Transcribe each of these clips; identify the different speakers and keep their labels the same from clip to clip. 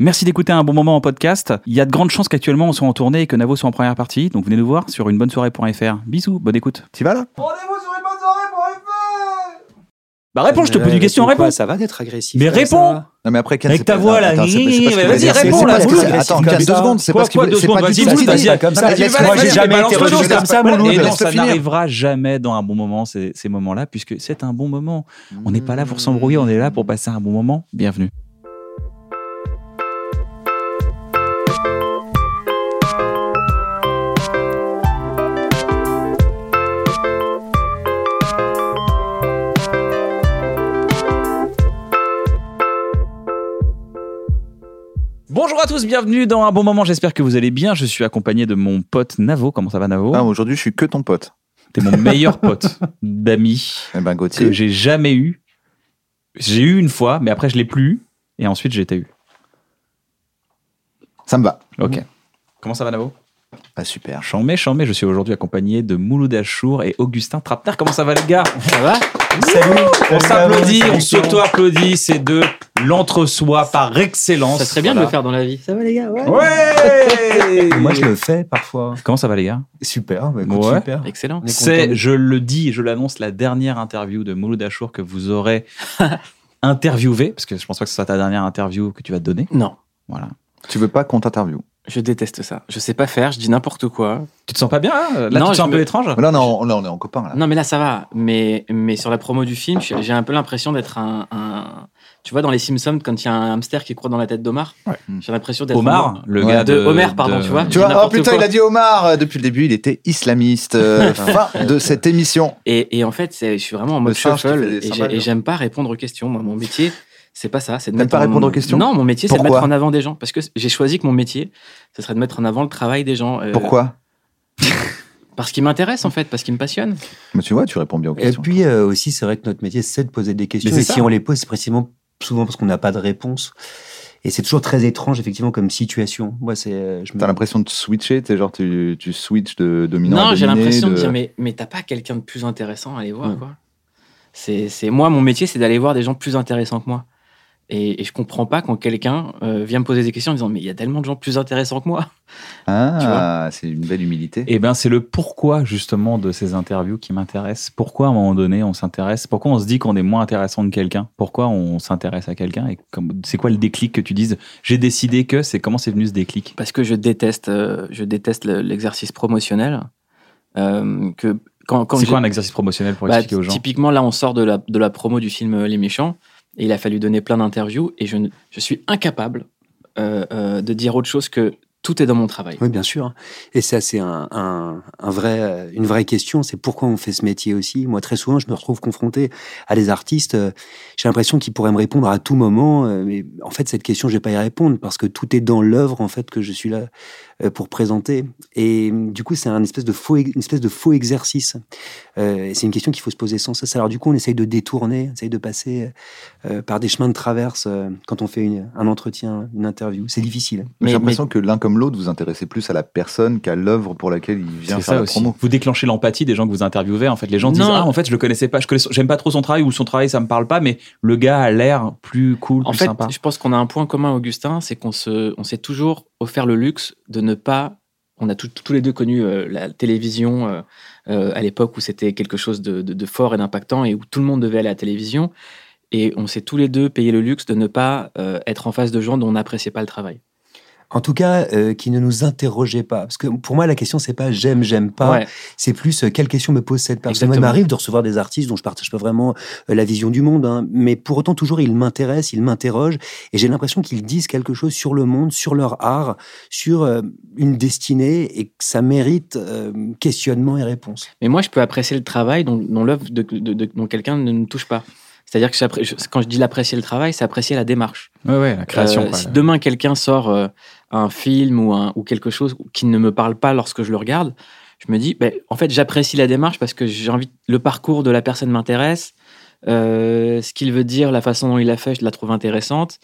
Speaker 1: Merci d'écouter un bon moment en podcast. Il y a de grandes chances qu'actuellement on soit en tournée et que Navo soit en première partie. Donc venez nous voir sur unebonnesoirée.fr. Bisous, bonne écoute.
Speaker 2: T'y vas là
Speaker 3: Rendez-vous sur une bonne soirée pour
Speaker 1: Bah réponds, je te pose une question, réponds.
Speaker 4: Ça va d'être agressif.
Speaker 1: Mais
Speaker 4: comme
Speaker 1: réponds.
Speaker 4: ça
Speaker 2: Non mais après Ken,
Speaker 1: Avec
Speaker 2: c'est
Speaker 1: ta
Speaker 2: pas-
Speaker 1: voix, là,
Speaker 2: attends, c'est-
Speaker 1: ni-
Speaker 2: c'est pas ce qu'il
Speaker 1: vas-y,
Speaker 2: voulait dire.
Speaker 1: réponds,
Speaker 2: C'est
Speaker 1: là,
Speaker 2: pas ce qu'il voulait
Speaker 1: vas-y,
Speaker 2: dire. Attends,
Speaker 4: vas-y,
Speaker 2: Ken, deux
Speaker 4: vas-y.
Speaker 2: secondes, c'est
Speaker 1: Quoi,
Speaker 2: pas ce qu'il
Speaker 1: quoi,
Speaker 2: voulait-
Speaker 1: deux
Speaker 2: c'est pas
Speaker 1: secondes,
Speaker 2: du
Speaker 1: vas-y,
Speaker 2: tout
Speaker 1: vas-y,
Speaker 2: ça,
Speaker 1: vas-y,
Speaker 2: comme ça.
Speaker 1: vas-y,
Speaker 2: Laisse-le
Speaker 1: vas-y,
Speaker 2: finir,
Speaker 1: vas-y,
Speaker 2: jamais
Speaker 1: balance
Speaker 2: été
Speaker 1: le
Speaker 2: rejeté
Speaker 1: dos,
Speaker 2: comme ça,
Speaker 1: Voilà.
Speaker 2: mon loup.
Speaker 1: Et non,
Speaker 2: Laisse-le
Speaker 1: ça
Speaker 2: finir.
Speaker 1: n'arrivera jamais dans un bon moment, c'est ces moments-là, puisque c'est un bon moment. On n'est pas là pour s'embrouiller, on est là pour passer un bon moment. Bienvenue. Bonjour à tous, bienvenue dans un bon moment. J'espère que vous allez bien. Je suis accompagné de mon pote Navo. Comment ça va, Navo
Speaker 2: Ah, aujourd'hui, je suis que ton pote.
Speaker 1: T'es mon meilleur pote d'ami
Speaker 2: Eh ben,
Speaker 1: que
Speaker 2: Gauthier.
Speaker 1: j'ai jamais eu. J'ai eu une fois, mais après je l'ai plus eu. Et ensuite j'ai été eu.
Speaker 2: Ça me va.
Speaker 1: Ok.
Speaker 4: Mmh.
Speaker 1: Comment ça va Navo
Speaker 2: Ah, super.
Speaker 1: Chambé, chambé, je suis aujourd'hui accompagné de Mouloud Achour et Augustin Trapner. Comment ça va les gars
Speaker 4: Ça va
Speaker 1: On s'applaudit, on s'auto-applaudit, c'est deux l'entre-soi par excellence.
Speaker 4: Ça serait bien de le
Speaker 1: Voilà.
Speaker 4: faire dans la vie. Ça va les gars Ouais.
Speaker 1: Ouais
Speaker 5: Moi, je le fais parfois.
Speaker 1: Comment ça va les gars
Speaker 5: Super, bah, écoute,
Speaker 1: Ouais.
Speaker 5: super.
Speaker 4: Excellent.
Speaker 1: C'est, je le dis et je l'annonce, la dernière interview de Mouloud Achour que vous aurez interviewé, parce que je pense pas que ce soit ta dernière interview que tu vas te donner.
Speaker 4: Non,
Speaker 1: Voilà.
Speaker 2: Tu veux pas qu'on t'interviewe
Speaker 4: je déteste ça. Je sais pas faire, je dis n'importe quoi.
Speaker 1: Tu te sens pas bien hein Là, tu
Speaker 4: Non,
Speaker 1: te
Speaker 4: je
Speaker 1: sens un peu
Speaker 4: me-
Speaker 1: étrange
Speaker 2: Là, on est en- là, on est en copain, là.
Speaker 4: Non, mais là ça va. Mais, mais sur la promo du film, je- j'ai un peu l'impression d'être un, un- Tu vois, dans les Simpsons, quand il y a un hamster qui croit dans la tête d'Omar,
Speaker 1: Ouais.
Speaker 4: j'ai l'impression d'être.
Speaker 1: Omar, le
Speaker 2: Ouais,
Speaker 1: gars de,
Speaker 4: de Homer, pardon, tu vois.
Speaker 2: Tu
Speaker 4: dis
Speaker 2: vois, oh
Speaker 4: n'importe
Speaker 2: putain,
Speaker 4: quoi.
Speaker 2: il a dit Omar euh, depuis le début, il était islamiste. Euh, fin de cette émission.
Speaker 4: Et, et en fait, c'est- je suis vraiment en mode
Speaker 2: Le singe qui
Speaker 4: shuffle
Speaker 2: fait des
Speaker 4: et
Speaker 2: cymbales,
Speaker 4: j'ai- et
Speaker 2: là.
Speaker 4: j'aime pas répondre aux questions. Moi, mon métier, c'est pas ça. C'est de
Speaker 2: T'aimes
Speaker 4: mettre
Speaker 2: pas
Speaker 4: en-
Speaker 2: répondre aux questions
Speaker 4: Non, mon métier, c'est de
Speaker 2: Pourquoi
Speaker 4: mettre en avant des gens. Parce que j'ai choisi que mon métier, ce serait de mettre en avant le travail des gens. euh,
Speaker 2: Pourquoi
Speaker 4: Parce qu'il m'intéresse en fait, parce qu'il me passionne.
Speaker 2: Mais tu vois, tu réponds bien aux
Speaker 5: Et
Speaker 2: questions.
Speaker 5: puis euh, aussi, c'est vrai que notre métier, c'est de poser des questions.
Speaker 1: Mais c'est
Speaker 5: Et
Speaker 1: ça.
Speaker 5: si on les pose, c'est précisément souvent parce qu'on n'a pas de réponse. Et c'est toujours très étrange, effectivement, comme situation. Moi, c'est. euh, je me-
Speaker 2: T'as l'impression de switcher, t'es genre, tu, tu switches de dominant à
Speaker 4: non, j'ai
Speaker 2: dominé,
Speaker 4: l'impression de dire mais, mais t'as pas quelqu'un de plus intéressant à aller voir
Speaker 5: Ouais.
Speaker 4: quoi. C'est c'est- moi mon métier, c'est d'aller voir des gens plus intéressants que moi. Et, et je comprends pas quand quelqu'un euh, vient me poser des questions en disant mais il y a tellement de gens plus intéressants que moi. tu
Speaker 2: Ah, c'est une belle humilité.
Speaker 1: Et ben, c'est le pourquoi justement de ces interviews qui m'intéressent. Pourquoi à un moment donné on s'intéresse Pourquoi on se dit qu'on est moins intéressant que quelqu'un Pourquoi on s'intéresse à quelqu'un Et comme- c'est quoi le déclic que tu dises J'ai décidé que c'est comment c'est venu ce déclic
Speaker 4: parce que je déteste, euh, je déteste le- l'exercice promotionnel. Euh, que quand, quand
Speaker 1: C'est
Speaker 4: j'ai-
Speaker 1: quoi un exercice promotionnel pour
Speaker 4: bah,
Speaker 1: expliquer aux gens
Speaker 4: Typiquement, là, on sort de la, de la promo du film euh, Les Méchants, et il a fallu donner plein d'interviews, et je, ne- je suis incapable euh, euh, de dire autre chose que tout est dans mon travail.
Speaker 5: Oui, bien sûr. Et ça, c'est un, un- un vrai, euh, une vraie question. C'est pourquoi on fait ce métier aussi. Moi, très souvent, je me retrouve confronté à des artistes. euh, J'ai l'impression qu'ils pourraient me répondre à tout moment. euh, Mais en fait, cette question, je vais pas y répondre parce que tout est dans l'œuvre, en fait, que je suis là euh, pour présenter. Et euh, du coup, c'est un espèce de faux, une espèce de faux exercice. Euh, et c'est une question qu'il faut se poser sans cesse. Alors, du coup, on essaye de détourner, on essaye de passer euh, par des chemins de traverse euh, quand on fait une- un entretien, une interview. C'est difficile.
Speaker 2: Mais
Speaker 4: Mais-
Speaker 2: J'ai l'impression que l'un comme l'autre, vous intéressez plus à la personne qu'à l'œuvre pour laquelle il vient
Speaker 1: C'est
Speaker 2: faire
Speaker 1: ça
Speaker 2: la
Speaker 1: aussi.
Speaker 2: promo.
Speaker 1: Vous déclenchez l'empathie des gens que vous interviewez. En fait, les gens disent
Speaker 4: Non.
Speaker 1: ah en fait je le connaissais pas, je connais, j'aime pas trop son travail ou son travail ça me parle pas, mais le gars a l'air plus cool,
Speaker 4: En
Speaker 1: plus
Speaker 4: fait,
Speaker 1: sympa.
Speaker 4: je pense qu'on a un point commun, Augustin, c'est qu'on se, on s'est toujours offert le luxe de ne pas. On a tout- tous les deux connu euh, la télévision euh, euh, à l'époque où c'était quelque chose de, de- de fort et d'impactant et où tout le monde devait aller à la télévision. Et on s'est tous les deux payé le luxe de ne pas euh, être en face de gens dont on n'appréciait pas le travail.
Speaker 5: En tout cas, euh, qui ne nous interrogeait pas. Parce que pour moi, la question, c'est pas j'aime, j'aime pas.
Speaker 4: Ouais.
Speaker 5: C'est plus euh, quelle question me pose cette personne. Moi, il
Speaker 4: Exactement.
Speaker 5: m'arrive de recevoir des artistes dont je partage pas vraiment euh, la vision du monde, hein, mais pour autant, toujours, ils m'intéressent, ils m'interrogent, et j'ai l'impression qu'ils disent quelque chose sur le monde, sur leur art, sur euh, une destinée, et que ça mérite euh, questionnement et réponse.
Speaker 4: Mais moi, je peux apprécier le travail dont, dont l'œuvre de, de- de- dont quelqu'un ne me touche pas. C'est-à-dire que j'appré- je- quand je dis l'apprécier le travail, c'est apprécier la démarche.
Speaker 1: Ouais, ouais, la création.
Speaker 4: Euh,
Speaker 1: quoi.
Speaker 4: si demain quelqu'un sort euh, un film ou, un- ou quelque chose qui ne me parle pas lorsque je le regarde, je me dis, ben, en fait, j'apprécie la démarche parce que j'ai envie, le parcours de la personne m'intéresse, euh, ce qu'il veut dire, la façon dont il l'a fait, je la trouve intéressante.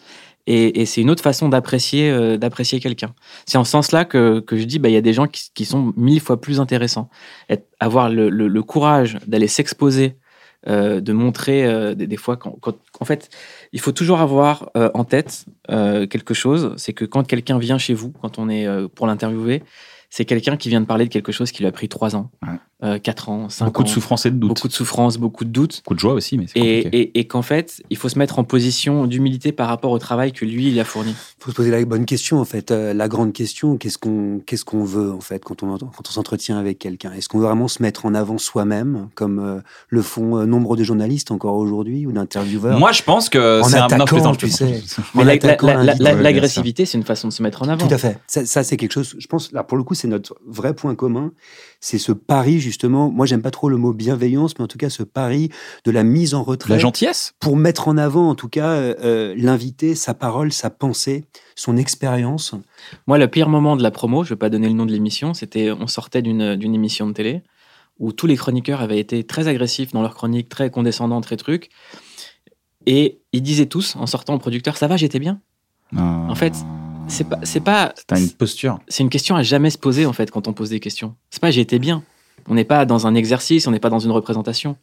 Speaker 4: Et, et c'est une autre façon d'apprécier euh, d'apprécier quelqu'un. C'est en ce sens-là que, que je dis, ben, il y a des gens qui, qui sont mille fois plus intéressants. Être- avoir le, le- le courage d'aller s'exposer, euh, de montrer euh, des, des fois, quand, quand- en fait, il faut toujours avoir euh, en tête euh, quelque chose, c'est que quand quelqu'un vient chez vous, quand on est euh, pour l'interviewer, c'est quelqu'un qui vient de parler de quelque chose qui lui a pris 3 ans,
Speaker 1: Ouais.
Speaker 4: 4 ans, 5
Speaker 1: beaucoup
Speaker 4: ans.
Speaker 1: de souffrance et de doute.
Speaker 4: Beaucoup de souffrance, beaucoup de doutes.
Speaker 1: Beaucoup de joie aussi, mais c'est
Speaker 4: Et,
Speaker 1: compliqué.
Speaker 4: et- et qu'en fait, il faut se mettre en position d'humilité par rapport au travail que lui, il a fourni.
Speaker 5: faut se poser la bonne question en fait, euh, la grande question, qu'est-ce qu'on qu'est-ce qu'on veut en fait quand on entend- quand on s'entretient avec quelqu'un Est-ce qu'on veut vraiment se mettre en avant soi-même comme euh, le font euh, nombre de journalistes encore aujourd'hui ou d'intervieweurs
Speaker 1: Moi, je pense que
Speaker 4: euh,
Speaker 5: En
Speaker 1: c'est un. non, je
Speaker 5: attaquant,
Speaker 1: plaisante, je
Speaker 5: tu
Speaker 1: plaisante.
Speaker 4: Mais
Speaker 5: en
Speaker 4: la- la-
Speaker 5: attaquant
Speaker 4: la- la-
Speaker 5: l'invité.
Speaker 4: la-
Speaker 1: oui,
Speaker 4: l'agressivité, c'est une façon de se mettre en avant.
Speaker 5: Tout à fait. Ça, ça, c'est quelque chose, je pense, là, pour le coup, c'est notre vrai point commun. C'est ce pari, justement. Moi, j'aime pas trop le mot bienveillance, mais en tout cas, ce pari de la mise en retrait.
Speaker 1: La gentillesse
Speaker 5: pour mettre en avant, en tout cas, euh, euh, l'invité, sa parole, sa pensée, son expérience.
Speaker 4: Moi, le pire moment de la promo, je ne vais pas donner le nom de l'émission, c'était on sortait d'une d'une émission de télé où tous les chroniqueurs avaient été très agressifs dans leurs chroniques, très condescendants, très trucs. Et ils disaient tous, en sortant au producteur, ça va, j'étais bien.
Speaker 1: En
Speaker 4: fait, C'est pas, c'est pas,
Speaker 1: T'as une posture.
Speaker 4: c'est une question à jamais se poser en fait quand on pose des questions. C'est pas j'ai été bien. On n'est pas dans un exercice, on n'est pas dans une représentation.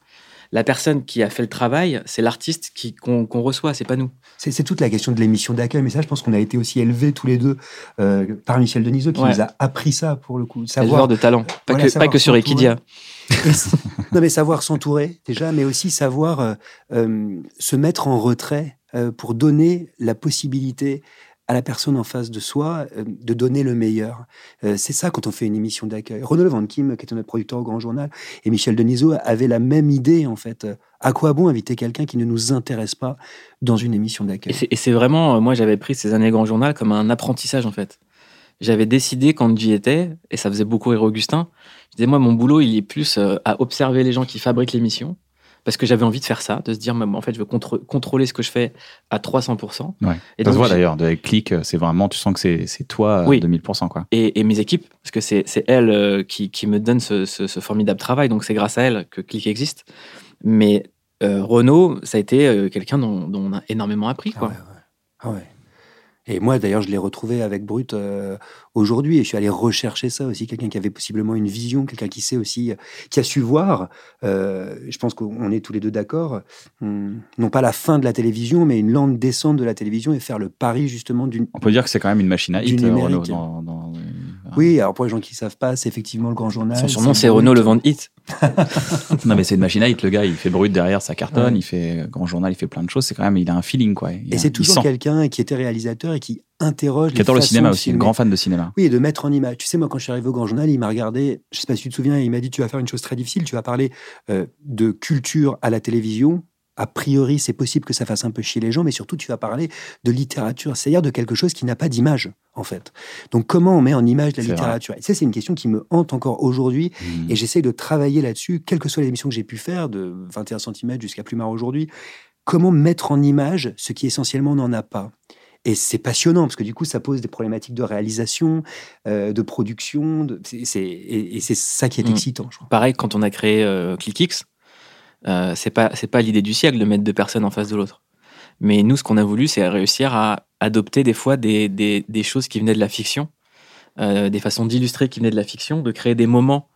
Speaker 4: La personne qui a fait le travail, c'est l'artiste qui qu'on qu'on reçoit, c'est pas nous.
Speaker 5: C'est c'est toute la question de l'émission d'accueil, mais ça, je pense qu'on a été aussi élevés tous les deux euh, par Michel Denisot, qui
Speaker 4: Ouais.
Speaker 5: nous a appris ça, pour le coup.
Speaker 4: C'est le genre
Speaker 5: Savoir,
Speaker 4: de talent. Pas,
Speaker 5: Voilà,
Speaker 4: que, pas
Speaker 5: savoir
Speaker 4: que sur
Speaker 5: s'entourer.
Speaker 4: Equidia.
Speaker 5: non, mais savoir s'entourer, déjà, mais aussi savoir euh, euh, se mettre en retrait euh, pour donner la possibilité à la personne en face de soi euh, de donner le meilleur. Euh, c'est ça quand on fait une émission d'accueil. Renaud Van Kim, qui était notre producteur au Grand Journal, et Michel Denisot avaient la même idée, en fait. Euh, À quoi bon inviter quelqu'un qui ne nous intéresse pas dans une émission
Speaker 4: Et
Speaker 5: d'accueil
Speaker 4: c'est- Et c'est vraiment, euh, moi j'avais pris ces années grand journal comme un apprentissage en fait. J'avais décidé quand j'y étais, et ça faisait beaucoup rire Augustin, je disais moi mon boulot il est plus euh, à observer les gens qui fabriquent l'émission, parce que j'avais envie de faire ça, de se dire mais, en fait je veux contrô- contrôler ce que je fais à 300%.
Speaker 1: Ouais.
Speaker 4: Et
Speaker 1: ça se voit
Speaker 4: j'ai-
Speaker 1: d'ailleurs, avec Click, c'est vraiment, tu sens que c'est c'est toi euh, à
Speaker 4: Oui.
Speaker 1: 2000%. Quoi.
Speaker 4: et, et mes équipes, parce que c'est c'est elles euh, qui, qui me donnent ce, ce- ce formidable travail, donc c'est grâce à elles que Click existe. Mais euh, Renaud, ça a été euh, quelqu'un dont, dont on a énormément appris.
Speaker 5: Ah
Speaker 4: Quoi.
Speaker 5: ouais, ouais. Ah ouais. Et moi, d'ailleurs, je l'ai retrouvé avec Brut euh, aujourd'hui et je suis allé rechercher ça aussi. Quelqu'un qui avait possiblement une vision, quelqu'un qui sait aussi, euh, qui a su voir. euh, je pense qu'on est tous les deux d'accord. hum, Non pas la fin de la télévision, mais une lente descente de la télévision et faire le pari justement d'une.
Speaker 1: On peut dire que c'est quand même une machine à
Speaker 5: Du
Speaker 1: hit, euh,
Speaker 5: numérique.
Speaker 1: Renault. Dans, dans- Ah.
Speaker 5: Oui, alors pour les gens qui ne savent pas, c'est effectivement le grand journal.
Speaker 4: Son surnom, c'est Renaud le vent de hit.
Speaker 1: Non, mais c'est une machine à hit, le gars, il fait brut derrière, ça cartonne, il fait grand journal, il fait plein de choses. C'est quand même, il a un feeling, quoi. Il
Speaker 5: Et
Speaker 1: a-
Speaker 5: c'est
Speaker 1: il
Speaker 5: toujours
Speaker 1: sent.
Speaker 5: quelqu'un qui était réalisateur et qui interroge.
Speaker 1: Qui adore le
Speaker 5: façons
Speaker 1: cinéma
Speaker 5: de
Speaker 1: aussi, un
Speaker 5: filmer.
Speaker 1: grand fan de cinéma.
Speaker 5: Oui, et de mettre en image. Tu sais, moi, quand je suis arrivé au Grand Journal, il m'a regardé, je sais pas si tu te souviens, il m'a dit, tu vas faire une chose très difficile, tu vas parler euh, de culture à la télévision. A priori, c'est possible que ça fasse un peu chier les gens, mais surtout, tu vas parler de littérature, c'est-à-dire de quelque chose qui n'a pas d'image, en fait. Donc, comment on met en image la
Speaker 1: C'est vrai.
Speaker 5: littérature Et ça, c'est une question qui me hante encore aujourd'hui,
Speaker 1: Mm.
Speaker 5: et j'essaye de travailler là-dessus, quelles que soient les émissions que j'ai pu faire, de 21 cm jusqu'à Plumard aujourd'hui. Comment mettre en image ce qui essentiellement n'en a pas Et c'est passionnant, parce que du coup, ça pose des problématiques de réalisation, euh, de production, de- c'est- c'est- et, et c'est ça qui est
Speaker 4: Mm.
Speaker 5: excitant, je crois.
Speaker 4: Pareil, quand on a créé euh, ClickX, euh, c'est pas, c'est pas l'idée du siècle de mettre deux personnes en face de l'autre. Mais nous, ce qu'on a voulu, c'est réussir à adopter des fois des, des- des choses qui venaient de la fiction, euh, des façons d'illustrer qui venaient de la fiction, de créer des moments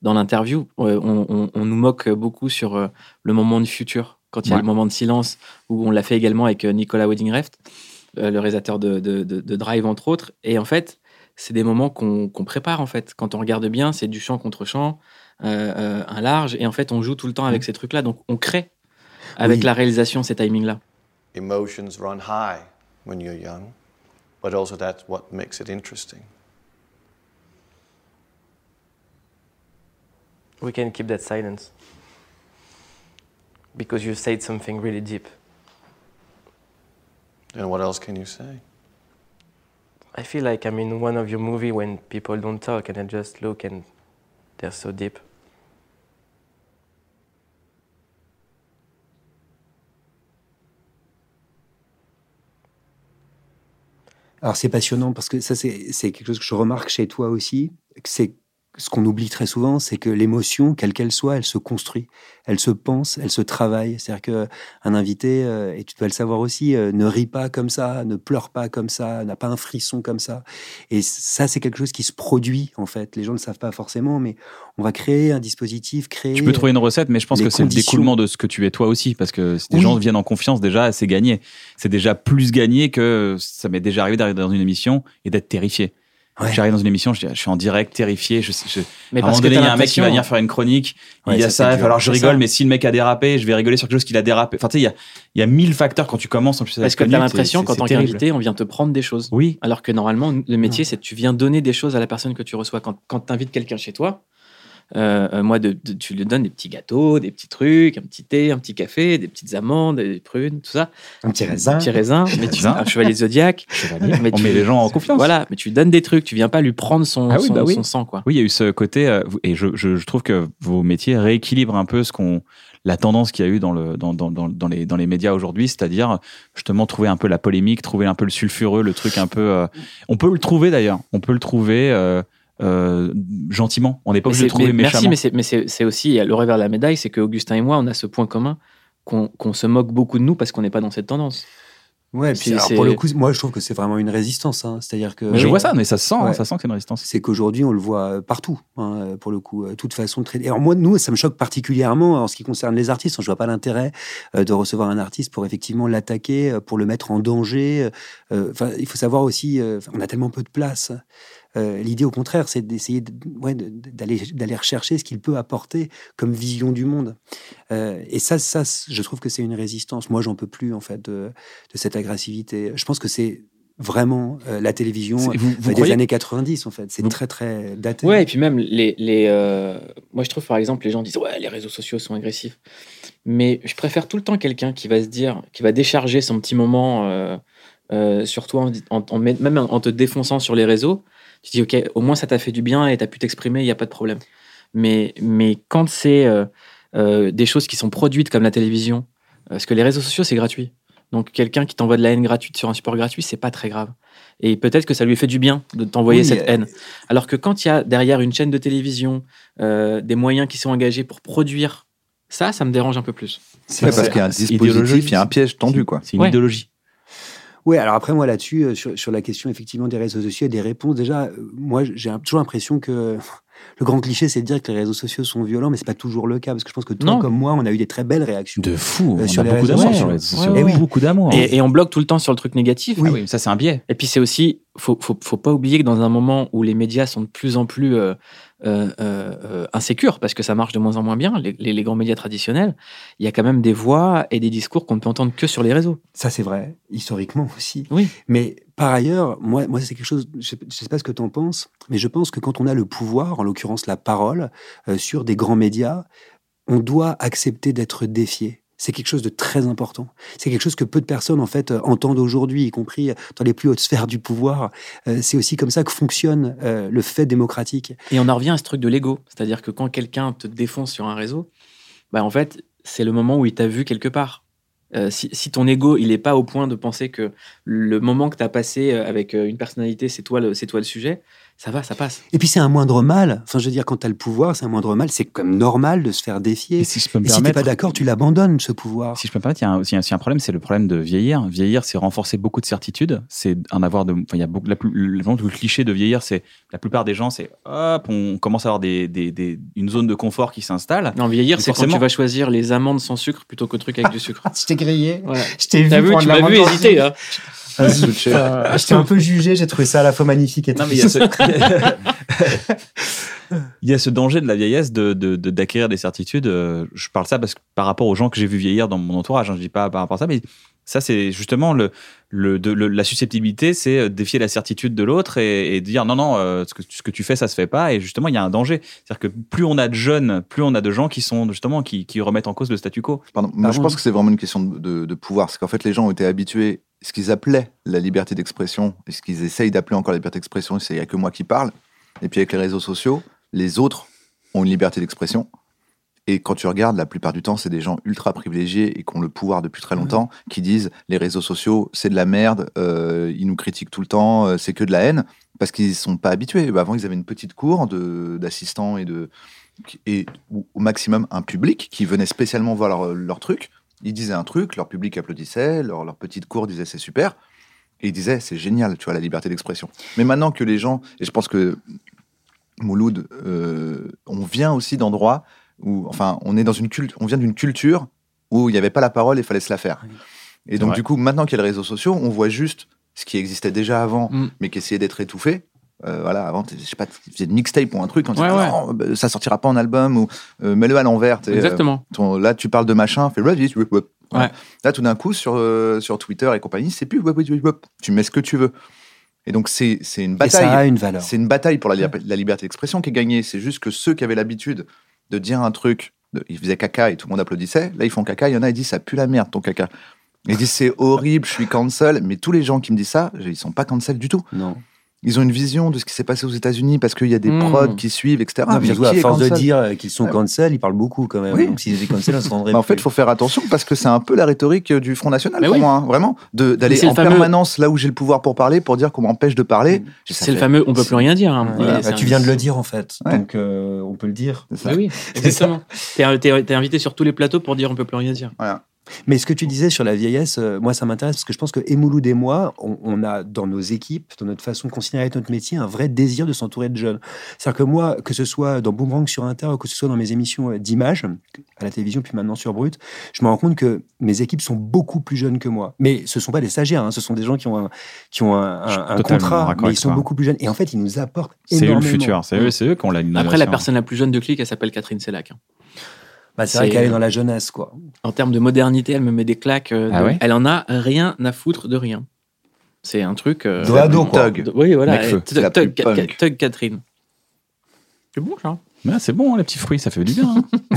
Speaker 4: dans l'interview. Euh, on, on- on nous moque beaucoup sur euh, le moment du futur, quand il y a
Speaker 1: Ouais.
Speaker 4: le moment de silence, où on l'a fait également avec euh, Nicolas Weddingreft, euh, le réalisateur de, de- de- de Drive, entre autres. Et en fait, c'est des moments qu'on qu'on prépare, en fait. Quand on regarde bien, c'est du champ contre champ, euh, euh, un large, et en fait, on joue tout le temps avec ces trucs-là. Donc, on crée avec
Speaker 5: Oui.
Speaker 4: la réalisation ces timings-là.
Speaker 3: Emotions run high when you're young, but also that's what makes it interesting.
Speaker 6: We can keep that silence. Because you said something really deep.
Speaker 3: And what else can you say?
Speaker 6: I feel like I'm in one of your movie when people don't talk and I just look and they're so deep.
Speaker 5: Alors c'est passionnant parce que ça c'est c'est quelque chose que je remarque chez toi aussi, que c'est ce qu'on oublie très souvent, c'est que l'émotion, quelle qu'elle soit, elle se construit, elle se pense, elle se travaille. C'est-à-dire que un invité, euh, et tu dois le savoir aussi, euh, ne rit pas comme ça, ne pleure pas comme ça, n'a pas un frisson comme ça. Et ça, c'est quelque chose qui se produit en fait. Les gens ne le savent pas forcément, mais on va créer un dispositif, créer.
Speaker 1: Tu peux trouver une recette, mais je pense
Speaker 5: les
Speaker 1: que c'est le
Speaker 5: conditions.
Speaker 1: découlement de ce que tu es toi aussi, parce que si les
Speaker 5: Oui.
Speaker 1: gens viennent en confiance, déjà, c'est gagné. C'est déjà plus gagné que ça m'est déjà arrivé d'arriver dans une émission et d'être terrifié.
Speaker 5: Ouais.
Speaker 1: J'arrive dans une émission, je, dis, je suis en direct, terrifié. Je, je-
Speaker 4: Mais
Speaker 1: à un moment
Speaker 4: parce que
Speaker 1: donné,
Speaker 4: t'as
Speaker 1: il y a un mec qui va
Speaker 4: l'impression-
Speaker 1: venir faire une chronique.
Speaker 5: Ouais,
Speaker 1: il y a
Speaker 5: ça, c'est
Speaker 1: ça.
Speaker 5: dur.
Speaker 1: alors je
Speaker 5: C'est
Speaker 1: rigole,
Speaker 5: ça.
Speaker 1: mais si le mec a dérapé, je vais rigoler sur quelque chose qu'il a dérapé. Enfin, tu sais, il y a, il y a mille facteurs quand tu commences. En plus, à
Speaker 4: Parce
Speaker 1: être
Speaker 4: que
Speaker 1: connu,
Speaker 4: t'as
Speaker 1: c'est-
Speaker 4: l'impression
Speaker 1: c'est-
Speaker 4: qu'en
Speaker 1: c'est
Speaker 4: tant
Speaker 1: terrible.
Speaker 4: qu'invité, on vient te prendre des choses.
Speaker 1: Oui.
Speaker 4: Alors que normalement, le métier, c'est que tu viens donner des choses à la personne que tu reçois. Quand, quand tu invites quelqu'un chez toi, euh, euh, moi, de- de- tu lui donnes des petits gâteaux, des petits trucs, un petit thé, un petit café, des petites amandes, des prunes, tout ça.
Speaker 5: un petit raisin.
Speaker 4: Un petit raisin, mais tu,
Speaker 1: raisin.
Speaker 4: un chevalier zodiaque. Mais
Speaker 1: on
Speaker 4: tu-
Speaker 1: met les gens en confiance.
Speaker 4: Voilà, mais tu donnes des trucs, tu viens pas lui prendre son,
Speaker 1: Ah oui,
Speaker 4: son,
Speaker 1: bah oui.
Speaker 4: son sang, quoi.
Speaker 1: Oui, il y a eu ce côté, euh, et je, je- je trouve que vos métiers rééquilibrent un peu ce qu'on, la tendance qu'il y a eu dans, le, dans, dans, dans, dans les, dans les médias aujourd'hui, c'est-à-dire justement trouver un peu la polémique, trouver un peu le sulfureux, le truc un peu. euh, on peut le trouver d'ailleurs, on peut le trouver euh, euh, gentiment. On n'est pas
Speaker 4: Mais
Speaker 1: obligé de le
Speaker 4: c'est-
Speaker 1: trouver
Speaker 4: mais-
Speaker 1: méchamment.
Speaker 4: merci, mais c'est- mais c'est c'est aussi il y a le revers de la médaille, c'est que Augustin et moi, on a ce point commun qu'on qu'on se moque beaucoup de nous parce qu'on n'est pas dans cette tendance.
Speaker 5: Ouais, et
Speaker 4: C'est-
Speaker 5: puis alors,
Speaker 4: c'est-
Speaker 5: pour le coup, moi je trouve que c'est vraiment une résistance. hein. C'est-à-dire que
Speaker 1: je
Speaker 4: oui.
Speaker 1: vois ça, mais ça se sent, hein,
Speaker 5: Ouais.
Speaker 1: ça sent que c'est une résistance.
Speaker 5: c'est qu'aujourd'hui, on le voit partout, hein, euh, pour le coup, euh, toute façon de traiter. Alors moi, nous, ça me choque particulièrement en ce qui concerne les artistes. hein, Je vois pas l'intérêt euh, de recevoir un artiste pour effectivement l'attaquer, euh, pour le mettre en danger. Euh, Enfin, il faut savoir aussi, euh, on a tellement peu de place. Euh, L'idée, au contraire, c'est d'essayer de- ouais, de- d'aller d'aller rechercher ce qu'il peut apporter comme vision du monde. Euh, et ça, ça, c- je trouve que c'est une résistance. Moi, j'en peux plus en fait de, de cette agressivité. Je pense que c'est vraiment euh, la télévision.
Speaker 1: C'est- Vous,
Speaker 5: Bah,
Speaker 1: vous
Speaker 5: des
Speaker 1: croyez
Speaker 5: années 90 en fait. C'est
Speaker 1: Vous-
Speaker 5: très très daté.
Speaker 4: Ouais, et puis même les. les euh, Moi, je trouve par exemple, les gens disent Ouais, les réseaux sociaux sont agressifs. Mais je préfère tout le temps quelqu'un qui va se dire, qui va décharger son petit moment euh, euh, sur toi, en, dit- en- en- même en te défonçant sur les réseaux. Tu dis Ok, au moins ça t'a fait du bien et t'as pu t'exprimer, il n'y a pas de problème. Mais, mais quand c'est euh, euh, des choses qui sont produites comme la télévision, euh, parce que les réseaux sociaux, c'est gratuit. Donc, quelqu'un qui t'envoie de la haine gratuite sur un support gratuit, c'est pas très grave. Et peut-être que ça lui fait du bien de t'envoyer
Speaker 5: Oui,
Speaker 4: cette
Speaker 5: euh,
Speaker 4: haine. Alors que quand il y a derrière une chaîne de télévision euh, des moyens qui sont engagés pour produire ça, ça me dérange un peu plus.
Speaker 2: C'est parce qu'il y a un dispositif, il y a un piège tendu, quoi.
Speaker 1: C'est une
Speaker 4: Ouais.
Speaker 1: idéologie.
Speaker 5: Ouais, alors après moi là-dessus euh, sur, sur la question effectivement des réseaux sociaux et des réponses déjà euh, moi j'ai un- toujours l'impression que le grand cliché c'est de dire que les réseaux sociaux sont violents mais c'est pas toujours le cas parce que je pense que toi
Speaker 4: Non.
Speaker 5: comme moi on a eu des très belles réactions.
Speaker 1: De fou,
Speaker 5: Euh,
Speaker 1: on
Speaker 5: sur
Speaker 1: a
Speaker 5: les
Speaker 1: beaucoup
Speaker 5: réseaux
Speaker 1: d'amour
Speaker 5: sociaux.
Speaker 1: sur les réseaux
Speaker 4: Ouais,
Speaker 1: sociaux.
Speaker 5: ouais, ouais.
Speaker 1: Beaucoup d'amour.
Speaker 4: Et, et on bloque tout le temps sur le truc négatif.
Speaker 1: Ah oui, mais ça c'est un biais.
Speaker 4: Et puis c'est aussi, faut, faut, faut pas oublier que dans un moment où les médias sont de plus en plus euh, euh, euh, euh, insécures, parce que ça marche de moins en moins bien, les, les- les grands médias traditionnels, il y a quand même des voix et des discours qu'on ne peut entendre que sur les réseaux.
Speaker 5: Ça c'est vrai historiquement aussi.
Speaker 4: Oui.
Speaker 5: Mais par ailleurs, moi, moi c'est quelque chose, je sais, je sais pas ce que tu en penses, mais je pense que quand on a le pouvoir, en l'occurrence la parole, euh, sur des grands médias, on doit accepter d'être défié. C'est quelque chose de très important. C'est quelque chose que peu de personnes en fait euh, entendent aujourd'hui, y compris euh, dans les plus hautes sphères du pouvoir. Euh, c'est aussi comme ça que fonctionne euh, le fait démocratique.
Speaker 4: Et on en revient à ce truc de l'ego. C'est-à-dire que quand quelqu'un te défonce sur un réseau, bah en fait, c'est le moment où il t'a vu quelque part. Euh, si, si ton ego, il n'est pas au point de penser que le moment que tu as passé euh, avec euh, une personnalité, c'est toi, le- c'est toi le sujet, ça va, ça passe.
Speaker 5: Et puis c'est un moindre mal. Enfin, je veux dire, quand tu as le pouvoir, c'est un moindre mal. C'est comme normal de se faire défier.
Speaker 1: Et
Speaker 5: Et,
Speaker 1: si je peux me
Speaker 5: si t'es
Speaker 1: permettre,
Speaker 5: pas d'accord, tu l'abandonnes ce pouvoir.
Speaker 1: Si je peux me permettre, il y a un- aussi un, aussi un problème, c'est le problème de vieillir. Vieillir, c'est renforcer beaucoup de certitudes. C'est un avoir de. Enfin, il y a beaucoup. La plus, le, vraiment, le cliché de vieillir, c'est la plupart des gens, c'est hop, on commence à avoir des, des- des- une zone de confort qui s'installe.
Speaker 4: Non, vieillir,
Speaker 1: Mais
Speaker 4: c'est quand
Speaker 1: forcément.
Speaker 4: tu vas choisir les amandes sans sucre plutôt que le truc avec du sucre.
Speaker 5: Je t'ai grillé.
Speaker 4: Voilà.
Speaker 5: Je t'ai
Speaker 4: T'as vu, tu m'as vu hésiter. hein.
Speaker 5: Ah, Je t'ai un peu jugé. J'ai trouvé ça à la fois magnifique et
Speaker 1: Non, mais il y a ce. Il y a ce danger de la vieillesse de- de- de- d'acquérir des certitudes. Euh, Je parle ça parce que par rapport aux gens que j'ai vu vieillir dans mon entourage, hein, je dis pas par rapport à ça, mais ça c'est justement le, le, de- le- la susceptibilité, c'est euh, défier la certitude de l'autre et, et dire non non euh, ce, que, ce que tu fais ça se fait pas et justement il y a un danger. C'est-à-dire que plus on a de jeunes, plus on a de gens qui sont justement qui, qui remettent en cause le statu quo.
Speaker 2: Pardon, moi, je
Speaker 4: Pardon.
Speaker 2: pense que c'est vraiment une question de, de- de pouvoir. C'est qu'en fait, les gens ont été habitués, ce qu'ils appelaient la liberté d'expression, et ce qu'ils essayent d'appeler encore la liberté d'expression, c'est il n'y a que moi qui parle. Et puis avec les réseaux sociaux, les autres ont une liberté d'expression. Et quand tu regardes, la plupart du temps, c'est des gens ultra privilégiés et qui ont le pouvoir depuis très longtemps, qui disent les réseaux sociaux, c'est de la merde, euh, ils nous critiquent tout le temps, euh, c'est que de la haine, parce qu'ils ne sont pas habitués. Bah, avant, ils avaient une petite cour de- d'assistants et de et ou- au maximum un public qui venait spécialement voir leur, leur truc. Ils disaient un truc, leur public applaudissait, leur, leur petite cour disait c'est super. Et ils disaient c'est génial, tu vois, la liberté d'expression. Mais maintenant que les gens, et je pense que Mouloud, euh, on vient aussi d'endroits où, enfin, on est dans une culte, on vient d'une culture où il n'y avait pas la parole et fallait se la faire. Et donc,
Speaker 1: Ouais.
Speaker 2: du coup, maintenant qu'il y a les réseaux sociaux, on voit juste ce qui existait déjà avant,
Speaker 4: Mm.
Speaker 2: mais qui essayait d'être étouffé. Euh, voilà, avant, t'es- je sais pas, tu faisais de mixtape ou un truc, on disait,
Speaker 4: Ouais, ouais.
Speaker 2: Non, bah, ça sortira pas en album, ou euh, mets-le à l'envers. t'es, euh,
Speaker 4: Exactement.
Speaker 2: ton- là, tu parles de machin, fais Reddit, wop, wop.
Speaker 4: Ouais.
Speaker 2: Là, tout d'un coup, sur, euh, sur Twitter et compagnie, c'est plus wop, wop, wop, wop. tu mets ce que tu veux. Et donc, c'est c'est une
Speaker 5: Et ça
Speaker 2: bataille.
Speaker 5: a une valeur.
Speaker 2: C'est une bataille pour la, li- la liberté d'expression qui est gagnée. C'est juste que ceux qui avaient l'habitude de dire un truc, de- ils faisaient caca et tout le monde applaudissait. Là, ils font caca. Il y en a, ils disent ça pue la merde ton caca. Ils disent c'est horrible, je suis cancel. Mais tous les gens qui me disent ça, ils sont pas cancel du tout.
Speaker 5: Non.
Speaker 2: Ils ont une vision de ce qui s'est passé aux États-Unis parce qu'il y a des
Speaker 4: Mm.
Speaker 2: prods qui suivent, etc.
Speaker 5: Hmm. Non,
Speaker 2: Mais
Speaker 5: surtout,
Speaker 2: qui
Speaker 5: à
Speaker 2: est
Speaker 5: force de
Speaker 2: cancel
Speaker 5: dire euh, qu'ils sont
Speaker 2: Ouais.
Speaker 5: cancel, ils parlent beaucoup quand même.
Speaker 2: Oui.
Speaker 5: Donc s'ils étaient cancel, on se rendrait
Speaker 2: Mais en fait, il
Speaker 5: plus.
Speaker 2: faut faire attention parce que c'est un peu la rhétorique euh, du Front National
Speaker 4: Bah, Mais
Speaker 2: pour
Speaker 4: oui.
Speaker 2: moi, hein, vraiment, de-
Speaker 4: Mais
Speaker 2: d'aller
Speaker 4: c'est
Speaker 2: en
Speaker 4: le fameux- Mm.
Speaker 2: permanence là où j'ai le pouvoir pour parler, pour dire qu'on m'empêche de parler. Ça
Speaker 4: C'est le
Speaker 2: fait-
Speaker 4: fameux on peut plus rien dire. hein.
Speaker 5: Voilà.
Speaker 4: Et
Speaker 5: Bah,
Speaker 2: Ah,
Speaker 4: c'est
Speaker 5: tu
Speaker 4: un-
Speaker 5: viens de le dire en fait,
Speaker 2: Ouais.
Speaker 5: donc euh, on peut le dire.
Speaker 2: C'est ça.
Speaker 4: Mais oui, exactement. T'es t'es- t'es invité sur tous les plateaux pour dire on peut plus rien dire.
Speaker 5: Mais ce que tu disais sur la vieillesse, euh, moi, ça m'intéresse parce que je pense que Emouloud et moi, on, on a dans nos équipes, dans notre façon de considérer notre métier, un vrai désir de s'entourer de jeunes. C'est-à-dire que moi, que ce soit dans Boomerang sur Inter ou que ce soit dans mes émissions euh, d'image, à la télévision, puis maintenant sur Brut, je me rends compte que mes équipes sont beaucoup plus jeunes que moi. Mais ce ne sont pas des stagiaires, hein, ce sont des gens qui ont un, qui ont un,
Speaker 1: Je suis
Speaker 5: un- un
Speaker 1: totalement
Speaker 5: contrat,
Speaker 1: raccord
Speaker 5: mais ils
Speaker 1: avec
Speaker 5: sont
Speaker 1: toi.
Speaker 5: beaucoup plus jeunes. Et en fait, ils nous apportent
Speaker 1: C'est eux
Speaker 5: énormément.
Speaker 1: le futur, c'est eux, c'est eux qu'on l'a une
Speaker 4: Après, la
Speaker 1: innovation.
Speaker 4: personne la plus jeune de clique, elle s'appelle Catherine Sellac. hein.
Speaker 5: Bah, c'est vrai
Speaker 4: C'est-
Speaker 5: qu'elle est dans la jeunesse, quoi.
Speaker 4: En termes de modernité, elle me met des claques. euh,
Speaker 1: Ah
Speaker 4: de-
Speaker 1: ouais
Speaker 4: elle en a rien à foutre de rien. C'est un truc. euh,
Speaker 5: De ado,
Speaker 2: Thug.
Speaker 5: quoi.
Speaker 4: de- oui, voilà.
Speaker 1: Mec
Speaker 4: elle-
Speaker 1: feu.
Speaker 4: Thug
Speaker 2: La
Speaker 4: Thug-
Speaker 2: plus punk.
Speaker 4: Cat- Thug Catherine. C'est bon, ça
Speaker 1: Ah, c'est bon, hein, les petits fruits, ça fait du bien. hein.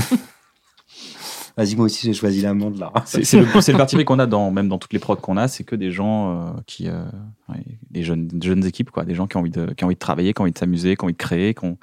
Speaker 5: Vas-y, moi aussi, j'ai choisi l'amende, là.
Speaker 1: C'est c'est le, c'est le parti pris qu'on a, dans, même dans toutes les prods qu'on a, c'est que des gens euh, qui. euh, ouais, des jeunes, des jeunes équipes, quoi, des gens qui ont envie de, qui ont envie de travailler, qui ont envie de s'amuser, qui ont envie de créer, qui, ont-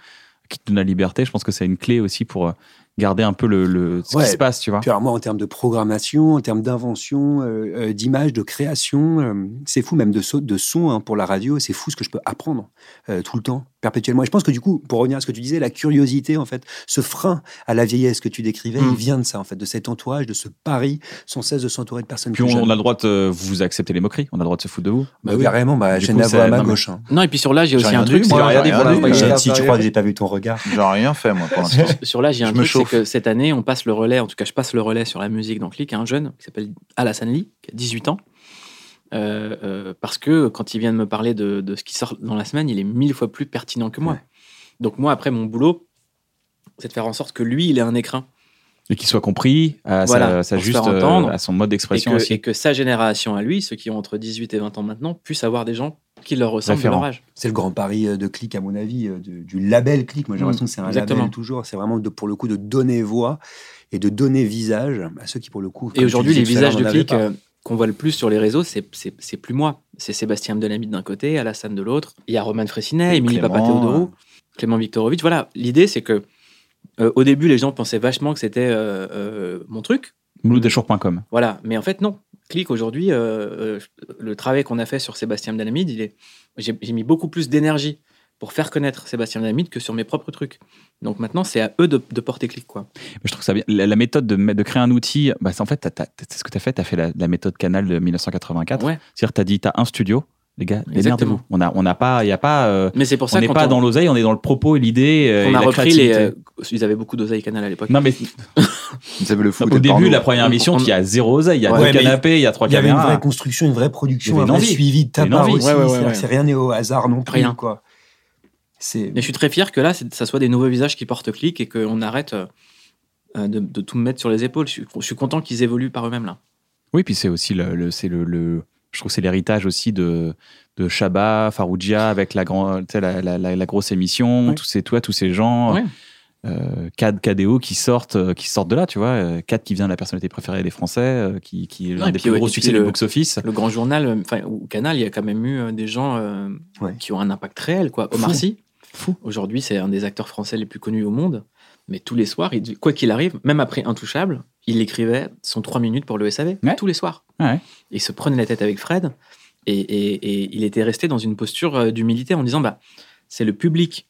Speaker 1: qui te donnent la liberté. Je pense que c'est une clé aussi pour euh, garder un peu le, le- ce
Speaker 5: Ouais.
Speaker 1: qui se passe, tu vois.
Speaker 5: Puis alors moi, en termes de programmation, en termes d'invention, euh, euh, d'image, de création, euh, c'est fou, même de, so- de son hein, pour la radio, c'est fou ce que je peux apprendre euh, tout le temps, perpétuellement. Et je pense que du coup, pour revenir à ce que tu disais, la curiosité, en fait, ce frein à la vieillesse que tu décrivais,
Speaker 1: Hmm.
Speaker 4: Mm.
Speaker 5: il vient de ça, en fait, de cet entourage, de ce pari sans cesse de s'entourer de personnes
Speaker 1: Puis
Speaker 5: plus
Speaker 1: on, on
Speaker 5: jeunes.
Speaker 1: a le droit de euh, vous accepter les moqueries, on a le droit de se foutre de vous.
Speaker 5: Bah oui, carrément, bah,
Speaker 1: Du
Speaker 5: j'ai
Speaker 1: coup,
Speaker 5: la
Speaker 1: c'est-
Speaker 5: voix à ma
Speaker 1: non, mais- Ah,
Speaker 5: gauche. hein.
Speaker 4: Non, et puis sur là, j'ai
Speaker 2: J'ai
Speaker 4: aussi
Speaker 2: rien
Speaker 4: un truc.
Speaker 2: dit,
Speaker 4: c'est
Speaker 2: moi,
Speaker 4: que-
Speaker 2: j'ai rien dit pour l'instant.
Speaker 5: Bah,
Speaker 2: j'ai-
Speaker 5: si tu crois que j'ai pas vu ton regard.
Speaker 2: J'ai rien fait, moi, pour l'instant.
Speaker 4: Sur là, j'ai un
Speaker 2: Je me
Speaker 4: truc, c'est
Speaker 2: chauffe.
Speaker 4: que cette année, on passe le relais, en tout cas, je passe le relais sur la musique dans Click à un jeune qui s'appelle Alassane Lee, qui a 18 ans. Euh, euh, parce que quand il vient de me parler de, de ce qui sort dans la semaine, il est mille fois plus pertinent que moi.
Speaker 5: Ouais.
Speaker 4: Donc, moi, après, mon boulot, c'est de faire en sorte que lui, il ait un écrin.
Speaker 1: Et qu'ils soient compris à, sa,
Speaker 4: Voilà,
Speaker 1: sa
Speaker 4: pour se
Speaker 1: juste,
Speaker 4: faire
Speaker 1: euh,
Speaker 4: entendre.
Speaker 1: à son mode
Speaker 4: Et
Speaker 1: d'expression
Speaker 4: que,
Speaker 1: aussi.
Speaker 4: et que sa génération à lui, ceux qui ont entre 18 et 20 ans maintenant, puissent avoir des gens qui leur ressemblent de
Speaker 1: Référents.
Speaker 4: leur âge.
Speaker 5: C'est le grand pari euh, de Click, à mon avis, euh, du, du label Click. Moi, j'ai
Speaker 4: Mm,
Speaker 5: l'impression que c'est un
Speaker 4: exactement.
Speaker 5: label toujours. C'est vraiment de- pour le coup de donner voix et de donner visage à ceux qui, pour le coup. comme
Speaker 4: Et
Speaker 5: tu
Speaker 4: aujourd'hui,
Speaker 5: disais
Speaker 4: les
Speaker 5: tout à l'heure,
Speaker 4: visages de
Speaker 5: n'en avaient
Speaker 4: clics
Speaker 5: pas.
Speaker 4: euh, qu'on voit le plus sur les réseaux, c'est- c'est c'est plus moi. C'est Sébastien Abdelhamid d'un côté, Alassane de l'autre. Il y a Roman Fressinet,
Speaker 2: Et
Speaker 4: Émilie
Speaker 2: Clément,
Speaker 4: Papathéodorou,
Speaker 2: euh.
Speaker 4: Clément Viktorovitch. Voilà, l'idée, c'est que euh, au début, les gens pensaient vachement que c'était euh, euh, mon truc.
Speaker 1: Mouloudechour.com.
Speaker 4: Voilà, mais en fait, non. Click aujourd'hui, euh, euh, le travail qu'on a fait sur Sébastien Abdelhamid, il est- j'ai j'ai mis beaucoup plus d'énergie pour faire connaître Sébastien Abdelhamid que sur mes propres trucs. Donc maintenant, c'est à eux de, de porter clic, quoi.
Speaker 1: Mais je trouve ça bien. La, la méthode de, ma- de créer un outil, bah, c'est- en fait, t'as- t'as- c'est ce que tu as fait. Tu as fait la, la méthode canal de 1984.
Speaker 4: Ouais.
Speaker 1: C'est-à-dire, tu as dit, tu as un studio, les gars, démerdez-vous.
Speaker 4: Exactement.
Speaker 1: On n'a on n'a pas, il y a pas, euh,
Speaker 4: Mais c'est pour
Speaker 1: on
Speaker 4: ça
Speaker 1: n'est
Speaker 4: quand
Speaker 1: pas dans l'oseille, on est dans le propos et l'idée. euh,
Speaker 4: on
Speaker 1: et la
Speaker 4: a repris les.
Speaker 1: créativité.
Speaker 4: euh, ils avaient beaucoup d'oseille canal à l'époque.
Speaker 1: Non, mais
Speaker 2: Vous avez le fou
Speaker 1: au
Speaker 2: d'être
Speaker 1: début,
Speaker 2: porno.
Speaker 1: la première
Speaker 4: On-
Speaker 1: émission,
Speaker 4: on-
Speaker 1: il y a zéro oseille, il y a
Speaker 4: Ouais,
Speaker 1: deux
Speaker 5: mais
Speaker 1: canapés, il y a
Speaker 4: euh,
Speaker 1: trois
Speaker 5: Il y avait une
Speaker 1: caméras.
Speaker 5: vraie construction, une vraie
Speaker 1: Il y
Speaker 5: production, un
Speaker 1: avait une
Speaker 5: vrai
Speaker 1: envie.
Speaker 5: suivi de
Speaker 1: Il
Speaker 5: ta
Speaker 1: y avait une
Speaker 5: part
Speaker 1: envie.
Speaker 5: aussi.
Speaker 4: Ouais, ouais, ouais,
Speaker 5: C'est-à-dire
Speaker 4: ouais.
Speaker 5: que C'est rien n'est au hasard non plus.
Speaker 4: Rien.
Speaker 5: Quoi. C'est
Speaker 4: Mais je suis très fier que là, c'est- ça soit des nouveaux visages qui portent clic et qu'on arrête euh, euh, de, de tout me mettre sur les épaules. Je suis, je suis content qu'ils évoluent par eux-mêmes là.
Speaker 1: Oui, puis c'est aussi le, le- c'est le, le- je trouve que c'est l'héritage aussi de de Shabba, Farougia avec la grand, tu sais, la, la- la- la grosse émission,
Speaker 4: Ouais.
Speaker 1: tous ces toi, tous ces gens,
Speaker 4: Ouais.
Speaker 1: euh, Cad, Cadéo qui sortent, euh, qui sortent de là, tu vois, euh, Cad qui vient de la personnalité préférée des Français, euh, qui, qui est l'un des
Speaker 4: et puis,
Speaker 1: plus
Speaker 4: ouais,
Speaker 1: gros
Speaker 4: et puis
Speaker 1: succès
Speaker 4: le-
Speaker 1: du box office.
Speaker 4: Le grand journal, euh, enfin, ou canal, il y a quand même eu euh, des gens euh,
Speaker 5: Ouais.
Speaker 4: qui ont un impact réel, quoi. Omar
Speaker 1: Fou.
Speaker 4: Sy,
Speaker 1: Fou.
Speaker 4: aujourd'hui, c'est un des acteurs français les plus connus au monde. Mais tous les soirs, il- quoi qu'il arrive, même après Intouchable, il écrivait son 3 minutes pour le SAV,
Speaker 1: Ouais. Ah
Speaker 4: tous les soirs.
Speaker 1: Ouais.
Speaker 4: Et il se prenait la tête avec Fred, et, et- et il était resté dans une posture euh, d'humilité en disant bah, c'est le public,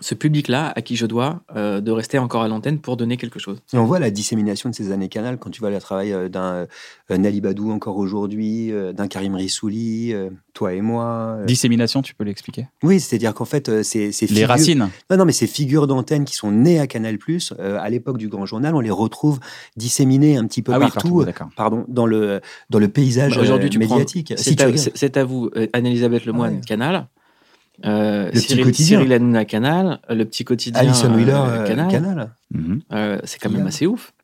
Speaker 4: ce public-là à qui je dois euh, de rester encore à l'antenne pour donner quelque chose.
Speaker 5: Et on voit la dissémination de ces années canal quand tu vois le travail euh, d'un euh, Nali Badou encore aujourd'hui, euh, d'un Karim Rissouli, euh, toi et moi. euh.
Speaker 1: Dissémination, tu peux l'expliquer
Speaker 5: Oui, c'est-à-dire qu'en fait, euh, ces, ces
Speaker 1: Les
Speaker 5: figures-
Speaker 1: racines.
Speaker 5: Non, non, mais ces figures d'antenne qui sont nées à Canal+, euh, à l'époque du Grand Journal, on les retrouve disséminées un petit peu
Speaker 1: Ah oui,
Speaker 5: partout,
Speaker 1: partout,
Speaker 5: euh,
Speaker 1: d'accord.
Speaker 5: pardon, dans le dans le paysage
Speaker 4: Bah, aujourd'hui,
Speaker 5: euh,
Speaker 4: tu prends-
Speaker 5: médiatique.
Speaker 4: C'est
Speaker 5: Si tu
Speaker 4: à,
Speaker 5: regardes- Ah
Speaker 4: c'est- c'est à vous, euh, Anne-Elisabeth Lemoine,
Speaker 5: Ouais.
Speaker 4: Canal. euh,
Speaker 5: Le Petit
Speaker 4: Cyril,
Speaker 5: Quotidien.
Speaker 4: Cyril Hanouna, Canal. euh, Le petit quotidien.
Speaker 5: Alison
Speaker 4: euh,
Speaker 5: Wheeler, euh,
Speaker 4: Canal.
Speaker 5: Canal.
Speaker 1: Mhm.
Speaker 4: Euh, c'est quand même
Speaker 5: Yann.
Speaker 4: assez ouf.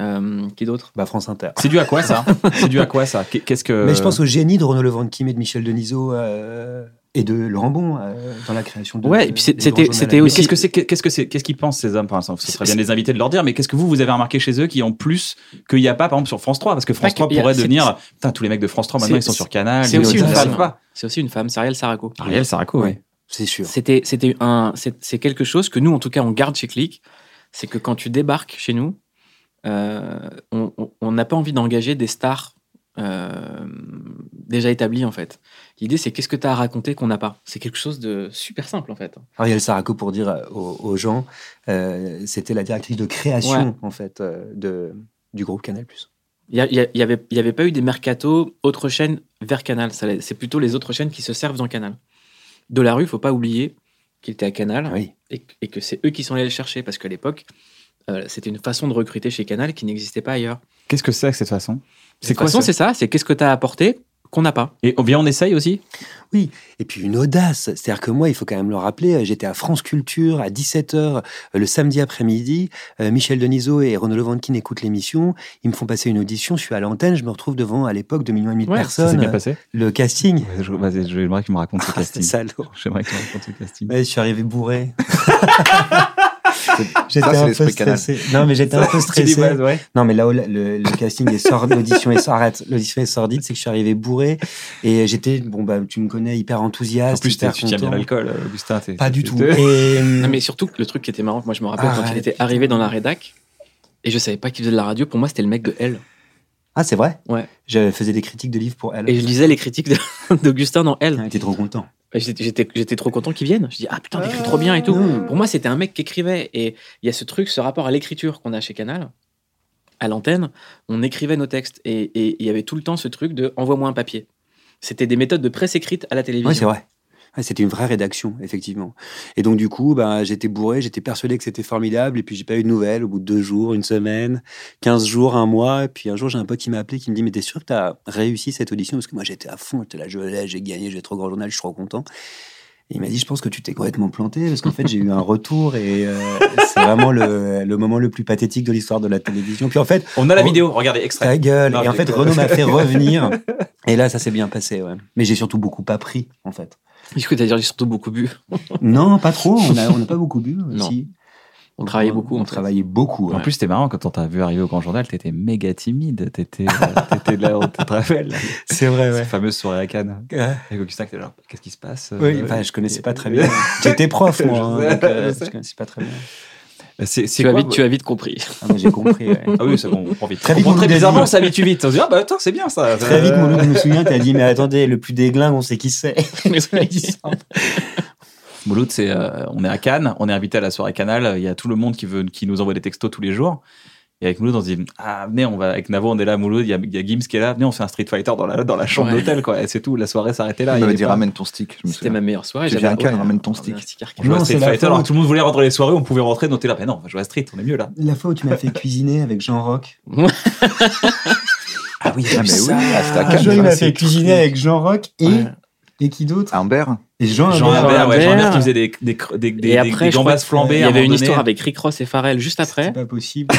Speaker 4: Euh, qui d'autre
Speaker 5: Bah, France Inter.
Speaker 1: C'est dû à quoi ça C'est dû à quoi ça Qu'est- Qu'est-ce que
Speaker 4: Euh.
Speaker 5: Mais je pense au génie de Renaud Levant-Kim et de Michel Denisot euh, et de Laurent Bon euh, dans la création de.
Speaker 4: Ouais, et puis c'est-
Speaker 5: du
Speaker 4: c'était-
Speaker 5: Grand Journal.
Speaker 4: c'était
Speaker 1: Mais
Speaker 4: aussi-
Speaker 1: Qu'est-ce que c'est Qu'est-ce que c'est Qu'est-ce qu'ils pensent ces hommes Enfin, ça, ce serait bien de les inviter de leur dire. Mais qu'est-ce que vous vous avez remarqué chez eux qui en plus qu'il n'y a pas par exemple sur France 3 parce que France
Speaker 4: Pas qu'il
Speaker 1: 3
Speaker 4: y a-
Speaker 1: pourrait
Speaker 4: c'est-
Speaker 1: devenir putain tous les mecs de France 3 maintenant
Speaker 4: c'est-
Speaker 1: ils sont sur Canal.
Speaker 4: C'est
Speaker 1: ils-
Speaker 4: aussi
Speaker 1: ils
Speaker 4: une
Speaker 1: savent
Speaker 4: femme.
Speaker 1: pas.
Speaker 4: C'est aussi une femme, c'est Ariel Saraco.
Speaker 1: Ariel Saraco, oui.
Speaker 5: C'est Ah, sûr.
Speaker 4: C'était, c'était un, c'est, c'est quelque chose que nous, en tout cas, on garde chez Click. C'est que quand tu débarques chez nous, euh, on on- on n'a pas envie d'engager des stars euh, déjà établies, en fait. L'idée, c'est qu'est-ce que tu as à raconter qu'on n'a pas C'est quelque chose de super simple, en fait.
Speaker 5: Ariel Saraco, pour dire euh, aux, aux gens, euh, c'était la directrice de création
Speaker 4: Ouais.
Speaker 5: en fait euh, de du groupe Canal+.
Speaker 4: Il n'y avait, il y avait pas eu des mercato autres chaînes vers Canal. Ça l'est- C'est plutôt les autres chaînes qui se servent dans Canal. De la rue, faut pas oublier qu'il était à Canal
Speaker 5: Oui.
Speaker 4: et, que- et que c'est eux qui sont allés le chercher parce qu'à l'époque, euh, c'était une façon de recruter chez Canal qui n'existait pas ailleurs.
Speaker 1: Qu'est-ce que c'est que cette façon
Speaker 4: C'est quoi façon,
Speaker 1: ça
Speaker 4: c'est ça C'est qu'est-ce que tu as apporté qu'on n'a pas
Speaker 1: Et bien on essaye aussi.
Speaker 5: Et puis une audace, c'est-à-dire que moi, il faut quand même le rappeler, euh, j'étais à France Culture à 17h le samedi après-midi, Euh, Michel Denisot et Renaud Levantkin écoutent l'émission, ils me font passer une audition, je suis à l'antenne, je me retrouve devant à l'époque 2 millions et demi de
Speaker 4: Ouais,
Speaker 1: Ça s'est
Speaker 5: personnes,
Speaker 1: bien
Speaker 5: euh,
Speaker 1: passé.
Speaker 5: le casting.
Speaker 1: Ouais, je- Vas-y, je- j'aimerais que tu me racontes ce
Speaker 5: Ah, c'est
Speaker 1: casting.
Speaker 5: salaud.
Speaker 1: J'aimerais que tu me racontes ce casting.
Speaker 5: Ouais, je suis arrivé bourré.
Speaker 2: c'est
Speaker 5: j'étais un peu
Speaker 2: l'esprit canal.
Speaker 5: stressé. Non, mais j'étais un peu
Speaker 1: Tu dis,
Speaker 5: stressé.
Speaker 1: ouais, ouais.
Speaker 5: Non, mais là où le, le casting est sordide, l'audition est sordide, l'audition est sordide, c'est que je suis arrivé bourré et j'étais, bon, bah, tu me connais, hyper
Speaker 1: En
Speaker 5: enthousiaste,
Speaker 1: plus, t'es-
Speaker 5: hyper
Speaker 1: tu tiens bien
Speaker 5: content.
Speaker 1: l'alcool, euh, Augustin. t'es-
Speaker 5: Pas
Speaker 1: t'es-
Speaker 5: du
Speaker 1: t'es-
Speaker 5: tout. Et, euh,
Speaker 4: Non, mais Ah surtout, le truc qui était marrant, moi je me rappelle quand
Speaker 5: Arrête,
Speaker 4: il était
Speaker 5: putain.
Speaker 4: arrivé dans la rédac et je savais pas qu'il faisait de la radio. Pour moi, c'était le mec de L.
Speaker 5: Ah, c'est vrai
Speaker 4: Ouais.
Speaker 5: Je faisais des critiques de livres pour elle.
Speaker 4: Et je lisais les critiques de- d'Augustin dans L.
Speaker 5: J'étais trop content.
Speaker 4: Et J'étais j'étais- j'étais trop content qu'il vienne. Je dis ah putain t'écris trop bien et tout.
Speaker 5: non.
Speaker 4: Pour moi c'était un mec qui écrivait et il y a ce truc, ce rapport à l'écriture qu'on a chez Canal, à l'antenne, on écrivait nos textes et et il y avait tout le temps ce truc de envoie-moi un papier. C'était des méthodes de presse écrite à la télévision.
Speaker 5: Oui, c'est vrai. Ouais, C'était une vraie rédaction, effectivement. Et donc, du coup, bah, j'étais bourré, j'étais persuadé que c'était formidable, et puis j'ai pas eu de nouvelles au bout de deux jours, une semaine, 15 jours, un mois. Et puis un jour, j'ai un pote qui m'a appelé, qui me dit Mais t'es sûr que t'as réussi cette audition Parce que moi, j'étais à fond, j'étais là, je l'ai, j'ai gagné, j'ai trop grand journal, je suis trop content. Et il m'a dit Je pense que tu t'es complètement planté, parce qu'en fait, j'ai eu un retour, et euh, c'est vraiment le, le moment le plus pathétique de l'histoire de la télévision. Puis en fait,
Speaker 1: On a la
Speaker 5: Oh.
Speaker 1: vidéo, regardez, extrait.
Speaker 5: ta gueule.
Speaker 1: Non,
Speaker 5: et en
Speaker 1: je
Speaker 5: fait,
Speaker 1: déconne.
Speaker 5: Renaud m'a fait revenir. Et là, ça s'est bien passé, ouais. Mais j'ai surtout beaucoup appris, en fait.
Speaker 4: Du coup d'ailleurs j'ai surtout beaucoup bu.
Speaker 5: Non, pas trop. On n'a on n'a pas beaucoup bu. euh,
Speaker 4: Non.
Speaker 5: si.
Speaker 4: On travaillait beaucoup, en
Speaker 5: On
Speaker 4: fait.
Speaker 5: travaillait beaucoup.
Speaker 1: En
Speaker 5: hein.
Speaker 1: plus, c'était marrant quand on t'a vu arriver au Grand Journal, t'étais méga timide. T'étais euh, t'étais là, on te rappelle.
Speaker 5: C'est vrai,
Speaker 1: Cette fameuse soirée à Cannes.
Speaker 5: Ouais.
Speaker 1: Avec Augustin, t'es genre, qu'est-ce qui se passe Euh,
Speaker 5: Oui, Euh, enfin, je connaissais pas très bien. J'étais prof, moi. hein,
Speaker 1: Je sais,
Speaker 5: donc, euh,
Speaker 1: je sais.
Speaker 5: je connaissais pas très bien.
Speaker 1: C'est
Speaker 4: Tu,
Speaker 1: c'est
Speaker 4: as
Speaker 1: quoi
Speaker 4: vite, tu as vite compris.
Speaker 5: Ah, mais J'ai compris. ouais.
Speaker 1: Ah oui, ça, on prend vite.
Speaker 5: Très
Speaker 1: on
Speaker 5: vite,
Speaker 1: prend
Speaker 5: on
Speaker 1: très
Speaker 5: nous
Speaker 1: bizarrement,
Speaker 5: devine.
Speaker 1: on s'habitue vite. On se dit, ah bah attends, c'est bien ça.
Speaker 5: Très vite,
Speaker 1: Euh,
Speaker 5: Mouloud me souvient, t'as dit, mais attendez, le plus déglingue, on sait qui c'est. Il a dit ça.
Speaker 1: Mouloud, c'est, euh, on est à Cannes, on est invité à la soirée Canal, il y a tout le monde qui, veut, qui nous envoie des textos tous les jours. Et avec Mouloud, on se dit, ah, venez, on va, avec Navo, on est là, Mouloud, il y a, il y a Gims qui est là, venez, on fait un Street Fighter dans la, dans la chambre
Speaker 4: Ouais.
Speaker 1: d'hôtel, quoi. Et c'est tout, la soirée s'arrêtait là.
Speaker 2: Il
Speaker 1: il
Speaker 2: m'avait
Speaker 1: est
Speaker 2: dit
Speaker 5: Ah,
Speaker 1: pas-
Speaker 2: ramène ton stick. Je me
Speaker 4: C'était
Speaker 2: souviens.
Speaker 4: ma meilleure soirée.
Speaker 2: Tu
Speaker 4: J'avais
Speaker 2: viens à Cannes,
Speaker 4: ouais,
Speaker 2: ramène ton
Speaker 4: un
Speaker 2: stick.
Speaker 4: stick
Speaker 1: On
Speaker 4: arcade.
Speaker 1: jouait à
Speaker 5: Non,
Speaker 1: Street
Speaker 5: c'est la
Speaker 1: Fighter, alors
Speaker 5: faute.
Speaker 1: tout le monde voulait rentrer dans les soirées, on pouvait rentrer, donc t'es là, mais non, on va jouer à Street, on est mieux là.
Speaker 5: La fois où tu m'as fait cuisiner avec Jean Rock. ah oui,
Speaker 2: Ah, mais oui, ah, c'était à
Speaker 5: Un
Speaker 2: Cannes.
Speaker 5: jour, il m'a
Speaker 2: c'est
Speaker 5: fait
Speaker 2: le
Speaker 5: cuisiner
Speaker 2: truc.
Speaker 5: avec Jean Rock et,
Speaker 4: Ouais.
Speaker 5: et qui d'autre
Speaker 2: Humbert
Speaker 5: Et Jean,
Speaker 1: Jean
Speaker 5: Humbert.
Speaker 1: Lambert, ouais, Jean
Speaker 4: Lambert.
Speaker 1: Lambert qui faisait des, des, cr- des, des,
Speaker 4: Et après,
Speaker 1: des
Speaker 4: je crois
Speaker 1: gambasses flambées.
Speaker 4: Il y
Speaker 1: à un
Speaker 4: avait une
Speaker 1: moment
Speaker 4: histoire
Speaker 1: donné.
Speaker 4: avec Rick Ross et Farrell juste
Speaker 5: C'est
Speaker 4: après.
Speaker 5: pas possible.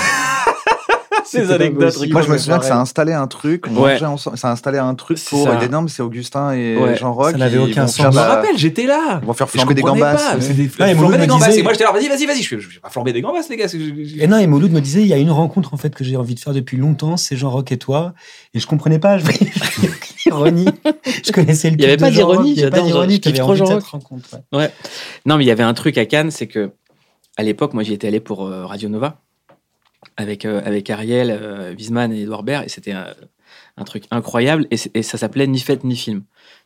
Speaker 1: Ces
Speaker 5: C'était pas
Speaker 1: anecdotes
Speaker 5: possible.
Speaker 1: rigolantes.
Speaker 2: Moi, je me souviens que ça a installé un truc. On
Speaker 4: Ouais.
Speaker 2: mangeait ensemble. Ça a installé un truc
Speaker 4: C'est
Speaker 2: pour.
Speaker 4: ça.
Speaker 2: Il est énorme, c'est Augustin et
Speaker 4: Ouais,
Speaker 2: Jean Roch.
Speaker 5: ça n'avait
Speaker 2: ils
Speaker 5: aucun
Speaker 2: vont
Speaker 5: sens.
Speaker 2: faire
Speaker 1: Je me
Speaker 2: la-
Speaker 1: rappelle, j'étais là.
Speaker 2: Ils vont faire
Speaker 1: Je comprenais
Speaker 2: flamber des
Speaker 1: pas.
Speaker 2: gambasses.
Speaker 1: C'est des
Speaker 5: Ah, et Mouloud
Speaker 1: flamber des
Speaker 5: me
Speaker 1: gambasses.
Speaker 5: disait-
Speaker 1: Et moi, j'étais là, vas-y, vas-y, vas-y, je vais- je vais pas flamber des gambasses, les gars. c'est- je- je-
Speaker 5: Et non, et Mouloud me disait, il y a une rencontre en fait que j'ai envie de faire depuis longtemps, c'est Jean Rock et toi. Et je comprenais pas, je voyais l'ironie. Je connaissais le
Speaker 4: Il y avait
Speaker 5: type de
Speaker 4: pas
Speaker 5: Jean Rock,
Speaker 4: d'ironie,
Speaker 5: il y avait pas
Speaker 4: j'adore Jean-
Speaker 5: d'ironie,
Speaker 4: je kiffe
Speaker 5: t'avais
Speaker 4: trop
Speaker 5: envie de
Speaker 4: Jean
Speaker 5: cette
Speaker 4: Rock.
Speaker 5: rencontre. ouais.
Speaker 4: Non, mais il y avait un truc à Cannes, c'est que à l'époque, moi, j'y étais allé pour euh, Radio Nova avec, euh, avec Ariel, euh, Wiesmann et Edouard Baird, et c'était euh, un truc incroyable. Et, c'est- et ça s'appelait Ni fête ni film.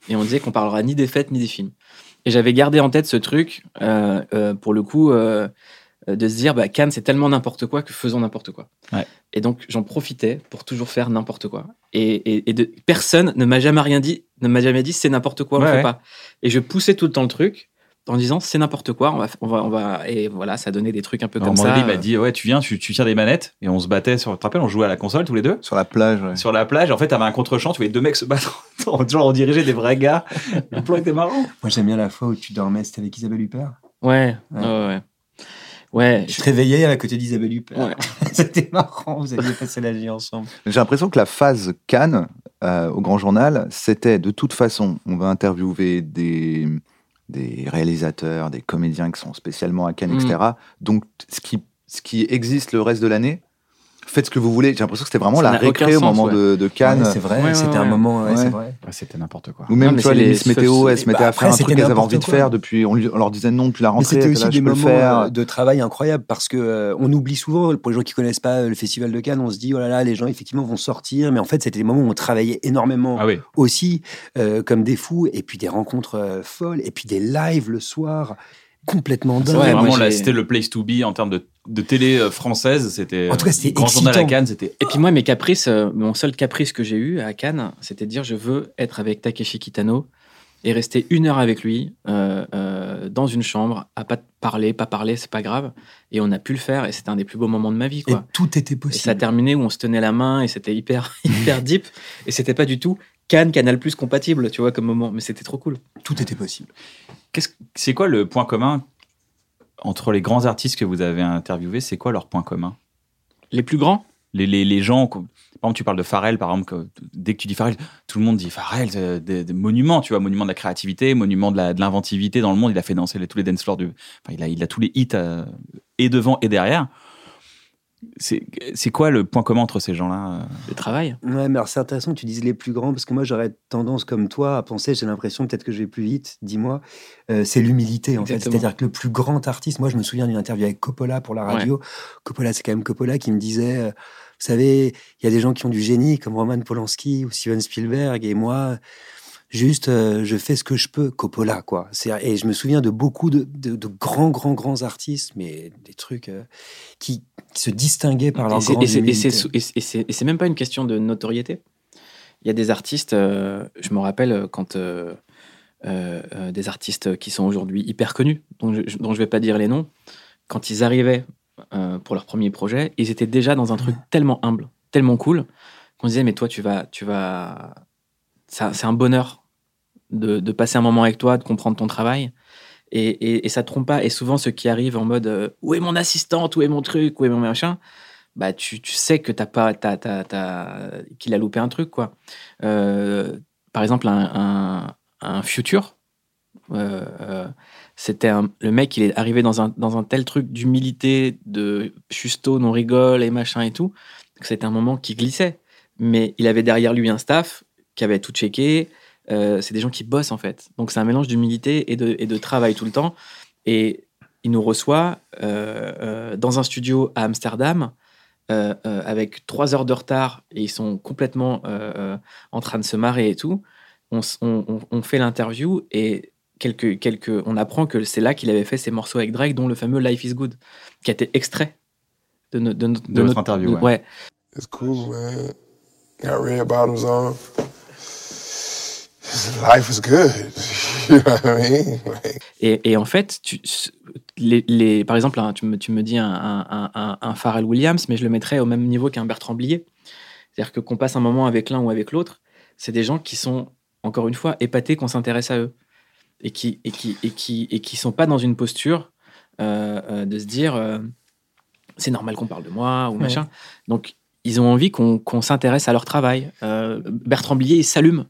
Speaker 4: Et on disait qu'on parlera ni des fêtes ni des films. Et j'avais gardé en tête ce truc, euh, euh, pour le coup, euh, euh, de se dire bah, Cannes, c'est tellement n'importe quoi que faisons n'importe quoi.
Speaker 1: Ouais.
Speaker 4: Et donc, j'en profitais pour toujours faire n'importe quoi. Et, et- et de, personne ne m'a jamais rien dit, ne m'a jamais dit c'est n'importe quoi, on
Speaker 1: Ouais,
Speaker 4: le fait
Speaker 1: ouais.
Speaker 4: pas. Et je poussais tout le temps le truc en disant c'est n'importe quoi, on va, f- on va, on va, et voilà, ça donnait des trucs un peu
Speaker 1: Alors,
Speaker 4: comme ça.
Speaker 1: Mandel, il m'a
Speaker 4: euh,
Speaker 1: dit Ouais, tu viens, tu, tu tires des manettes. Et on se battait sur. Tu te rappelles, on jouait à la console tous les deux
Speaker 2: Sur la plage, ouais.
Speaker 1: Sur la plage, en fait, t'avais un contre-champ, tu voyais deux mecs se battre. Genre, on dirigeait des vrais gars. Le plan était marrant.
Speaker 5: Moi, j'aime bien la fois où tu dormais, c'était avec Isabelle Huppert.
Speaker 4: euh, Ouais,
Speaker 5: Ouais.
Speaker 4: ouais, ouais. Ouais,
Speaker 5: Je te réveillais à côté d'Isabelle Huppert.
Speaker 4: Ouais.
Speaker 5: c'était marrant, vous aviez passé la nuit ensemble.
Speaker 2: J'ai l'impression que la phase Cannes euh, au Grand Journal, c'était de toute façon, on va interviewer des, des réalisateurs, des comédiens qui sont spécialement à Cannes,
Speaker 4: Mm.
Speaker 2: etc. Donc, ce qui, ce qui existe le reste de l'année, faites ce que vous voulez. J'ai l'impression que c'était vraiment
Speaker 4: Ça
Speaker 2: la
Speaker 4: n'a aucun
Speaker 2: récré au
Speaker 4: sens,
Speaker 2: moment
Speaker 4: ouais.
Speaker 2: de, de Cannes.
Speaker 5: Ouais, c'est vrai,
Speaker 4: Ouais, ouais,
Speaker 5: c'était un
Speaker 4: ouais.
Speaker 5: moment, ouais,
Speaker 2: Ouais.
Speaker 5: c'est vrai.
Speaker 1: c'était n'importe quoi.
Speaker 2: Ou même,
Speaker 4: Non, mais
Speaker 2: tu vois,
Speaker 4: c'est
Speaker 2: les
Speaker 4: les
Speaker 2: Miss Météo,
Speaker 4: feux-
Speaker 2: elles se
Speaker 5: bah,
Speaker 2: mettaient à
Speaker 5: après,
Speaker 2: faire un
Speaker 5: c'était
Speaker 2: truc qu'elles avaient
Speaker 5: n'importe
Speaker 2: envie de
Speaker 5: quoi.
Speaker 2: faire depuis. On, lui- on leur disait non depuis la
Speaker 5: Mais
Speaker 2: rentrée,
Speaker 5: c'était aussi
Speaker 2: là,
Speaker 5: des
Speaker 2: je peux le
Speaker 5: moments
Speaker 2: faire.
Speaker 5: euh, de travail incroyables parce que euh, on oublie souvent, pour les gens qui connaissent pas euh, le Festival de Cannes, on se dit, oh là là, les gens effectivement vont sortir, mais en fait, c'était des moments où on travaillait énormément
Speaker 1: Ah oui.
Speaker 5: aussi, euh, comme des fous, et puis des rencontres euh, folles, et puis des lives le soir, complètement dingue.
Speaker 4: Ouais,
Speaker 1: vraiment,
Speaker 4: moi,
Speaker 1: là,
Speaker 4: j'ai-
Speaker 1: c'était le place to be en termes de, de télé euh, française. C'était. euh,
Speaker 5: En tout cas, c'était
Speaker 1: Grand journal à
Speaker 5: excitant.
Speaker 1: Cannes, c'était.
Speaker 4: Et puis moi, mes caprices, euh, mon seul caprice que j'ai eu à Cannes, c'était de dire je veux être avec Takeshi Kitano et rester une heure avec lui euh, euh, dans une chambre, à pas parler, pas parler, c'est pas grave. Et on a pu le faire et c'était un des plus beaux moments de ma vie.
Speaker 5: Et
Speaker 4: Quoi.
Speaker 5: tout était
Speaker 4: Et ça a
Speaker 5: possible.
Speaker 4: terminé où on se tenait la main et c'était hyper, hyper deep et c'était pas du tout Cannes, Canal Plus compatible, tu vois, comme moment. Mais c'était trop cool.
Speaker 5: Tout était possible.
Speaker 1: Qu'est-ce- C'est quoi le point commun entre les grands artistes que vous avez interviewés C'est quoi leur point commun
Speaker 4: Les plus grands
Speaker 1: les, les, les gens. qu'on- Par exemple, tu parles de Farrell, par exemple, que t- dès que tu dis Farrell, tout le monde dit Farrell, euh, des, des monuments, tu vois, monument de la créativité, monument de la- de l'inventivité dans le monde. Il a fait danser les- tous les dance floors du. Enfin, il a, il a tous les hits euh, et devant et derrière. C'est c'est quoi le point commun entre ces gens-là euh
Speaker 4: Le travail.
Speaker 5: Ouais, mais alors c'est intéressant que tu dises les plus grands, parce que moi j'aurais tendance, comme toi, à penser, j'ai l'impression peut-être que je vais plus vite, dis-moi, euh, c'est l'humilité en fait.
Speaker 4: Exactement.
Speaker 5: C'est-à-dire que le plus grand artiste, moi je me souviens d'une interview avec Coppola pour la radio, Coppola c'est quand même Coppola qui me disait, euh, vous savez, il y a des gens qui ont du génie comme Roman Polanski ou Steven Spielberg, et moi juste euh, je fais ce que je peux, Coppola quoi. C'est- Et je me souviens de beaucoup de, de- de grands, grands, grands artistes, mais des trucs euh, qui, qui se distinguaient par leur
Speaker 4: Et c'est-
Speaker 5: grande
Speaker 4: et c'est- et c'est
Speaker 5: humilité.
Speaker 4: sou- et c'est- et c'est- et c'est même pas une question de notoriété. Il y a des artistes, euh, je me rappelle euh, quand euh, euh, euh, des artistes qui sont aujourd'hui hyper connus, dont je, je- dont je vais pas dire les noms, quand ils arrivaient euh, pour leur premier projet, ils étaient déjà dans un truc tellement humble, tellement cool, qu'on se disait mais toi tu vas, tu vas, ça- c'est un bonheur de, de passer un moment avec toi, de comprendre ton travail. Et, et, et ça te trompe pas. Et souvent, ceux qui arrivent en mode euh, où est mon assistante, où est mon truc, où est mon machin, bah tu, tu sais que t'as pas t'as- t'as- t'as- qu'il a loupé un truc quoi. Euh, par exemple un, un, un futur. euh, euh, c'était un- le mec il est arrivé dans un, dans un tel truc d'humilité de chusto on rigole et machin et tout que c'était un moment qui glissait mais il avait derrière lui un staff qui avait tout checké Euh, c'est des gens qui bossent en fait donc c'est un mélange d'humilité et de, et de travail tout le temps et il nous reçoit euh, euh, dans un studio à Amsterdam euh, euh, avec trois heures de retard et ils sont complètement euh, euh, en train de se marrer et tout. On, s- on- on- on fait l'interview et quelques, quelques, on apprend que c'est là qu'il avait fait ses morceaux avec Drake, dont le fameux Life is Good, qui a été extrait de, no- de, no- de
Speaker 1: votre
Speaker 4: notre
Speaker 1: interview, ouais.
Speaker 4: ouais.
Speaker 7: It's cool, man. Got red bottoms on. Life is good. you know what I mean? Like,
Speaker 4: Et, et en fait, tu, s- les, les- par exemple, hein, tu, me, tu me dis un, un, un- un- un Pharrell Williams, mais je le mettrais au même niveau qu'un Bertrand Blier. C'est-à-dire que qu'on passe un moment avec l'un ou avec l'autre, c'est des gens qui sont, encore une fois, épatés qu'on s'intéresse à eux. Et qui et qui, et qui, et qui sont pas dans une posture euh, euh, de se dire euh, c'est normal qu'on parle de moi ou machin. Donc, ils ont envie qu'on qu'on s'intéresse à leur travail. Euh, Bertrand Blier, il s'allume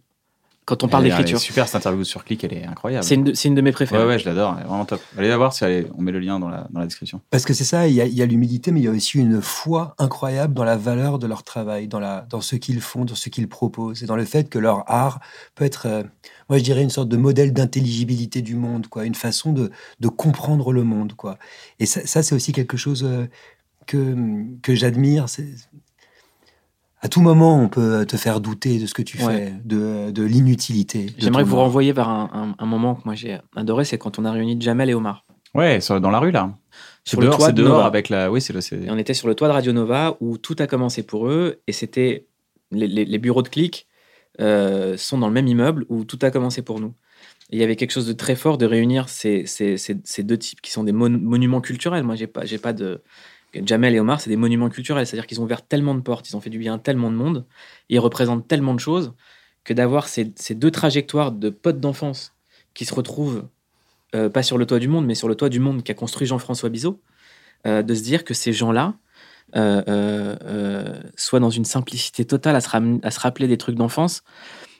Speaker 4: quand on parle
Speaker 1: Elle est- elle est
Speaker 4: d'écriture.
Speaker 1: Super, cette interview sur Click, elle est incroyable.
Speaker 4: C'est une, de- c'est une de mes
Speaker 1: Ouais,
Speaker 4: préférées.
Speaker 1: ouais, je l'adore, elle est vraiment top. Allez la voir, si elle est- on met le lien dans la, dans la description.
Speaker 5: Parce que c'est ça, il y a, il y a l'humilité, mais il y a aussi une foi incroyable dans la valeur de leur travail, dans, la, dans ce qu'ils font, dans ce qu'ils proposent, et dans le fait que leur art peut être, euh, moi je dirais, une sorte de modèle d'intelligibilité du monde, quoi, une façon de, de comprendre le monde. Quoi. Et ça, ça, c'est aussi quelque chose euh, que, que j'admire. c'est- À tout moment, on peut te faire douter de ce que tu
Speaker 4: Ouais.
Speaker 5: fais, de, de l'inutilité. de
Speaker 4: J'aimerais
Speaker 5: ton
Speaker 4: vous
Speaker 5: art.
Speaker 4: renvoyer vers un, un- un moment que moi j'ai adoré, c'est quand on a réuni Jamel et Omar.
Speaker 1: Ouais, sur- dans la rue, là. C'est
Speaker 4: Sur le
Speaker 1: dehors,
Speaker 4: toit
Speaker 1: c'est
Speaker 4: de
Speaker 1: dehors
Speaker 4: Nova.
Speaker 1: avec la. Oui, c'est le. c'est-
Speaker 4: Et on était sur le toit de Radio Nova où tout a commencé pour eux et c'était les, les- les bureaux de clic euh, sont dans le même immeuble où tout a commencé pour nous. Et il y avait quelque chose de très fort de réunir ces, ces- ces- ces deux types qui sont des mon- monuments culturels. Moi, j'ai pas, j'ai pas de Jamel et Omar, c'est des monuments culturels, c'est-à-dire qu'ils ont ouvert tellement de portes, ils ont fait du bien à tellement de monde, et ils représentent tellement de choses que d'avoir ces, ces deux trajectoires de potes d'enfance qui se retrouvent euh, pas sur le toit du monde, mais sur le toit du monde qu'a construit Jean-François Bizot, euh, de se dire que ces gens-là euh, euh, euh, soient dans une simplicité totale à se, ram- à se rappeler des trucs d'enfance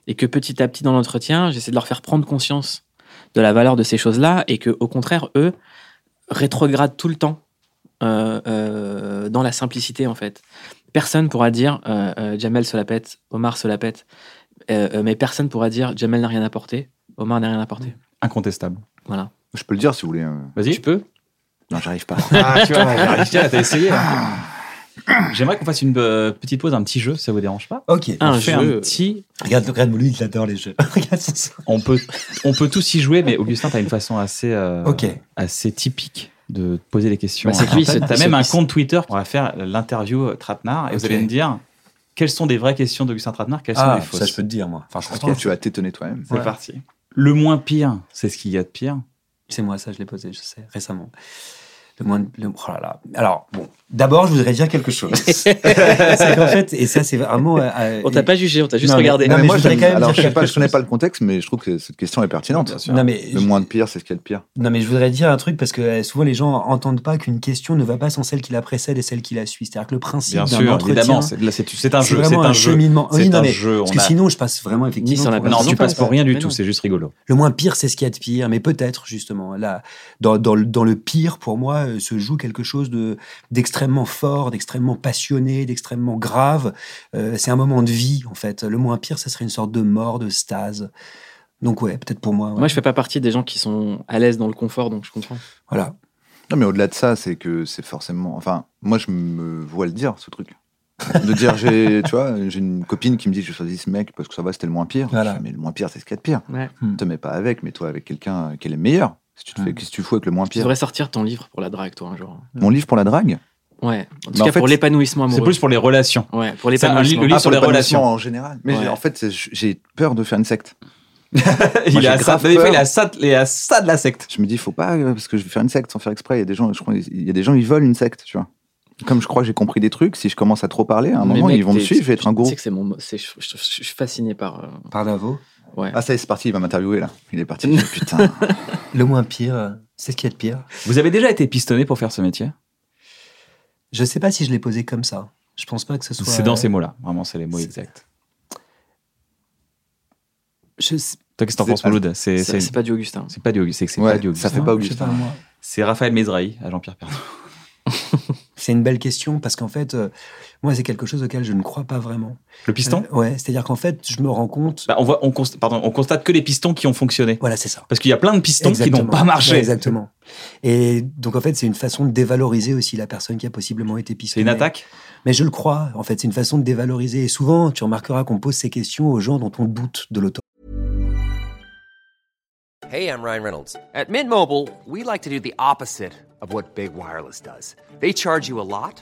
Speaker 4: et que petit à petit dans l'entretien, j'essaie de leur faire prendre conscience de la valeur de ces choses-là et que au contraire, eux rétrogradent tout le temps euh, euh, dans la simplicité en fait. Personne pourra dire euh, euh, Jamel se la pète, Omar se la pète, euh, euh, mais personne pourra dire Jamel n'a rien apporté, Omar n'a rien apporté.
Speaker 1: Incontestable.
Speaker 4: Voilà.
Speaker 2: Je peux le dire si vous voulez. hein.
Speaker 1: Vas-y.
Speaker 4: Tu peux
Speaker 2: Non, j'arrive pas.
Speaker 1: Ah, tu vois, tiens, t'as essayé. hein. J'aimerais qu'on fasse une euh, petite pause, un petit jeu, si ça vous dérange pas.
Speaker 5: Ok.
Speaker 1: On
Speaker 4: Un
Speaker 1: fait un
Speaker 4: jeu.
Speaker 1: petit.
Speaker 5: Regarde, regarde, lui, il adore les jeux. regarde son sourire.
Speaker 1: On peut, on peut tous y jouer, mais Augustin, t'as une façon assez, euh,
Speaker 5: Ok.
Speaker 1: assez typique de poser les questions.
Speaker 4: Bah, c'est que lui,
Speaker 1: T'as
Speaker 4: il se- il se-
Speaker 1: même un
Speaker 4: il se-
Speaker 1: compte Twitter. On va faire l'interview euh, Tratnar et vous
Speaker 5: Ok.
Speaker 1: allez me dire quelles sont des vraies questions d'Augustin Tratnar, quelles sont
Speaker 5: Ah,
Speaker 1: les fausses.
Speaker 5: ça, je peux te dire, moi. Enfin, je
Speaker 2: Je
Speaker 5: pense
Speaker 2: pense
Speaker 5: pas.
Speaker 2: que tu vas t'étonner toi-même.
Speaker 1: C'est parti. Le moins pire, c'est ce qu'il y a de pire.
Speaker 5: C'est moi, ça, je l'ai posé, je sais, récemment. Le moins de- le- oh là là. Alors, bon, d'abord, je voudrais dire quelque chose. c'est qu'en fait, et ça, c'est vraiment. euh, euh,
Speaker 4: On t'a pas jugé, on t'a juste
Speaker 5: Non, mais-
Speaker 4: regardé.
Speaker 5: non, mais
Speaker 2: moi,
Speaker 5: je voudrais
Speaker 2: j'aime-
Speaker 5: quand même
Speaker 2: alors,
Speaker 5: dire
Speaker 2: je sais pas,
Speaker 5: quelque
Speaker 2: je connais
Speaker 5: chose.
Speaker 2: pas le contexte, mais je trouve que cette question est pertinente.
Speaker 5: Non, mais,
Speaker 2: Le moins de pire, c'est ce qu'il y a de pire.
Speaker 5: non, mais je voudrais dire un truc parce que euh, souvent, les gens entendent pas qu'une question ne va pas sans celle qui la précède et celle qui la suit. C'est-à-dire que le principe
Speaker 1: Bien
Speaker 5: d'un
Speaker 1: sûr,
Speaker 5: entretien.
Speaker 1: évidemment. c'est- Là, c'est c'est un
Speaker 5: c'est
Speaker 1: jeu. C'est
Speaker 5: vraiment
Speaker 1: un,
Speaker 5: un,
Speaker 1: jeu.
Speaker 5: cheminement. Oui,
Speaker 1: C'est
Speaker 5: non,
Speaker 1: un
Speaker 5: mais-
Speaker 1: jeu. on
Speaker 5: Parce que
Speaker 1: a-
Speaker 5: sinon, je passe vraiment effectivement.
Speaker 4: sans la
Speaker 5: pour-
Speaker 1: Non,
Speaker 4: personne. Ils
Speaker 1: tu
Speaker 4: ont
Speaker 1: passes
Speaker 4: pas-
Speaker 1: pour rien du
Speaker 4: mais
Speaker 1: tout,
Speaker 4: non.
Speaker 1: c'est juste rigolo.
Speaker 5: Le moins pire, c'est ce qu'il y a de pire, mais peut-être justement là, dans, dans le- dans le pire, pour moi, euh, se joue quelque chose de d'extrêmement fort, d'extrêmement passionné, d'extrêmement grave. Euh, c'est un moment de vie en fait. Le moins pire, ça serait une sorte de mort, de stase. Donc ouais, peut-être pour moi. ouais.
Speaker 4: Moi, je fais pas partie des gens qui sont à l'aise dans le confort, donc je comprends.
Speaker 5: Voilà.
Speaker 2: Non, mais au-delà de ça, c'est que c'est forcément. Enfin, moi, je me vois le dire, ce truc. De dire, j'ai, tu vois, j'ai une copine qui me dit que je choisis ce mec parce que ça va, c'était le moins pire.
Speaker 5: Voilà.
Speaker 2: Je fais, mais le moins pire, c'est ce qu'il y a de pire.
Speaker 4: Ouais.
Speaker 5: Hmm.
Speaker 2: Te mets pas avec, mets-toi avec quelqu'un qui est le meilleur. Si tu te fais,
Speaker 5: Hmm.
Speaker 2: qu'est-ce que tu fous avec le moins
Speaker 4: Tu
Speaker 2: pire
Speaker 4: devrais sortir ton livre pour la drague, toi, un jour.
Speaker 2: Mon livre pour la drague
Speaker 4: Ouais. En tout
Speaker 2: Mais en
Speaker 4: cas,
Speaker 2: fait,
Speaker 4: pour l'épanouissement
Speaker 1: C'est
Speaker 4: amoureux.
Speaker 1: plus pour les relations.
Speaker 4: Ouais,
Speaker 1: C'est un livre-
Speaker 2: Ah,
Speaker 4: pour l'épanouissement.
Speaker 1: le livre sur les
Speaker 2: l'épanouissement
Speaker 1: relations.
Speaker 2: en général. Mais
Speaker 4: Ouais.
Speaker 2: j'ai- en fait, c'est- j'ai peur de faire une secte.
Speaker 1: il,
Speaker 2: j'ai
Speaker 1: est à ça,
Speaker 2: grave
Speaker 1: des fois,
Speaker 2: peur.
Speaker 1: il est à ça, il est à ça de la secte.
Speaker 2: Je me dis, faut pas, euh, parce que je vais faire une secte sans faire exprès. Il y a des gens, je crois, il y a des gens, ils veulent une secte, tu vois. Comme je crois que j'ai compris des trucs, si je commence à trop parler, à un
Speaker 4: Mais
Speaker 2: moment,
Speaker 4: mec,
Speaker 2: ils vont me
Speaker 4: t'es-
Speaker 2: suivre, je vais être un
Speaker 4: Tu sais
Speaker 2: gourou.
Speaker 4: que c'est mon. mo- c'est- Je je- je- je suis fasciné par. euh,
Speaker 5: Par Davo.
Speaker 4: Ouais.
Speaker 2: Ah, ça y est, c'est parti, il va m'interviewer là. Il est parti. Putain.
Speaker 5: Le moins pire, euh, c'est ce qu'il y a de pire.
Speaker 1: Vous avez déjà été pistonné pour faire ce métier
Speaker 5: Je sais pas si je l'ai posé comme ça. Je pense pas que ce soit. euh,
Speaker 1: C'est dans ces mots-là. Vraiment, c'est les mots
Speaker 5: c'est-
Speaker 1: exacts.
Speaker 5: Je sais-
Speaker 1: Toi, qu'est-ce que t'en
Speaker 2: C'est-
Speaker 1: penses, Mouloud C'est
Speaker 4: C'est
Speaker 1: c'est-
Speaker 4: c'est pas du Augustin.
Speaker 1: c'est pas du c'est que c'est
Speaker 2: Ouais,
Speaker 1: pas du
Speaker 2: ça
Speaker 1: Augustin.
Speaker 2: fait pas
Speaker 5: je sais
Speaker 2: Augustin.
Speaker 5: pas, moi.
Speaker 1: C'est Raphaël Mézrahi à Jean-Pierre Pernaut.
Speaker 5: C'est une belle question parce qu'en fait, euh, moi, c'est quelque chose auquel je ne crois pas vraiment.
Speaker 1: Le piston
Speaker 5: Euh, Ouais, c'est-à-dire qu'en fait, je me rends compte.
Speaker 1: Bah, on, voit, on, constate, pardon, on constate que les pistons qui ont fonctionné.
Speaker 5: Voilà, c'est ça.
Speaker 1: Parce qu'il y a plein de pistons qui n'ont
Speaker 5: Exactement.
Speaker 1: pas marché.
Speaker 5: Ouais, exactement. Et donc, en fait, c'est une façon de dévaloriser aussi la personne qui a possiblement été
Speaker 1: C'est
Speaker 5: pistonnée.
Speaker 1: une attaque
Speaker 5: Mais je le crois. En fait, c'est une façon de dévaloriser. Et souvent, tu remarqueras qu'on pose ces questions aux gens dont on doute de l'autorité.
Speaker 8: Hey, I'm Ryan Reynolds. At Mint Mobile, we like to do the opposite of what Big Wireless does. They charge you a lot,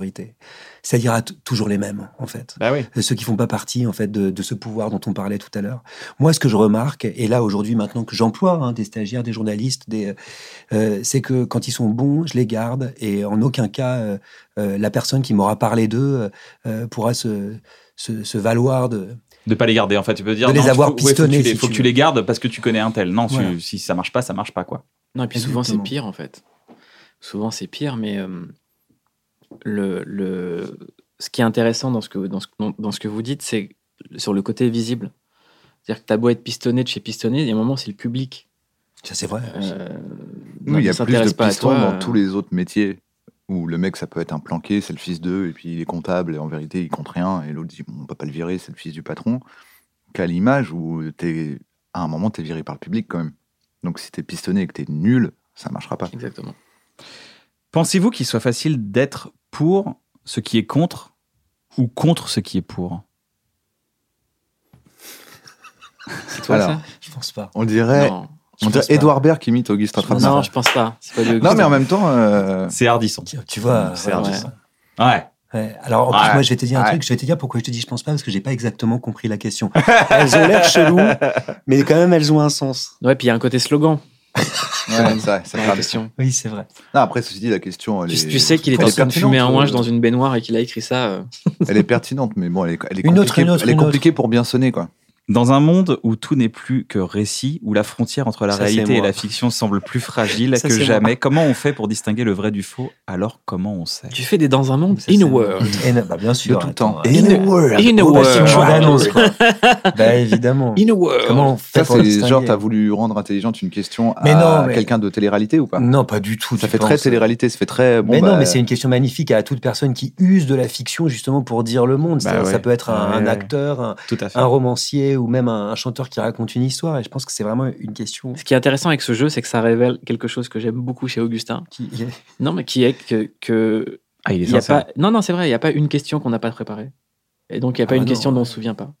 Speaker 5: sécurité. C'est-à-dire à t- toujours les mêmes, en fait.
Speaker 1: Bah oui.
Speaker 5: Euh, Ceux qui font pas partie, en fait, de, de ce pouvoir dont on parlait tout à l'heure. Moi, ce que je remarque, et là, aujourd'hui, maintenant que j'emploie hein, des stagiaires, des journalistes, des, euh, c'est que quand ils sont bons, je les garde et en aucun cas, euh, euh, la personne qui m'aura parlé d'eux euh, pourra se, se, se valoir de,
Speaker 1: De pas les garder, en fait. Tu peux dire.
Speaker 5: De les
Speaker 1: non,
Speaker 5: avoir
Speaker 1: faut- ouais, faut que tu
Speaker 5: pistonnés,
Speaker 1: les-
Speaker 5: si
Speaker 1: faut
Speaker 5: tu
Speaker 1: que tu
Speaker 5: veux.
Speaker 1: les gardes parce que tu connais un tel. Non, tu-
Speaker 5: Voilà.
Speaker 1: si ça marche pas, ça marche pas, quoi.
Speaker 4: Non, et puis souvent c'est
Speaker 5: Exactement.
Speaker 4: pire en fait. Souvent c'est pire, mais euh, le, le, ce qui est intéressant dans ce que, dans ce, dans- dans ce que vous dites, c'est sur le côté visible. C'est-à-dire que t'as beau être pistonné de chez pistonné, il y a un moment c'est le public.
Speaker 5: Ça, c'est vrai.
Speaker 4: Euh,
Speaker 2: Oui, il y a plus de
Speaker 4: s'intéresse pas à
Speaker 2: pistons
Speaker 4: toi,
Speaker 2: dans
Speaker 4: euh,
Speaker 2: tous les autres métiers où le mec, ça peut être un planqué, c'est le fils d'eux, et puis il est comptable, et en vérité, il compte rien, et l'autre dit, bon, on peut pas le virer, c'est le fils du patron, qu'à l'image où t'es, à un moment, t'es viré par le public quand même. Donc si t'es pistonné et que t'es nul, ça marchera pas.
Speaker 4: Exactement.
Speaker 1: Pensez-vous qu'il soit facile d'être pour ce qui est contre ou contre ce qui est pour
Speaker 4: C'est toi
Speaker 2: Alors,
Speaker 4: ça
Speaker 5: Je pense pas.
Speaker 2: On dirait,
Speaker 4: Non, je
Speaker 2: on dirait
Speaker 4: pense pas.
Speaker 2: Edouard Baird qui imite Auguste
Speaker 4: Non,
Speaker 2: Trapenard.
Speaker 4: non, je pense pas. C'est pas du
Speaker 2: Non, mais en même temps, euh,
Speaker 1: C'est Hardisson.
Speaker 5: Tu- Tu vois,
Speaker 1: C'est
Speaker 5: ouais,
Speaker 4: intéressant.
Speaker 5: ouais.
Speaker 1: Ouais.
Speaker 5: Ouais. Alors, en
Speaker 1: Ouais.
Speaker 5: plus, moi, je vais te dire un
Speaker 1: Ouais.
Speaker 5: truc. Je vais te dire pourquoi je te dis je pense pas, parce que j'ai pas exactement compris la question. elles ont l'air cheloues, mais quand même, elles ont un sens.
Speaker 4: Ouais, puis il y a un côté slogan
Speaker 2: ouais, c'est vrai, ça
Speaker 4: dans la
Speaker 2: craque.
Speaker 4: question.
Speaker 5: Oui, c'est vrai.
Speaker 2: Non, après, ceci dit, la question, elle
Speaker 4: Tu,
Speaker 2: est,
Speaker 4: tu sais qu'il est
Speaker 2: elle
Speaker 4: en
Speaker 2: est
Speaker 4: train de
Speaker 2: pertinente,
Speaker 4: fumer un
Speaker 2: euh,
Speaker 4: ouinge dans une baignoire et qu'il a écrit ça. euh,
Speaker 2: Elle est pertinente, mais bon, elle est, elle est
Speaker 5: Une autre,
Speaker 2: compliquée,
Speaker 5: une autre,
Speaker 2: elle est
Speaker 5: une autre.
Speaker 2: compliquée pour bien sonner, quoi.
Speaker 1: Dans un monde où tout n'est plus que récit, où la frontière entre la
Speaker 5: Ça, c'est
Speaker 1: réalité et
Speaker 5: moi.
Speaker 1: la fiction semble plus fragile
Speaker 5: Ça,
Speaker 1: que
Speaker 5: c'est
Speaker 1: jamais, comment on fait pour distinguer le vrai du faux Alors comment on sait
Speaker 4: tu fais des dans un monde,
Speaker 5: Ça,
Speaker 4: in
Speaker 5: c'est-
Speaker 4: a world.
Speaker 5: In- bah, bien sûr.
Speaker 2: tout le
Speaker 5: attends.
Speaker 2: temps.
Speaker 5: In a world.
Speaker 4: In a
Speaker 5: Oh, bah, c'est une
Speaker 4: world.
Speaker 5: bande-annonce, quoi. bah, évidemment.
Speaker 4: In a world.
Speaker 5: Comment on fait
Speaker 2: Ça,
Speaker 5: pour le
Speaker 2: c'est genre,
Speaker 5: distinguer
Speaker 2: t'as voulu rendre intelligente une question
Speaker 5: Mais
Speaker 2: à
Speaker 5: non, mais-
Speaker 2: quelqu'un de télé-réalité ou pas
Speaker 5: Non, pas du tout.
Speaker 2: Ça
Speaker 5: tu
Speaker 2: fait très
Speaker 5: penses.
Speaker 2: télé-réalité, ça fait très. Bon,
Speaker 5: mais non,
Speaker 2: bah,
Speaker 5: mais c'est une question magnifique à toute personne qui use de la fiction justement pour dire le monde.
Speaker 1: Bah
Speaker 5: C'est-à-dire,
Speaker 1: ouais.
Speaker 5: Ça peut être un,
Speaker 1: Ouais,
Speaker 5: un
Speaker 1: ouais.
Speaker 5: acteur, un,
Speaker 1: Tout à fait.
Speaker 5: un romancier ou même un, un chanteur qui raconte une histoire. Et je pense que c'est vraiment une question
Speaker 4: Ce qui est intéressant avec ce jeu, c'est que ça révèle quelque chose que j'aime beaucoup chez Augustin.
Speaker 5: qui.
Speaker 4: Non, mais qui est que, que
Speaker 1: Ah, il est
Speaker 4: il y a
Speaker 1: sincère.
Speaker 4: pas. Non, non, c'est vrai. Il n'y a pas une question qu'on n'a pas préparée. Et donc il n'y a
Speaker 5: Ah
Speaker 4: pas
Speaker 5: bah
Speaker 4: une
Speaker 5: non,
Speaker 4: question dont on ne
Speaker 5: ouais.
Speaker 4: se souvient pas.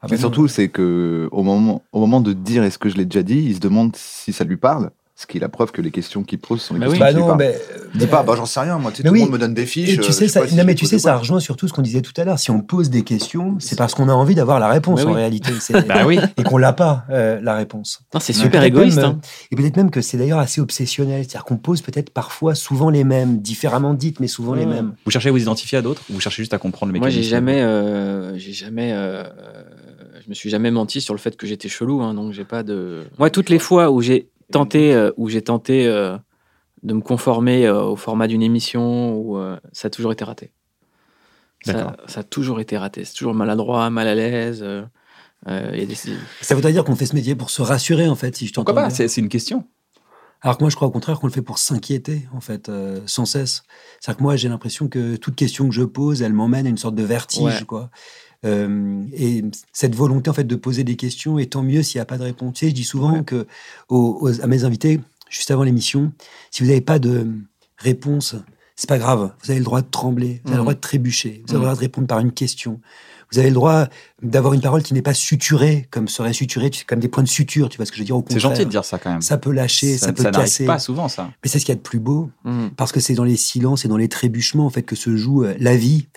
Speaker 5: Ah, bah,
Speaker 2: Mais surtout, c'est que au moment, au moment de dire est-ce que je l'ai déjà dit, il se demande si ça lui parle, ce qui est la preuve que les questions qu'il pose sont les
Speaker 4: Bah
Speaker 2: questions
Speaker 4: oui.
Speaker 2: qui
Speaker 5: Bah
Speaker 2: lui
Speaker 5: non,
Speaker 2: parlent.
Speaker 5: mais.
Speaker 2: Dis pas, bah j'en sais rien, moi, tu sais,
Speaker 5: Mais
Speaker 2: tout
Speaker 5: oui.
Speaker 2: le monde me donne des fiches.
Speaker 5: Et
Speaker 2: euh,
Speaker 5: tu
Speaker 2: je
Speaker 5: sais,
Speaker 2: sais
Speaker 5: ça,
Speaker 2: pas si
Speaker 5: non,
Speaker 2: j'ai
Speaker 5: mais tu
Speaker 2: posé
Speaker 5: sais,
Speaker 2: ou
Speaker 5: ça
Speaker 2: pas.
Speaker 5: rejoint surtout ce qu'on disait tout à l'heure. Si on pose des questions, c'est parce qu'on a envie d'avoir la réponse
Speaker 4: Bah
Speaker 5: en
Speaker 4: oui.
Speaker 5: réalité. C'est-
Speaker 1: Bah oui.
Speaker 5: Et qu'on l'a pas, euh, la réponse.
Speaker 4: Non, c'est
Speaker 5: Et
Speaker 4: super
Speaker 5: peut-être
Speaker 4: égoïste.
Speaker 5: même, euh,
Speaker 4: hein.
Speaker 5: Et peut-être même que c'est d'ailleurs assez obsessionnel. C'est-à-dire qu'on pose peut-être parfois souvent les mêmes, différemment dites, mais souvent les
Speaker 2: Mm.
Speaker 4: Ouais.
Speaker 5: mêmes.
Speaker 1: Vous cherchez à vous identifier à d'autres ou vous cherchez juste à comprendre le
Speaker 4: Moi,
Speaker 1: mécanisme
Speaker 4: j'ai jamais, euh, j'ai jamais, euh, euh, je me suis jamais menti sur le fait que j'étais chelou. hein, donc j'ai pas de. Moi, toutes les fois où j'ai tenté, euh, où j'ai tenté euh, de me conformer euh, au format d'une émission, ou euh, ça a toujours été raté.
Speaker 1: D'accord.
Speaker 4: Ça, ça a toujours été raté. C'est toujours maladroit, mal à l'aise. euh, euh, il y a des-
Speaker 5: Ça voudrait dire qu'on fait ce métier pour se rassurer, en fait, si je t'entends
Speaker 1: Pourquoi pas
Speaker 5: bien.
Speaker 1: C'est c'est une question.
Speaker 5: Alors que moi, je crois au contraire qu'on le fait pour s'inquiéter, en fait, euh, sans cesse. C'est-à-dire que moi, j'ai l'impression que toute question que je pose, elle m'emmène à une sorte de vertige,
Speaker 4: Ouais.
Speaker 5: quoi. Euh, et cette volonté, en fait, de poser des questions, et tant mieux s'il n'y a pas de réponse. Tu sais, je dis souvent que aux- aux- à mes invités, juste avant l'émission, si vous n'avez pas de réponse, c'est pas grave. Vous avez le droit de trembler, vous avez
Speaker 1: Mhm.
Speaker 5: le droit de trébucher, vous avez le droit de répondre par une question. Vous avez le droit d'avoir une parole qui n'est pas suturée, comme serait suturée, tu sais, comme des points de suture, tu vois ce que je veux dire au
Speaker 1: C'est
Speaker 5: contraire.
Speaker 1: gentil de dire ça quand même.
Speaker 5: Ça peut lâcher, ça, peut
Speaker 1: n'arrive
Speaker 5: casser.
Speaker 1: pas souvent, ça.
Speaker 5: Mais c'est ce qu'il y a de plus beau,
Speaker 4: Mm.
Speaker 5: parce que c'est dans les silences et dans les trébuchements en fait que se joue euh, la vie,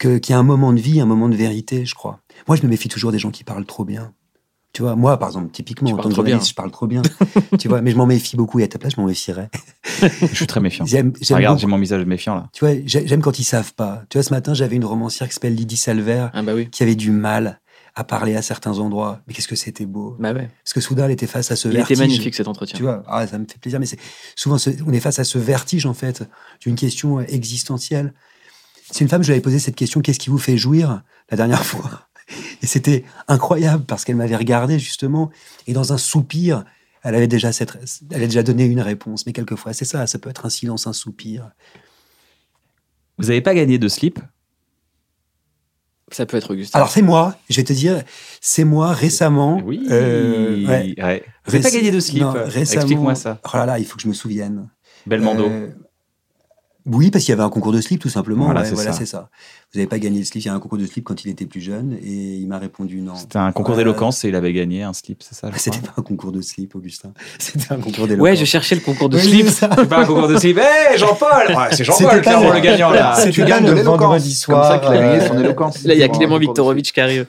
Speaker 5: que- qu'il y a un moment de vie, un moment de vérité, je crois. Moi, je me méfie toujours des gens qui parlent trop bien. Tu vois, moi, par exemple, typiquement,
Speaker 4: Tu
Speaker 5: en
Speaker 4: parles
Speaker 5: tant que
Speaker 4: trop bien.
Speaker 5: journaliste, je parle trop bien. tu vois, mais je m'en méfie beaucoup. Et à ta place, je m'en méfierais.
Speaker 1: Je suis très méfiant.
Speaker 5: J'aime, j'aime
Speaker 1: Regarde, j'ai
Speaker 5: beaucoup-
Speaker 1: mon visage méfiant là.
Speaker 5: tu vois, j'ai- j'aime quand ils savent pas. Tu vois, ce matin, j'avais une romancière qui s'appelle Lydie Salver,
Speaker 4: Ah bah oui.
Speaker 5: qui avait du mal à parler à certains endroits. Mais qu'est-ce que c'était beau.
Speaker 4: Bah ouais.
Speaker 5: Parce que soudain, elle était face à ce
Speaker 4: Il
Speaker 5: vertige.
Speaker 4: était magnifique cet entretien.
Speaker 5: Tu vois, ah, ça me fait plaisir, mais c'est souvent ce- on est face à ce vertige en fait d'une question euh, existentielle. C'est une femme, je lui avais posé cette question qu'est-ce qui vous fait jouir la dernière fois Et c'était incroyable parce qu'elle m'avait regardé justement et dans un soupir, elle avait déjà cette, elle avait déjà donné une réponse. Mais quelquefois, c'est ça, ça peut être un silence, un soupir.
Speaker 1: Vous n'avez pas gagné de slip
Speaker 4: Ça peut être Augustin.
Speaker 5: Alors c'est moi, je vais te dire, c'est moi récemment. Hein euh, ouais.
Speaker 1: Ouais. Vous n'avez pas
Speaker 5: Réc-
Speaker 1: gagné de slip
Speaker 5: Non, récemment-
Speaker 1: Explique-moi ça.
Speaker 5: Oh là là, il faut que je me souvienne.
Speaker 1: Belmondo.
Speaker 5: Euh, Oui, parce qu'il y avait un concours de slip, tout simplement.
Speaker 1: Voilà,
Speaker 5: Ouais,
Speaker 1: c'est
Speaker 5: voilà,
Speaker 1: ça.
Speaker 5: c'est ça. Vous n'avez pas gagné le slip. Il y a un concours de slip quand il était plus jeune et il m'a répondu non.
Speaker 1: C'était un concours
Speaker 5: Ouais.
Speaker 1: d'éloquence et il avait gagné un slip, c'est ça je
Speaker 5: Ah, euh, C'était
Speaker 1: crois.
Speaker 5: pas un concours de slip, Augustin. C'était un concours d'éloquence.
Speaker 4: Ouais, je cherchais le concours de
Speaker 5: Oui,
Speaker 4: slip.
Speaker 5: c'est ça.
Speaker 1: C'est pas un concours de slip. Eh, Hé, Jean-Paul Ouais, C'est Jean-Paul,
Speaker 5: C'était pas
Speaker 1: clairement,
Speaker 5: le-
Speaker 1: le gagnant là.
Speaker 5: C'était
Speaker 2: tu
Speaker 5: pas
Speaker 2: gagnes
Speaker 5: le
Speaker 2: de l'éloquence.
Speaker 5: vendredi soir,
Speaker 2: Comme ça qu'il a gagné son
Speaker 5: euh,
Speaker 2: éloquence.
Speaker 4: Là, il y a
Speaker 2: Bon,
Speaker 4: Clément
Speaker 2: un concours de slip.
Speaker 4: Viktorovitch qui arrive.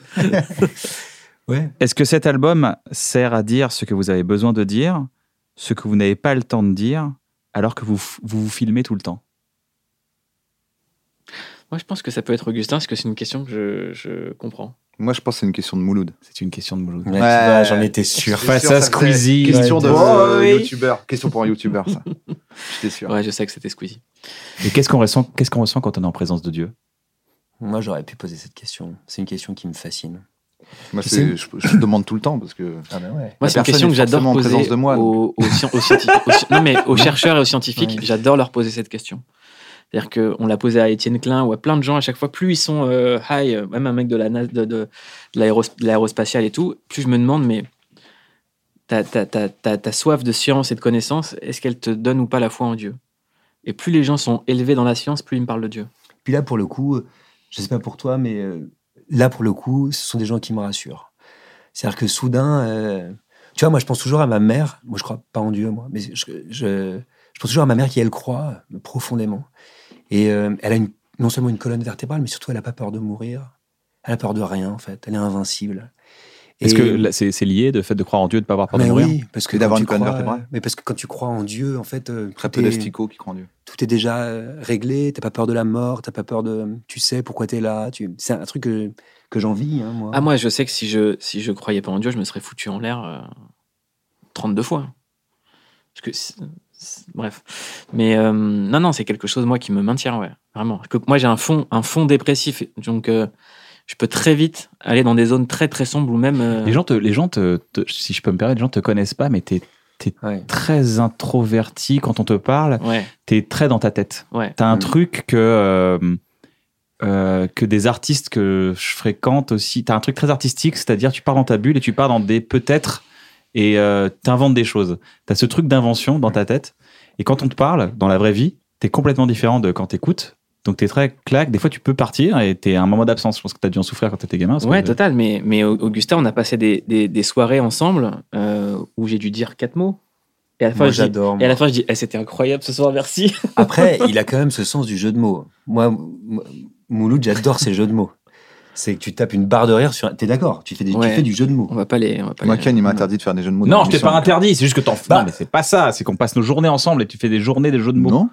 Speaker 5: Ouais.
Speaker 1: Est-ce que cet album sert à dire ce que vous avez besoin de dire, ce que vous n'avez pas le temps de dire, alors que vous f- vous, vous filmez tout le temps
Speaker 4: Moi, je pense que ça peut être Augustin, parce que c'est une question que je, je comprends.
Speaker 2: Moi, je pense que c'est une question de Mouloud.
Speaker 1: C'est une question de boulot.
Speaker 5: Ouais, tu vois, j'en étais sûr.
Speaker 2: J'étais sûr, ça faisait Question de euh, youtubeur. Question pour un youtubeur, ça. J'étais sûr.
Speaker 4: Ouais, je sais que c'était Squeezie.
Speaker 1: Et qu'est-ce qu'on ressent, qu'est-ce qu'on ressent quand on est en présence de Dieu
Speaker 5: Moi, j'aurais pu poser cette question. C'est une question qui me fascine.
Speaker 2: Moi,
Speaker 5: Tu
Speaker 2: c'est-
Speaker 5: sais-
Speaker 2: je, je demande tout le temps parce que.
Speaker 5: Ah ben ouais.
Speaker 4: Moi,
Speaker 2: La
Speaker 4: c'est
Speaker 2: personne
Speaker 4: une question
Speaker 2: est
Speaker 4: que j'adore
Speaker 2: forcément en
Speaker 4: poser
Speaker 2: présence de moi,
Speaker 4: aux, aux scien- aux scientifiques. aux sci- non, mais aux chercheurs et aux scientifiques,
Speaker 5: Ouais.
Speaker 4: j'adore leur poser cette question. C'est-à-dire qu'on l'a posée à Étienne Klein ou à plein de gens à chaque fois. Plus ils sont euh, high, euh, même un mec de la NASA- de, de- de l'aéros- de l'aérospatiale et tout, plus je me demande, mais ta, ta- ta- ta- ta soif de science et de connaissance, est-ce qu'elle te donne ou pas la foi en Dieu Et plus les gens sont élevés dans la science, plus ils me parlent de Dieu.
Speaker 5: Puis là, pour le coup, je sais pas pour toi, mais euh, là, pour le coup, ce sont des gens qui me rassurent. C'est-à-dire que soudain, euh, tu vois, moi, je pense toujours à ma mère. Moi, je crois pas en Dieu, moi, mais je, je, je pense toujours à ma mère qui, elle, croit euh, profondément. Et euh, elle a une- non seulement une colonne vertébrale, mais surtout, elle a pas peur de mourir. Elle a peur de rien, en fait. Elle est invincible.
Speaker 1: Est-ce
Speaker 5: Et-
Speaker 1: que là, c'est c'est lié de fait de croire en Dieu, de ne pas avoir peur de
Speaker 5: mais
Speaker 1: mourir
Speaker 5: oui, parce que
Speaker 2: Et d'avoir
Speaker 5: quand
Speaker 2: une
Speaker 5: tu
Speaker 2: colonne
Speaker 5: crois,
Speaker 2: vertébrale.
Speaker 5: euh, Mais parce que quand tu crois en Dieu, en fait, euh,
Speaker 2: Très
Speaker 5: tout
Speaker 2: peu
Speaker 5: est-
Speaker 2: d'asticots qui croient en Dieu.
Speaker 5: tout est déjà euh, réglé, t'as pas peur de la mort, t'as pas peur de... Tu sais pourquoi t'es là, tu... c'est un truc que, que j'envie, hein, moi.
Speaker 4: Ah, moi, je sais que si je, si je croyais pas en Dieu, je me serais foutu en l'air euh, 32 fois. Parce que. c'est- c'est- bref. Mais euh, non, non, c'est quelque chose, moi, qui me maintient, ouais. Vraiment. Parce que moi, j'ai un fond, un fond dépressif. Donc, euh, je peux très vite aller dans des zones très, très sombres ou même. euh,
Speaker 1: Les gens, te, les gens te, te- si je peux me permettre, les gens te connaissent pas, mais tu es
Speaker 5: Ouais.
Speaker 1: très introverti quand on te parle,
Speaker 4: Ouais,
Speaker 1: tu es très dans ta tête.
Speaker 4: ouais.
Speaker 1: T'as un
Speaker 2: Mm.
Speaker 1: truc que euh, euh, que des artistes que je fréquente aussi. T'as un truc très artistique, c'est-à-dire tu pars dans ta bulle et tu pars dans des peut-être et euh, t'inventes des choses. T'as ce truc d'invention dans ta tête. Et quand on te parle dans la vraie vie, t'es complètement différent de quand t'écoutes. Donc t'es très claque. Des fois tu peux partir et t'es à un moment d'absence. Je pense que t'as dû en souffrir quand t'étais gamin. parce que-
Speaker 4: Ouais, total. Mais, mais Au- Augustin, on a passé des, des- des soirées ensemble euh, où j'ai dû dire quatre mots. Et à la fin, je
Speaker 5: Moi,
Speaker 4: dis,
Speaker 5: j'adore.
Speaker 4: et à
Speaker 5: moi.
Speaker 4: la fin, je dis Eh, c'était incroyable ce soir, merci.
Speaker 5: Après, il a quand même ce sens du jeu de mots. Moi, M- Mouloud, j'adore ces jeux de mots. C'est que tu tapes une barre de rire sur... T'es d'accord, tu fais, des...
Speaker 4: Ouais.
Speaker 5: tu fais du jeu de mots.
Speaker 4: On va pas les. On va pas
Speaker 2: Moi,
Speaker 4: les-
Speaker 2: Ken, il m'a interdit de faire des jeux de mots. dans
Speaker 1: Non, je t'ai
Speaker 2: l'émission.
Speaker 1: pas interdit. C'est juste que t'en.
Speaker 5: Bah.
Speaker 1: Non, mais c'est pas ça. C'est qu'on passe nos journées ensemble et tu fais des journées des jeux de mots.
Speaker 2: Non.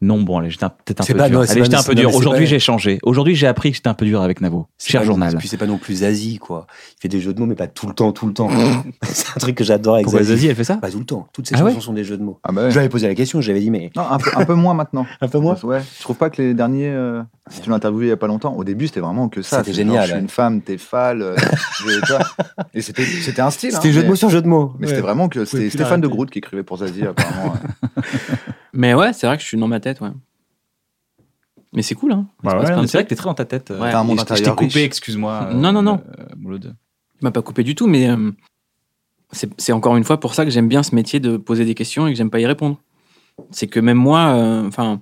Speaker 1: Non, bon, allez, j'étais un- peut-être un
Speaker 5: C'est
Speaker 1: peu
Speaker 5: pas-
Speaker 1: dur.
Speaker 5: non, c'est
Speaker 1: allez,
Speaker 5: pas-
Speaker 1: j'étais un
Speaker 5: c'est-
Speaker 1: peu
Speaker 5: non, mais
Speaker 1: dur.
Speaker 5: c'est
Speaker 1: Aujourd'hui,
Speaker 5: pas-
Speaker 1: j'ai changé. Aujourd'hui, j'ai appris que j'étais un peu dur avec Navo.
Speaker 5: C'est
Speaker 1: Cher
Speaker 5: pas-
Speaker 1: journal.
Speaker 5: Puis c'est pas non plus Zazie, quoi. Il fait des jeux de mots, mais pas tout le temps, tout le temps. c'est un truc que j'adore avec
Speaker 1: Pourquoi
Speaker 5: Zazie.
Speaker 1: Zazie, elle fait ça
Speaker 5: Pas tout le temps. Toutes ces
Speaker 1: Ah
Speaker 5: chansons
Speaker 1: ouais
Speaker 5: sont des jeux de mots.
Speaker 2: Ah bah ouais.
Speaker 5: Je lui avais posé la question, j'avais dit, mais...
Speaker 2: Non, un peu, un peu moins maintenant.
Speaker 5: Un peu moins
Speaker 2: Ouais. Je trouve pas que les derniers. euh, si tu l'as interviewé il y a pas longtemps, au début c'était vraiment que ça.
Speaker 5: C'était
Speaker 2: C'est
Speaker 5: génial,
Speaker 2: genre, Je suis
Speaker 5: ouais.
Speaker 2: une femme, t'es fâle. euh, je- tu vois. Et c'était c'était un style. hein,
Speaker 5: C'était jeu de
Speaker 2: mais-
Speaker 5: mots sur jeu de mots.
Speaker 2: Mais
Speaker 5: Ouais.
Speaker 2: c'était vraiment que c'était
Speaker 5: plus
Speaker 2: Stéphane de
Speaker 5: l'arrêter.
Speaker 2: Groot qui écrivait pour Zazie apparemment.
Speaker 4: Mais ouais, c'est vrai que je suis dans ma tête, ouais. Mais c'est cool, hein.
Speaker 2: Bah
Speaker 4: Il se passe plein de
Speaker 1: Bah c'est vrai
Speaker 4: trucs.
Speaker 1: que t'es très dans ta tête. euh,
Speaker 4: Ouais.
Speaker 1: et
Speaker 2: T'as un monde
Speaker 1: je- je t'ai
Speaker 2: intérieur
Speaker 1: coupé,
Speaker 2: riche.
Speaker 1: excuse-moi.
Speaker 4: Non, non, non.
Speaker 1: euh, Mouloud.
Speaker 4: Il m'a pas coupé du tout, mais euh, c'est c'est encore une fois pour ça que j'aime bien ce métier de poser des questions et que j'aime pas y répondre. C'est que même moi, euh, enfin,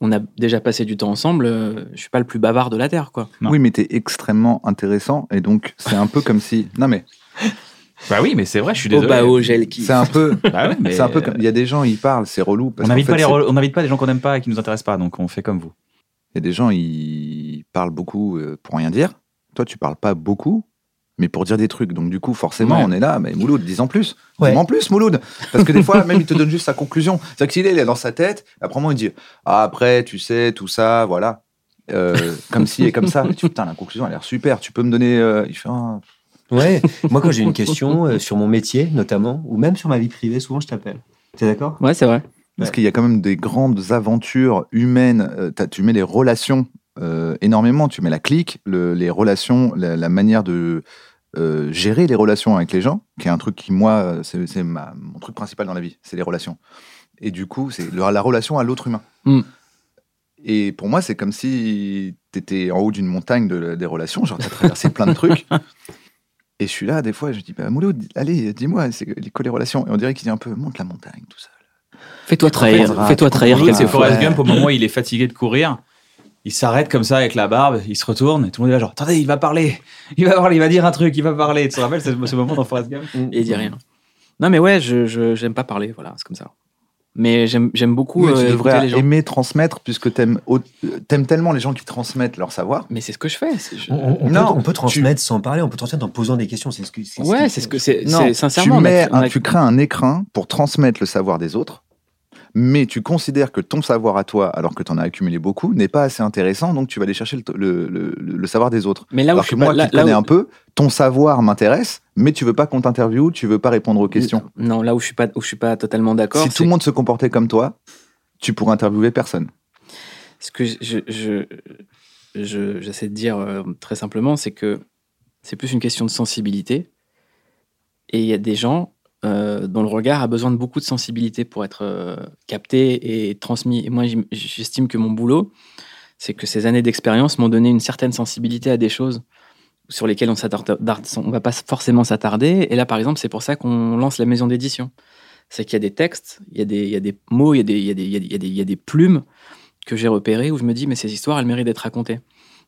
Speaker 4: on a déjà passé du temps ensemble, euh, je suis pas le plus bavard de la Terre, quoi.
Speaker 1: Non.
Speaker 2: Oui, mais t'es extrêmement intéressant et donc c'est un peu comme si. Non mais
Speaker 1: Bah oui, mais c'est vrai, je suis
Speaker 4: Au
Speaker 1: désolé.
Speaker 4: bas au gel qui.
Speaker 2: c'est un peu.
Speaker 1: Bah ouais, mais-
Speaker 2: C'est un peu comme il y a des gens ils parlent, c'est relou. Parce
Speaker 1: On
Speaker 2: qu'en
Speaker 1: n'invite
Speaker 2: fait,
Speaker 1: pas, les
Speaker 2: c'est-
Speaker 1: re- on n'invite pas les gens qu'on n'aime pas et qui nous intéressent pas, donc on fait comme vous.
Speaker 2: Il y a des gens, ils parlent beaucoup euh, pour rien dire. Toi, tu parles pas beaucoup, mais pour dire des trucs. Donc, du coup, forcément,
Speaker 4: Ouais.
Speaker 2: on est là. Mais Mouloud, dis en plus.
Speaker 5: Ouais.
Speaker 2: Dis en plus, Mouloud. Parce que des fois, même, il te donne juste sa conclusion. C'est-à-dire qu'il est, il est dans sa tête. Après, moi, il dit Ah, après, tu sais, tout ça, voilà. Euh, comme si et comme ça. Et tu putain, la conclusion, elle a l'air super. Tu peux me donner. euh, Il fait Ah,
Speaker 5: Ouais, moi quand j'ai une question euh, sur mon métier notamment, ou même sur ma vie privée, souvent je t'appelle. T'es d'accord
Speaker 4: Ouais, c'est vrai.
Speaker 2: Parce
Speaker 5: Ouais.
Speaker 2: qu'il y a quand même des grandes aventures humaines. euh, t'as- tu mets les relations euh, énormément. Tu mets la clique, le- les relations, la, la manière de euh, gérer les relations avec les gens, qui est un truc qui, moi, euh, c'est c'est ma- mon truc principal dans la vie, c'est les relations. Et du coup, c'est le- la relation à l'autre humain.
Speaker 4: Mm.
Speaker 2: Et pour moi, c'est comme si tu étais en haut d'une montagne de- des relations, genre tu as traversé plein de trucs. Et je suis là, des fois, je dis, bah, Mouloud, allez, dis-moi, c'est les relations. Et on dirait qu'il dit un peu, monte la montagne tout seul.
Speaker 4: Fais Fais-toi trahir.
Speaker 1: En fait,
Speaker 4: Fais-toi trahir.
Speaker 1: en fait, c'est
Speaker 4: quelquefois.
Speaker 1: Forrest Gump au moment où il est fatigué de courir. Il s'arrête comme ça avec la barbe, il se retourne et tout le monde est là genre attendez il va parler, il va parler, il va dire un truc, il va parler. Tu te rappelles ce, ce moment dans Forrest Gump
Speaker 4: Et il dit rien. Non, mais ouais, je je- j'aime pas parler, voilà, c'est comme ça. Mais j'aime j'aime beaucoup.
Speaker 2: Mais
Speaker 4: euh,
Speaker 2: tu
Speaker 4: écouter
Speaker 2: devrais
Speaker 4: les gens.
Speaker 2: aimer transmettre puisque t'aimes au- t'aimes tellement les gens qui transmettent leur savoir.
Speaker 4: Mais c'est ce que je fais. c'est- je-
Speaker 5: On, on- on
Speaker 2: Non,
Speaker 5: peut, on peut
Speaker 2: tu-
Speaker 5: transmettre sans parler, on peut transmettre en posant des questions. C'est ce que, c'est ce
Speaker 4: Ouais,
Speaker 5: qui-
Speaker 4: c'est ce que c'est.
Speaker 2: Non,
Speaker 4: c'est- Sincèrement,
Speaker 2: tu,
Speaker 4: on a-
Speaker 2: mets
Speaker 4: on
Speaker 2: un-
Speaker 4: a-
Speaker 2: tu crées un écrin pour transmettre le savoir des autres, mais tu considères que ton savoir à toi, alors que tu en as accumulé beaucoup, n'est pas assez intéressant, donc tu vas aller chercher le, le- le- le savoir des autres.
Speaker 4: Mais là où
Speaker 2: alors
Speaker 4: Ah je
Speaker 2: que
Speaker 4: suis
Speaker 2: moi,
Speaker 4: pas- là-
Speaker 2: qui te
Speaker 4: là
Speaker 2: connais
Speaker 4: où-
Speaker 2: un peu, ton savoir m'intéresse, mais tu veux pas qu'on t'interviewe, tu veux pas répondre aux questions.
Speaker 4: Non, là où je suis pas où je suis pas totalement d'accord.
Speaker 2: Si tout
Speaker 4: c'est
Speaker 2: le monde se comportait comme toi, tu pourrais interviewer personne.
Speaker 4: ce que je je- je je- j'essaie de dire euh, très simplement, c'est que c'est plus une question de sensibilité. Et il y a des gens euh, dont le regard a besoin de beaucoup de sensibilité pour être euh, capté et transmis. Et moi, j'im- j'estime que mon boulot, c'est que ces années d'expérience m'ont donné une certaine sensibilité à des choses sur lesquelles on ne va pas forcément s'attarder. Et là, par exemple, c'est pour ça qu'on lance la maison d'édition. C'est qu'il y a des textes, il y a des, il y a des mots, il y a des, il y a des- il y a des- il y a des- il y a des plumes que j'ai repérées où je me dis, mais ces histoires, elles méritent d'être racontées.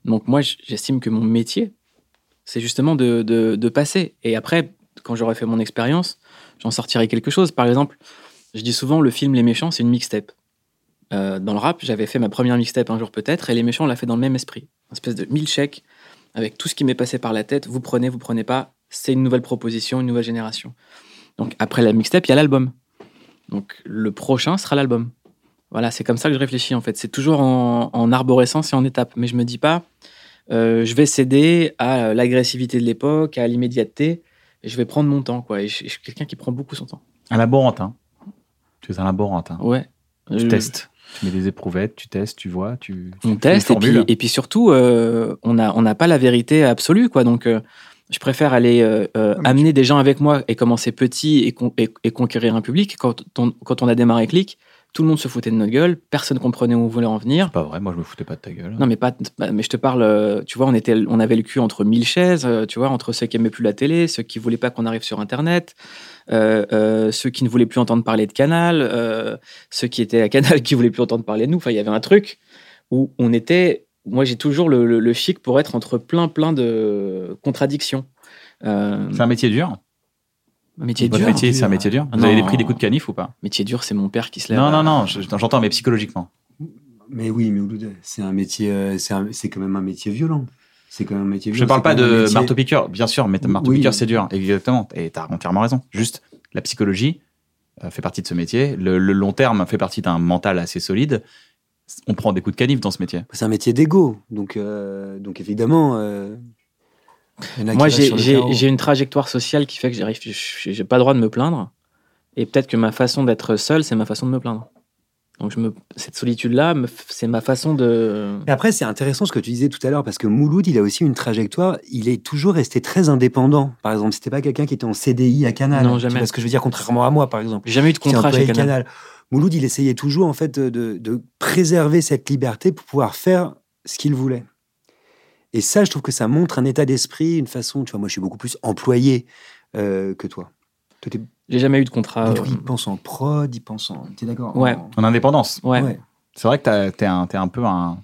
Speaker 4: Donc moi, j- j'estime que mon métier, c'est justement de, de- de passer. Et après, quand j'aurai fait mon expérience, j'en sortirai quelque chose. Par exemple, je dis souvent, le film Les Méchants, c'est une mixtape. Euh, dans le rap, j'avais fait ma première mixtape un jour peut-être, et Les Méchants, on l'a fait dans le même esprit. Une espèce de milkshake, avec tout ce qui m'est passé par la tête, vous prenez, vous prenez pas, c'est une nouvelle proposition, une nouvelle génération. Donc après la mixtape, il y a l'album. Donc le prochain sera l'album. Voilà, c'est comme ça que je réfléchis en fait. C'est toujours en, en arborescence et en étapes. Mais je me dis pas, euh, je vais céder à l'agressivité de l'époque, à l'immédiateté. et Je vais prendre mon temps, quoi. Et je, je suis quelqu'un qui prend beaucoup son temps.
Speaker 1: Un laborantin. Tu es un hein. laborantin.
Speaker 4: Ouais.
Speaker 1: Tu
Speaker 4: Je-
Speaker 1: testes. Euh, Tu mets des éprouvettes, tu testes, tu vois, tu. tu fais
Speaker 4: on
Speaker 1: une
Speaker 4: teste et puis,
Speaker 1: formule.
Speaker 4: et puis surtout euh, on n'a on n'a pas la vérité absolue quoi donc euh, je préfère aller euh, euh,
Speaker 1: Ah,
Speaker 4: amener des gens avec moi et commencer petit et, con- et- et conquérir un public quand on, quand on a démarré Click tout le monde se foutait de notre gueule personne comprenait où on voulait en venir
Speaker 1: C'est pas vrai, moi je me foutais pas de ta gueule.
Speaker 4: non mais pas pas- mais je te parle euh, tu vois on était on avait le cul entre mille chaises euh, tu vois entre ceux qui aimaient plus la télé ceux qui voulaient pas qu'on arrive sur internet euh, euh, ceux qui ne voulaient plus entendre parler de Canal euh, ceux qui étaient à Canal qui voulaient plus entendre parler de nous enfin il y avait un truc où on était moi j'ai toujours le, le- le chic pour être entre plein plein de contradictions Euh,
Speaker 1: C'est un métier dur.
Speaker 4: métier
Speaker 1: Votre
Speaker 4: dur hein. Ah,
Speaker 1: métier, c'est un métier dur. Vous
Speaker 4: Non.
Speaker 1: avez pris des coups de canif ou pas
Speaker 4: métier dur c'est mon père qui se lève
Speaker 1: Non,
Speaker 4: à-
Speaker 1: non, non, je- j'entends, mais psychologiquement.
Speaker 5: Mais oui, mais Ouloud, c'est un métier, euh, c'est un- c'est quand même un métier violent. C'est quand même un métier
Speaker 1: Je
Speaker 5: violent.
Speaker 1: parle
Speaker 5: c'est
Speaker 1: pas
Speaker 5: quand même un
Speaker 1: de
Speaker 5: métier-
Speaker 1: marteau-piqueur, bien sûr, mais
Speaker 5: Oui.
Speaker 1: marteau-piqueur, c'est dur. Exactement. Et t'as entièrement raison. Juste, la psychologie euh, fait partie de ce métier. Le, le long terme fait partie d'un mental assez solide. On prend des coups de canif dans ce métier.
Speaker 5: C'est un métier d'ego. Donc, euh, donc évidemment. euh, il y en a qui
Speaker 4: Moi,
Speaker 5: restent
Speaker 4: j'ai
Speaker 5: sur le
Speaker 4: j'ai-
Speaker 5: carreau.
Speaker 4: j'ai une trajectoire sociale qui fait que j'arrive, je- j'ai pas le droit de me plaindre. Et peut-être que ma façon d'être seul, c'est ma façon de me plaindre. Donc, je me, cette solitude-là, me f- c'est ma façon de.
Speaker 5: Et après, c'est intéressant ce que tu disais tout à l'heure, parce que Mouloud, il a aussi une trajectoire, il est toujours resté très indépendant. Par exemple, c'était pas quelqu'un qui était en CDI à Canal. hein.
Speaker 4: Non,
Speaker 5: Tu
Speaker 4: jamais.
Speaker 5: vois ce que je veux dire, contrairement à moi, par exemple.
Speaker 4: J'ai jamais eu de
Speaker 5: qui était
Speaker 4: contrat chez
Speaker 5: employé
Speaker 4: Canal.
Speaker 5: Mouloud, il essayait toujours, en fait, de, de préserver cette liberté pour pouvoir faire ce qu'il voulait. Et ça, je trouve que ça montre un état d'esprit, une façon, tu vois, moi, je suis beaucoup plus employé euh, que toi. Toi, t'es-
Speaker 4: J'ai jamais eu de contrat.
Speaker 5: toi,
Speaker 4: euh,
Speaker 5: il pense en prod, il pense en... T'es d'accord
Speaker 4: Ouais.
Speaker 5: En-
Speaker 1: En indépendance.
Speaker 4: ouais.
Speaker 5: ouais.
Speaker 1: C'est vrai que t'as- t'es un, t'es un peu un.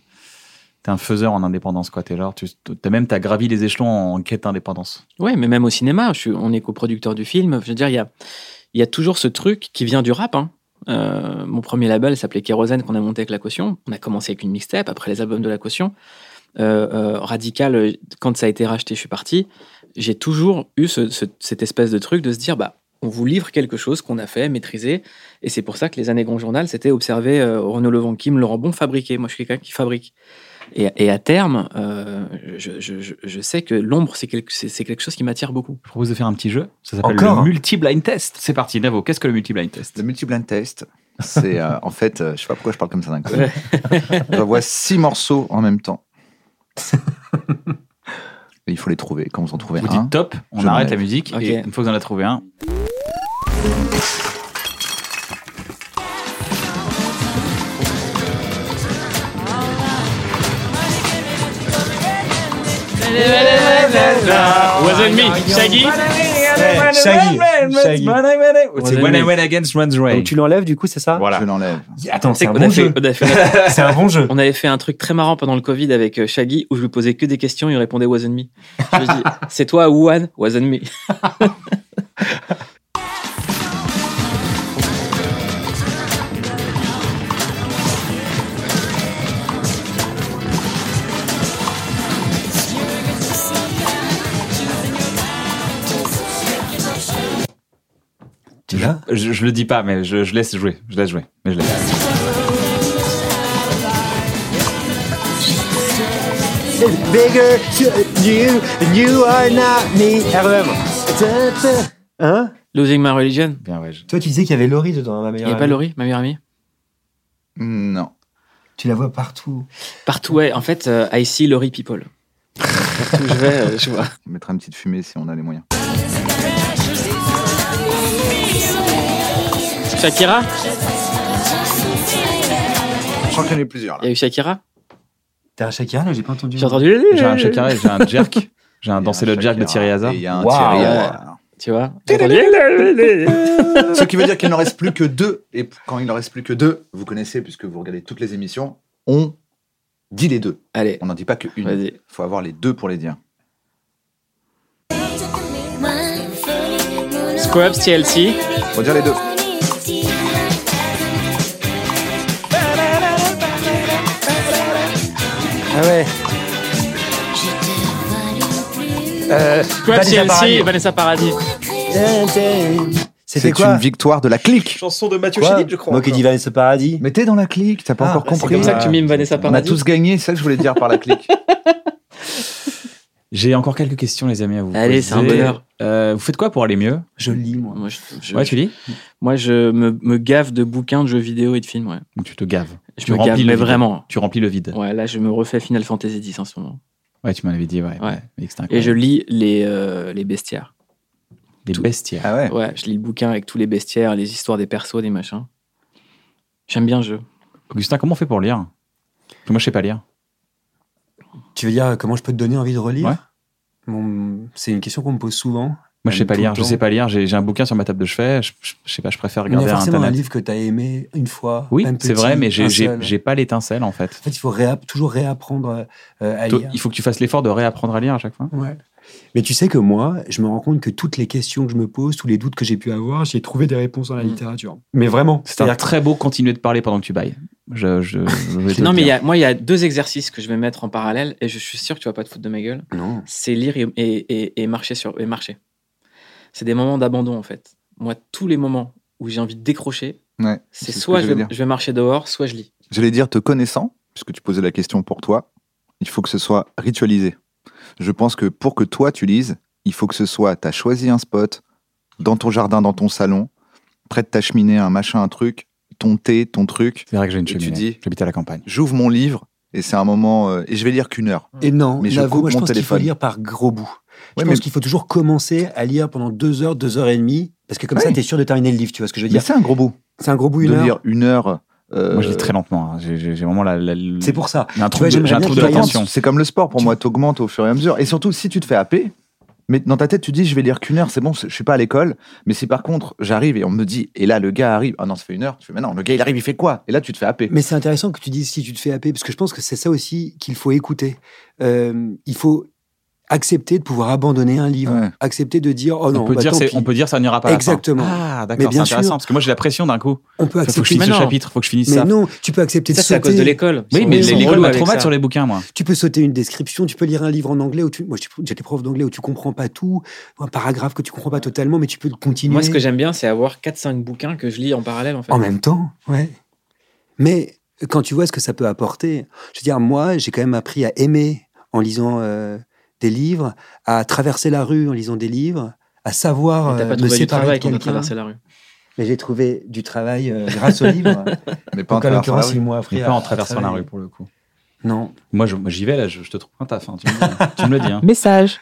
Speaker 1: T'es un faiseur en indépendance, quoi. T'es genre, tu, t'as même, t'as gravi les échelons en quête d'indépendance.
Speaker 4: Ouais, mais même au cinéma, je suis, on est coproducteur du film. Je veux dire, il y a, il y a toujours ce truc qui vient du rap. hein. Euh, mon premier label s'appelait Kérosène, qu'on a monté avec La Caution. On a commencé avec une mixtape, après les albums de La Caution. Euh, euh, Radical, euh, quand ça a été racheté, je suis parti. J'ai toujours eu ce- ce- cette espèce de truc de se dire, bah, on vous livre quelque chose qu'on a fait, maîtrisé. Et c'est pour ça que les années Grand Journal, c'était observer euh, Renaud Levent Kim, Laurent Bon fabriquer. Moi, je suis quelqu'un qui fabrique. Et, et à terme, euh, je, je- je- je sais que l'ombre, c'est quelque, c'est- c'est quelque chose qui m'attire beaucoup.
Speaker 1: Je propose de faire un petit jeu. Ça s'appelle
Speaker 5: Encore
Speaker 1: le multi-blind test. C'est parti, Navo. Qu'est-ce que le multi-blind test
Speaker 2: Le multi-blind test, c'est euh, en fait, euh, je sais pas pourquoi je parle comme ça d'un coup. J'envoie six morceaux en même temps. Et il faut les trouver. Quand vous en trouvez
Speaker 1: Vous
Speaker 2: un,
Speaker 1: dites top, on
Speaker 2: Je
Speaker 1: arrête
Speaker 2: m'enlève.
Speaker 1: la musique.
Speaker 4: Ok.
Speaker 1: Et une fois que vous en avez trouvé un,
Speaker 4: Was it me, Shaggy
Speaker 1: Ray, Shaggy, Shaggy. C'est When I went against Runs Ray.
Speaker 5: Donc tu l'enlèves du coup, c'est ça
Speaker 1: Voilà.
Speaker 2: Je l'enlève.
Speaker 5: Attends,
Speaker 4: C'est
Speaker 5: c'est un
Speaker 4: qu'on
Speaker 5: bon
Speaker 4: a fait-
Speaker 5: jeu.
Speaker 4: on a fait-
Speaker 5: C'est un bon jeu.
Speaker 4: On avait fait un truc très marrant pendant le Covid avec euh, Shaggy où je lui posais que des questions, il répondait Wasn't me. Je lui dis C'est toi, Wuhan Wasn't me.
Speaker 5: Tu l'as
Speaker 1: Je, je le dis pas, mais je, je laisse jouer. Je laisse jouer. Mais je laisse.
Speaker 5: It's bigger to you, and you are not me. Ah, vraiment. Hein
Speaker 4: Losing My Religion.
Speaker 1: Bien, ouais. je-
Speaker 5: Toi, tu disais qu'il y avait Laurie dedans, ma
Speaker 4: Il
Speaker 5: meilleure.
Speaker 4: n'y avait pas
Speaker 5: amie.
Speaker 4: Laurie, ma meilleure amie
Speaker 2: Non.
Speaker 5: Tu la vois partout.
Speaker 4: Partout, ouais. En fait, euh, I see Laurie people. Partout où je vais, euh, je vois.
Speaker 2: On mettra une petite fumée si on a les moyens.
Speaker 4: Shakira
Speaker 2: Je crois qu'il y en a plusieurs.
Speaker 4: Il y a eu Shakira
Speaker 5: T'as un chacun là, Hmm. j'ai pas entendu.
Speaker 4: J'ai entendu le.
Speaker 1: J'ai un Shakira et j'ai un jerk. J'ai un danser le jerk de Thierry Hazard.
Speaker 2: Il y a un
Speaker 5: Waouh.
Speaker 2: Thierry Hazard.
Speaker 4: Tu vois J'ai entendu le-
Speaker 2: Ce qui veut dire qu'il n'en reste plus que deux. Et quand il n'en reste plus que deux, vous connaissez, puisque vous regardez toutes les émissions, on dit les deux.
Speaker 4: Allez,
Speaker 2: On n'en dit pas qu'une.
Speaker 4: vas-y.
Speaker 2: faut avoir les deux pour les dire.
Speaker 4: Scrubs, TLC.
Speaker 2: Faut dire les deux.
Speaker 5: Ah ouais. Euh,
Speaker 4: Scrubs,
Speaker 5: Vanessa Paradis.
Speaker 4: TLC, Vanessa Paradis.
Speaker 5: C'était quoi
Speaker 2: une victoire de la clique.
Speaker 6: Chanson de Mathieu
Speaker 5: Quoi
Speaker 6: Chédid, je crois.
Speaker 5: Moi qui dis Vanessa Paradis.
Speaker 2: Mais t'es dans la clique, t'as pas
Speaker 5: Ah,
Speaker 2: encore
Speaker 4: bah, C'est
Speaker 2: compris. Euh,
Speaker 4: comme ça que tu mimes Vanessa
Speaker 2: on a
Speaker 4: Paradis.
Speaker 2: tous gagné, c'est ça que je voulais dire par la clique.
Speaker 1: J'ai encore quelques questions, les amis, à vous.
Speaker 4: Allez,
Speaker 1: poser.
Speaker 4: c'est un bonheur.
Speaker 1: Euh, vous faites quoi pour aller mieux
Speaker 5: Je lis moi.
Speaker 4: Moi, je, je-
Speaker 1: Ouais, tu lis
Speaker 4: moi, je me, me gave de bouquins, de jeux vidéo et de films. Ouais.
Speaker 1: Ou tu te gaves
Speaker 4: Je
Speaker 1: Tu
Speaker 4: me
Speaker 1: remplis
Speaker 4: gave,
Speaker 1: le
Speaker 4: mais
Speaker 1: vide.
Speaker 4: vraiment.
Speaker 1: Tu remplis le vide. Ouais,
Speaker 4: Ouais, là, je me refais Final Fantasy X en ce moment.
Speaker 1: tu m'en avais dit, ouais.
Speaker 4: Ouais.
Speaker 1: mais c'était
Speaker 4: Et
Speaker 1: incroyable.
Speaker 4: je lis les, euh, les bestiaires.
Speaker 1: Des bestiaires.
Speaker 2: Ah ouais.
Speaker 4: Ouais, je lis le bouquin avec tous les bestiaires, les histoires des persos, des machins. J'aime bien le jeu.
Speaker 1: Augustin, comment on fait pour lire Parce que Moi, je sais pas lire.
Speaker 5: Tu veux dire euh, comment je peux te donner envie de relire
Speaker 1: Ouais.
Speaker 5: Bon, C'est une question qu'on me pose souvent.
Speaker 1: Moi, je sais
Speaker 5: Même
Speaker 1: pas
Speaker 5: tout
Speaker 1: lire.
Speaker 5: le
Speaker 1: Je
Speaker 5: temps.
Speaker 1: sais pas lire. J'ai j'ai un bouquin sur ma table de chevet. Je, je- je sais pas, je préfère
Speaker 5: Il y a
Speaker 1: regarder à
Speaker 5: forcément un
Speaker 1: Internet.
Speaker 5: livre que t'as aimé une fois.
Speaker 1: Oui,
Speaker 5: un
Speaker 1: c'est
Speaker 5: petit,
Speaker 1: vrai, mais
Speaker 5: un
Speaker 1: j'ai- j'ai
Speaker 5: seul.
Speaker 1: j'ai pas l'étincelle, en fait.
Speaker 5: En fait, il faut réa- toujours réapprendre euh, à
Speaker 1: Toi,
Speaker 5: lire.
Speaker 1: Il faut que tu fasses l'effort de réapprendre à lire à chaque fois.
Speaker 5: Ouais. Mais tu sais que moi, je me rends compte que toutes les questions que je me pose, tous les doutes que j'ai pu avoir, j'ai trouvé des réponses dans la
Speaker 4: Mm.
Speaker 5: littérature. Mais vraiment,
Speaker 1: C'est un
Speaker 5: c'est-à-dire que
Speaker 1: très beau continuer de parler pendant que tu bailles. Je, je, je vais te
Speaker 4: Non,
Speaker 1: le
Speaker 4: mais il
Speaker 1: dire.
Speaker 4: y a, moi, il y a deux exercices que je vais mettre en parallèle et je suis sûr que tu vas pas te foutre de ma gueule.
Speaker 5: Non.
Speaker 4: C'est lire et, et- et- et marcher sur et marcher. C'est des moments d'abandon en fait. Moi, tous les moments où j'ai envie de décrocher,
Speaker 2: Ouais,
Speaker 4: c'est
Speaker 2: c'est ce
Speaker 4: soit
Speaker 2: que
Speaker 4: je
Speaker 2: j'allais
Speaker 4: vais,
Speaker 2: dire.
Speaker 4: je vais marcher dehors, soit je lis.
Speaker 2: J'allais dire, te connaissant, puisque tu posais la question pour toi, il faut que ce soit ritualisé. Je pense que pour que toi tu lises, il faut que ce soit, t'as choisi un spot, dans ton jardin, dans ton salon, près de ta cheminée, un machin, un truc, ton thé, ton truc,
Speaker 1: C'est vrai que j'ai une
Speaker 2: Et tu
Speaker 1: cheminée.
Speaker 2: dis-
Speaker 1: J'habite à la campagne.
Speaker 2: j'ouvre mon livre, et c'est un moment, euh, et je vais lire qu'une heure.
Speaker 5: Et non,
Speaker 2: Mais je
Speaker 5: là,
Speaker 2: coupe
Speaker 5: moi, je
Speaker 2: mon
Speaker 5: pense qu'il faut
Speaker 2: téléphone.
Speaker 5: lire par gros bouts. Je
Speaker 2: Ouais,
Speaker 5: pense
Speaker 2: mais-
Speaker 5: qu'il faut toujours commencer à lire pendant deux heures, deux heures et demie, parce que comme ça,
Speaker 2: Oui.
Speaker 5: tu es sûr de terminer le livre, tu vois ce que je veux
Speaker 2: Mais
Speaker 5: dire
Speaker 2: c'est un gros bout,
Speaker 5: C'est un gros bout, une
Speaker 2: de
Speaker 5: heure.
Speaker 2: lire une heure. euh,
Speaker 1: Moi, je lis très lentement. hein. J'ai j'ai- j'ai vraiment la. la- la-
Speaker 5: C'est pour ça.
Speaker 1: J'ai un
Speaker 5: vois,
Speaker 1: trouble de-
Speaker 5: j'aimerais
Speaker 1: j'ai un
Speaker 5: bien
Speaker 1: trouble de
Speaker 5: qu'il y ait un-
Speaker 1: l'attention.
Speaker 2: C'est comme le sport pour moi, t'augmentes au fur et à mesure. Et surtout, si tu te fais happer, mais dans ta tête, tu dis, je vais lire qu'une heure, c'est bon, c'est- je suis pas à l'école. Mais si par contre, j'arrive et on me dit, et là, le gars arrive, ah non, ça fait une heure, tu fais, mais non, le gars, il arrive, il fait quoi Et là, tu te fais happer.
Speaker 5: Mais c'est intéressant que tu dises si tu te fais happer, parce que je pense que c'est ça aussi qu'il faut écouter. Euh, il faut accepter de pouvoir abandonner un livre,
Speaker 2: Ouais.
Speaker 5: accepter de dire oh non,
Speaker 1: on, peut
Speaker 5: bah,
Speaker 1: dire,
Speaker 5: tant
Speaker 1: c'est-
Speaker 5: pis.
Speaker 1: on peut dire ça n'ira pas. à la fin.
Speaker 5: Exactement.
Speaker 1: Ah,
Speaker 5: Mais
Speaker 1: d'accord, c'est
Speaker 5: bien
Speaker 1: intéressant.
Speaker 5: sûr. Bah,
Speaker 1: Parce que moi, j'ai la pression d'un coup.
Speaker 5: On
Speaker 1: Faut que je
Speaker 5: peut accepter.
Speaker 1: finisse
Speaker 4: Mais
Speaker 1: le
Speaker 4: non.
Speaker 1: chapitre, faut que je finisse
Speaker 5: mais
Speaker 1: ça.
Speaker 5: non, tu peux accepter
Speaker 4: Ça,
Speaker 5: de
Speaker 4: c'est à cause de
Speaker 5: sauter.
Speaker 4: l'école.
Speaker 1: Oui, mais
Speaker 4: Ils sont-
Speaker 1: les
Speaker 4: ils sont
Speaker 1: l'école
Speaker 4: relous
Speaker 1: m'a
Speaker 4: avec
Speaker 1: traumatisé
Speaker 4: ça.
Speaker 1: sur les bouquins, moi.
Speaker 5: Tu peux sauter une description, tu peux lire un livre en anglais où tu. Moi, j'ai- j'étais prof d'anglais où tu comprends pas tout, un paragraphe que tu comprends pas totalement, mais tu peux le continuer.
Speaker 4: Moi, ce que j'aime bien, c'est avoir 4-5 bouquins que je lis en parallèle en fait.
Speaker 1: Oh,
Speaker 5: En même temps, ouais. Mais quand tu vois ce que ça peut apporter, je veux dire, moi, j'ai quand même appris à aimer en lisant euh, des livres, à traverser la rue en lisant des livres, à savoir
Speaker 4: Mais T'as
Speaker 5: euh,
Speaker 4: pas
Speaker 5: me
Speaker 4: trouvé du
Speaker 5: séparer
Speaker 4: travail
Speaker 5: de
Speaker 4: quand t'as
Speaker 5: quelqu'un.
Speaker 4: traversé la rue.
Speaker 5: Mais j'ai trouvé du travail euh, grâce aux livres.
Speaker 2: Mais pas en
Speaker 5: Donc, en
Speaker 2: traversant la
Speaker 5: l'occurrence,
Speaker 2: rue.
Speaker 5: ils m'ont appris
Speaker 1: Et
Speaker 5: à-
Speaker 1: pas en
Speaker 5: à
Speaker 1: traversant la
Speaker 5: travailler.
Speaker 1: rue, pour le coup.
Speaker 5: Non.
Speaker 1: Moi, je- moi, j'y vais, là, je, je te trouve un taf. hein, tu, me, le- tu me le dis. hein.
Speaker 4: Message.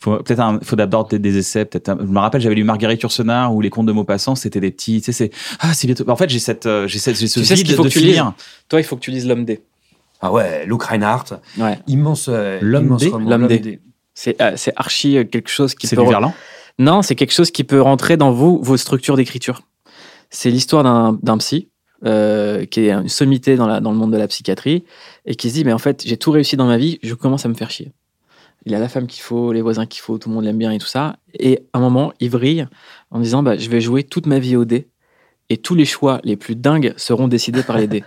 Speaker 1: Faut peut-être un- faut d'abord peut-être des essais, peut-être. un- Je me rappelle, j'avais lu Marguerite Ursenard ou les contes de Maupassant, c'était des petits. Tu sais, c'est ah, c'est bientôt. En fait, j'ai cette, euh, j'ai cette, j'ai ce
Speaker 4: Tu sais ce
Speaker 1: vide
Speaker 4: qu'il faut
Speaker 1: de
Speaker 4: que tu
Speaker 1: finir.
Speaker 4: Toi, il faut que tu lises l'homme D.
Speaker 5: Ah ouais, Luke Reinhardt,
Speaker 4: Ouais.
Speaker 5: immense. euh,
Speaker 1: L'homme
Speaker 5: immense
Speaker 1: des-
Speaker 5: roman,
Speaker 4: l'homme des-
Speaker 5: des.
Speaker 4: C'est euh, c'est archi euh, quelque chose qui
Speaker 1: C'est
Speaker 4: peut.
Speaker 1: du Verlan
Speaker 4: Non, c'est quelque chose qui peut rentrer dans vous, vos structures d'écriture. C'est l'histoire d'un- d'un psy euh, qui est une sommité dans, la- dans le monde de la psychiatrie et qui se dit, mais en fait, j'ai tout réussi dans ma vie, je commence à me faire chier. Il a la femme qu'il faut, les voisins qu'il faut, tout le monde l'aime bien et tout ça. Et à un moment, il vrille en disant, bah, je vais jouer toute ma vie au dé et tous les choix les plus dingues seront décidés par les dés.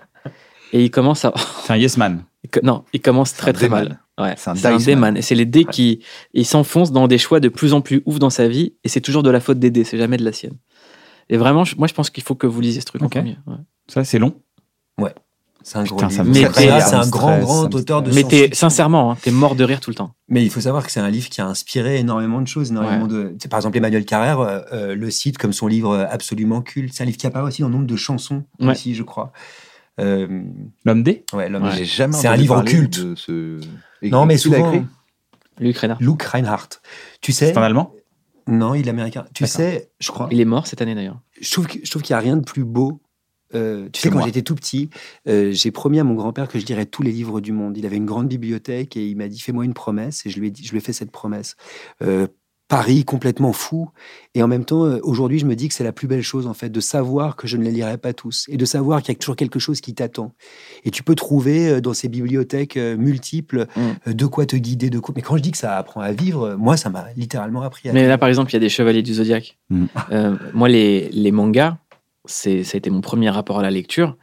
Speaker 4: Et il commence à...
Speaker 1: C'est un yes man.
Speaker 4: Il co- Non, il commence très
Speaker 2: un
Speaker 4: très
Speaker 2: dayman.
Speaker 4: mal. Ouais,
Speaker 2: C'est un
Speaker 4: c'est un
Speaker 2: dice
Speaker 4: dayman.
Speaker 2: man.
Speaker 4: Et c'est les dés qui. Il s'enfonce dans des choix de plus en plus ouf dans sa vie. Et c'est toujours de la faute des dés, c'est jamais de la sienne. Et vraiment, je- moi je pense qu'il faut que vous lisiez ce truc
Speaker 1: Ok.
Speaker 4: en premier. ouais.
Speaker 1: Ça, c'est long.
Speaker 5: C'est un
Speaker 1: Putain,
Speaker 5: gros
Speaker 1: ça
Speaker 5: livre.
Speaker 1: me
Speaker 4: Mais
Speaker 5: Sarah,
Speaker 4: t'es-
Speaker 5: c'est
Speaker 1: ça me
Speaker 5: un grand,
Speaker 1: stresse, ça
Speaker 5: grand
Speaker 1: me
Speaker 5: auteur de
Speaker 4: Mais t'es,
Speaker 5: science-fiction.
Speaker 4: sincèrement, hein, t'es mort de rire tout le temps.
Speaker 5: Mais il faut savoir que c'est un livre qui a inspiré énormément de choses, énormément de. tu sais, Par exemple, Emmanuel Carrère euh, euh, le cite comme son livre euh, absolument culte. C'est un livre qui apparaît aussi dans nombre de chansons
Speaker 4: Ouais.
Speaker 5: aussi, je crois. Euh,
Speaker 1: L'homme D
Speaker 5: ouais, l'homme
Speaker 2: J'ai jamais
Speaker 5: C'est un
Speaker 2: entendu
Speaker 5: livre
Speaker 2: parler
Speaker 5: culte.
Speaker 2: de ce- Et
Speaker 5: Non, mais
Speaker 2: qui l'a
Speaker 5: souvent,
Speaker 2: écrit
Speaker 4: Luc Renard.
Speaker 5: Luke Reinhardt. Tu sais,
Speaker 1: C'est un allemand
Speaker 5: non, il est américain. Tu
Speaker 1: D'accord.
Speaker 5: sais, je crois.
Speaker 4: Il est mort cette année d'ailleurs.
Speaker 5: je trouve, que- je trouve qu'il n'y a rien de plus beau. Euh, tu sais,
Speaker 2: Que
Speaker 5: quand
Speaker 2: moi.
Speaker 5: j'étais tout petit, euh, j'ai promis à mon grand-père que je lirais tous les livres du monde. Il avait une grande bibliothèque et il m'a dit Fais-moi une promesse. Et je lui ai, dit, je lui ai fait cette promesse. Euh, Paris complètement fou. Et en même temps, euh, aujourd'hui, je me dis que c'est la plus belle chose, en fait, de savoir que je ne les lirai pas tous et de savoir qu'il y a toujours quelque chose qui t'attend. Et tu peux trouver euh, dans ces bibliothèques euh, multiples
Speaker 4: Mm.
Speaker 5: euh, de quoi te guider, de quoi. Mais quand je dis que ça apprend à vivre, euh, moi, ça m'a littéralement appris à
Speaker 4: Mais
Speaker 5: vivre.
Speaker 4: là, par exemple, il y a des Chevaliers du Zodiaque.
Speaker 5: Mm.
Speaker 1: Mhm.
Speaker 4: Euh, moi, les, les mangas, c'est, ça a été mon premier rapport à la lecture.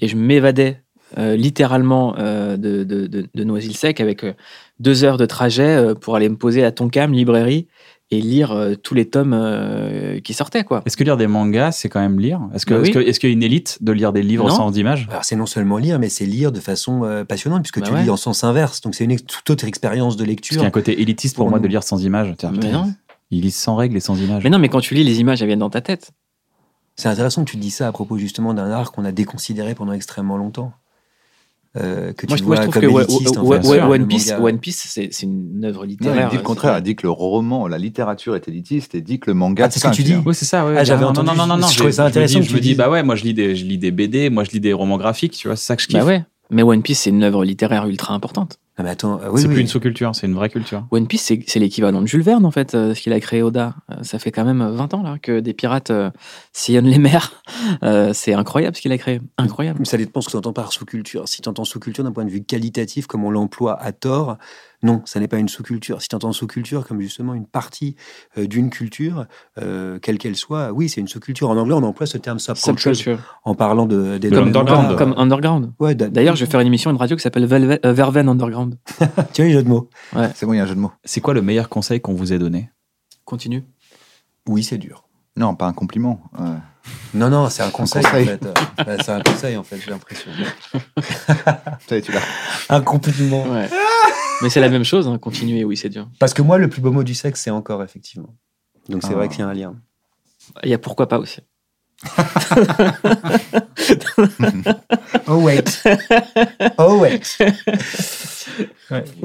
Speaker 4: Et je m'évadais euh, littéralement euh, de, de, de, de Noisy-le-Sec avec euh, deux heures de trajet euh, pour aller me poser à Tonkam, librairie, et lire euh, tous les tomes euh, qui sortaient. quoi.
Speaker 1: Est-ce que lire des mangas, c'est quand même lire Est-ce que
Speaker 4: Bah
Speaker 1: est-ce
Speaker 4: oui.
Speaker 1: que- est-ce qu'il y a une élite de lire des livres
Speaker 4: Non.
Speaker 1: sans images
Speaker 5: Alors c'est non seulement lire, mais c'est lire de façon euh, passionnante, puisque
Speaker 4: Bah
Speaker 5: tu
Speaker 4: ouais.
Speaker 5: lis en sens inverse. Donc c'est une ex- toute autre expérience de
Speaker 1: Parce qu'il y
Speaker 5: lecture.
Speaker 1: a un côté élitiste pour
Speaker 5: Pour
Speaker 1: moi
Speaker 5: nous.
Speaker 1: de lire sans images. Tiens,
Speaker 4: Mais
Speaker 1: putain,
Speaker 4: non.
Speaker 1: Ils lisent sans règles et sans images.
Speaker 4: Mais non, mais quand tu lis, les images, elles viennent dans ta tête.
Speaker 5: C'est intéressant que tu dis ça à propos justement d'un art qu'on a déconsidéré pendant extrêmement longtemps. Euh, que
Speaker 4: Moi,
Speaker 5: tu
Speaker 4: je, moi, je
Speaker 5: vois
Speaker 4: trouve
Speaker 5: comme
Speaker 4: que Wa-
Speaker 5: élitiste, en
Speaker 4: Wa-
Speaker 5: fait,
Speaker 4: Wa-
Speaker 5: sur le
Speaker 4: One, Piece,
Speaker 5: manga.
Speaker 4: One Piece, c'est, c'est une œuvre
Speaker 2: Non,
Speaker 4: littéraire.
Speaker 2: il dit le
Speaker 4: euh,
Speaker 2: contraire.
Speaker 4: c'est-
Speaker 2: Il dit que le roman, la littérature est élitiste et dit que le manga.
Speaker 5: Ah, c'est ce que tu
Speaker 2: inférieur.
Speaker 5: dis
Speaker 1: Oui, c'est ça. ouais,
Speaker 5: Ah, j'avais
Speaker 1: carrément.
Speaker 5: entendu,
Speaker 1: Non, non, non,
Speaker 5: je-
Speaker 1: non.
Speaker 5: je trouvais ça
Speaker 1: me dis-
Speaker 5: intéressant que
Speaker 1: Je
Speaker 5: tu
Speaker 1: me dis,
Speaker 5: dises.
Speaker 1: bah ouais, moi je lis des, je lis des BD, moi je lis des romans graphiques, tu vois, c'est ça que je kiffe.
Speaker 4: Bah ouais. Mais One Piece, c'est une œuvre littéraire ultra importante.
Speaker 5: Ah, mais attends, euh, oui,
Speaker 1: c'est
Speaker 5: oui.
Speaker 1: plus une sous-culture, c'est une vraie culture.
Speaker 4: One Piece, c'est c'est l'équivalent de Jules Verne, en fait, euh, ce qu'il a créé Oda. Euh, ça fait quand même 20 ans là, que des pirates euh, sillonnent les mers. Euh, c'est incroyable ce qu'il a créé. Incroyable.
Speaker 5: Mais Ça dépend ce que tu entends par sous-culture. Si tu entends sous-culture d'un point de vue qualitatif, comme on l'emploie à tort, non, ça n'est pas une sous-culture. Si tu entends sous-culture comme justement une partie euh, d'une culture, euh, quelle qu'elle soit, oui, c'est une sous-culture. En anglais, on emploie ce terme subculture en parlant de, des
Speaker 1: Comme
Speaker 5: des-
Speaker 1: Underground.
Speaker 4: Comme, comme Underground.
Speaker 5: Ouais, d'a-
Speaker 4: D'ailleurs, je vais faire une émission, une radio qui s'appelle Velvet- euh, Verven Underground.
Speaker 5: Tu vois les jeux de mots
Speaker 2: C'est bon, il y a un jeu de mots.
Speaker 1: C'est quoi le meilleur conseil qu'on vous ait donné
Speaker 4: Continue.
Speaker 5: Oui, c'est dur.
Speaker 2: Non, pas un compliment. euh,
Speaker 5: Non, non, c'est un conseil,
Speaker 2: conseil.
Speaker 5: en fait. Euh, ouais, c'est un conseil en fait, j'ai l'impression.
Speaker 2: ça y est, tu l'as.
Speaker 5: Un compliment.
Speaker 4: Mais c'est la même chose, hein, continuer, oui, c'est dur.
Speaker 5: Parce que moi, le plus beau mot du sexe, c'est encore, effectivement. Donc c'est
Speaker 2: Ah.
Speaker 5: vrai qu'il y a un lien.
Speaker 4: Il y a pourquoi pas aussi.
Speaker 5: Oh wait. Oh wait.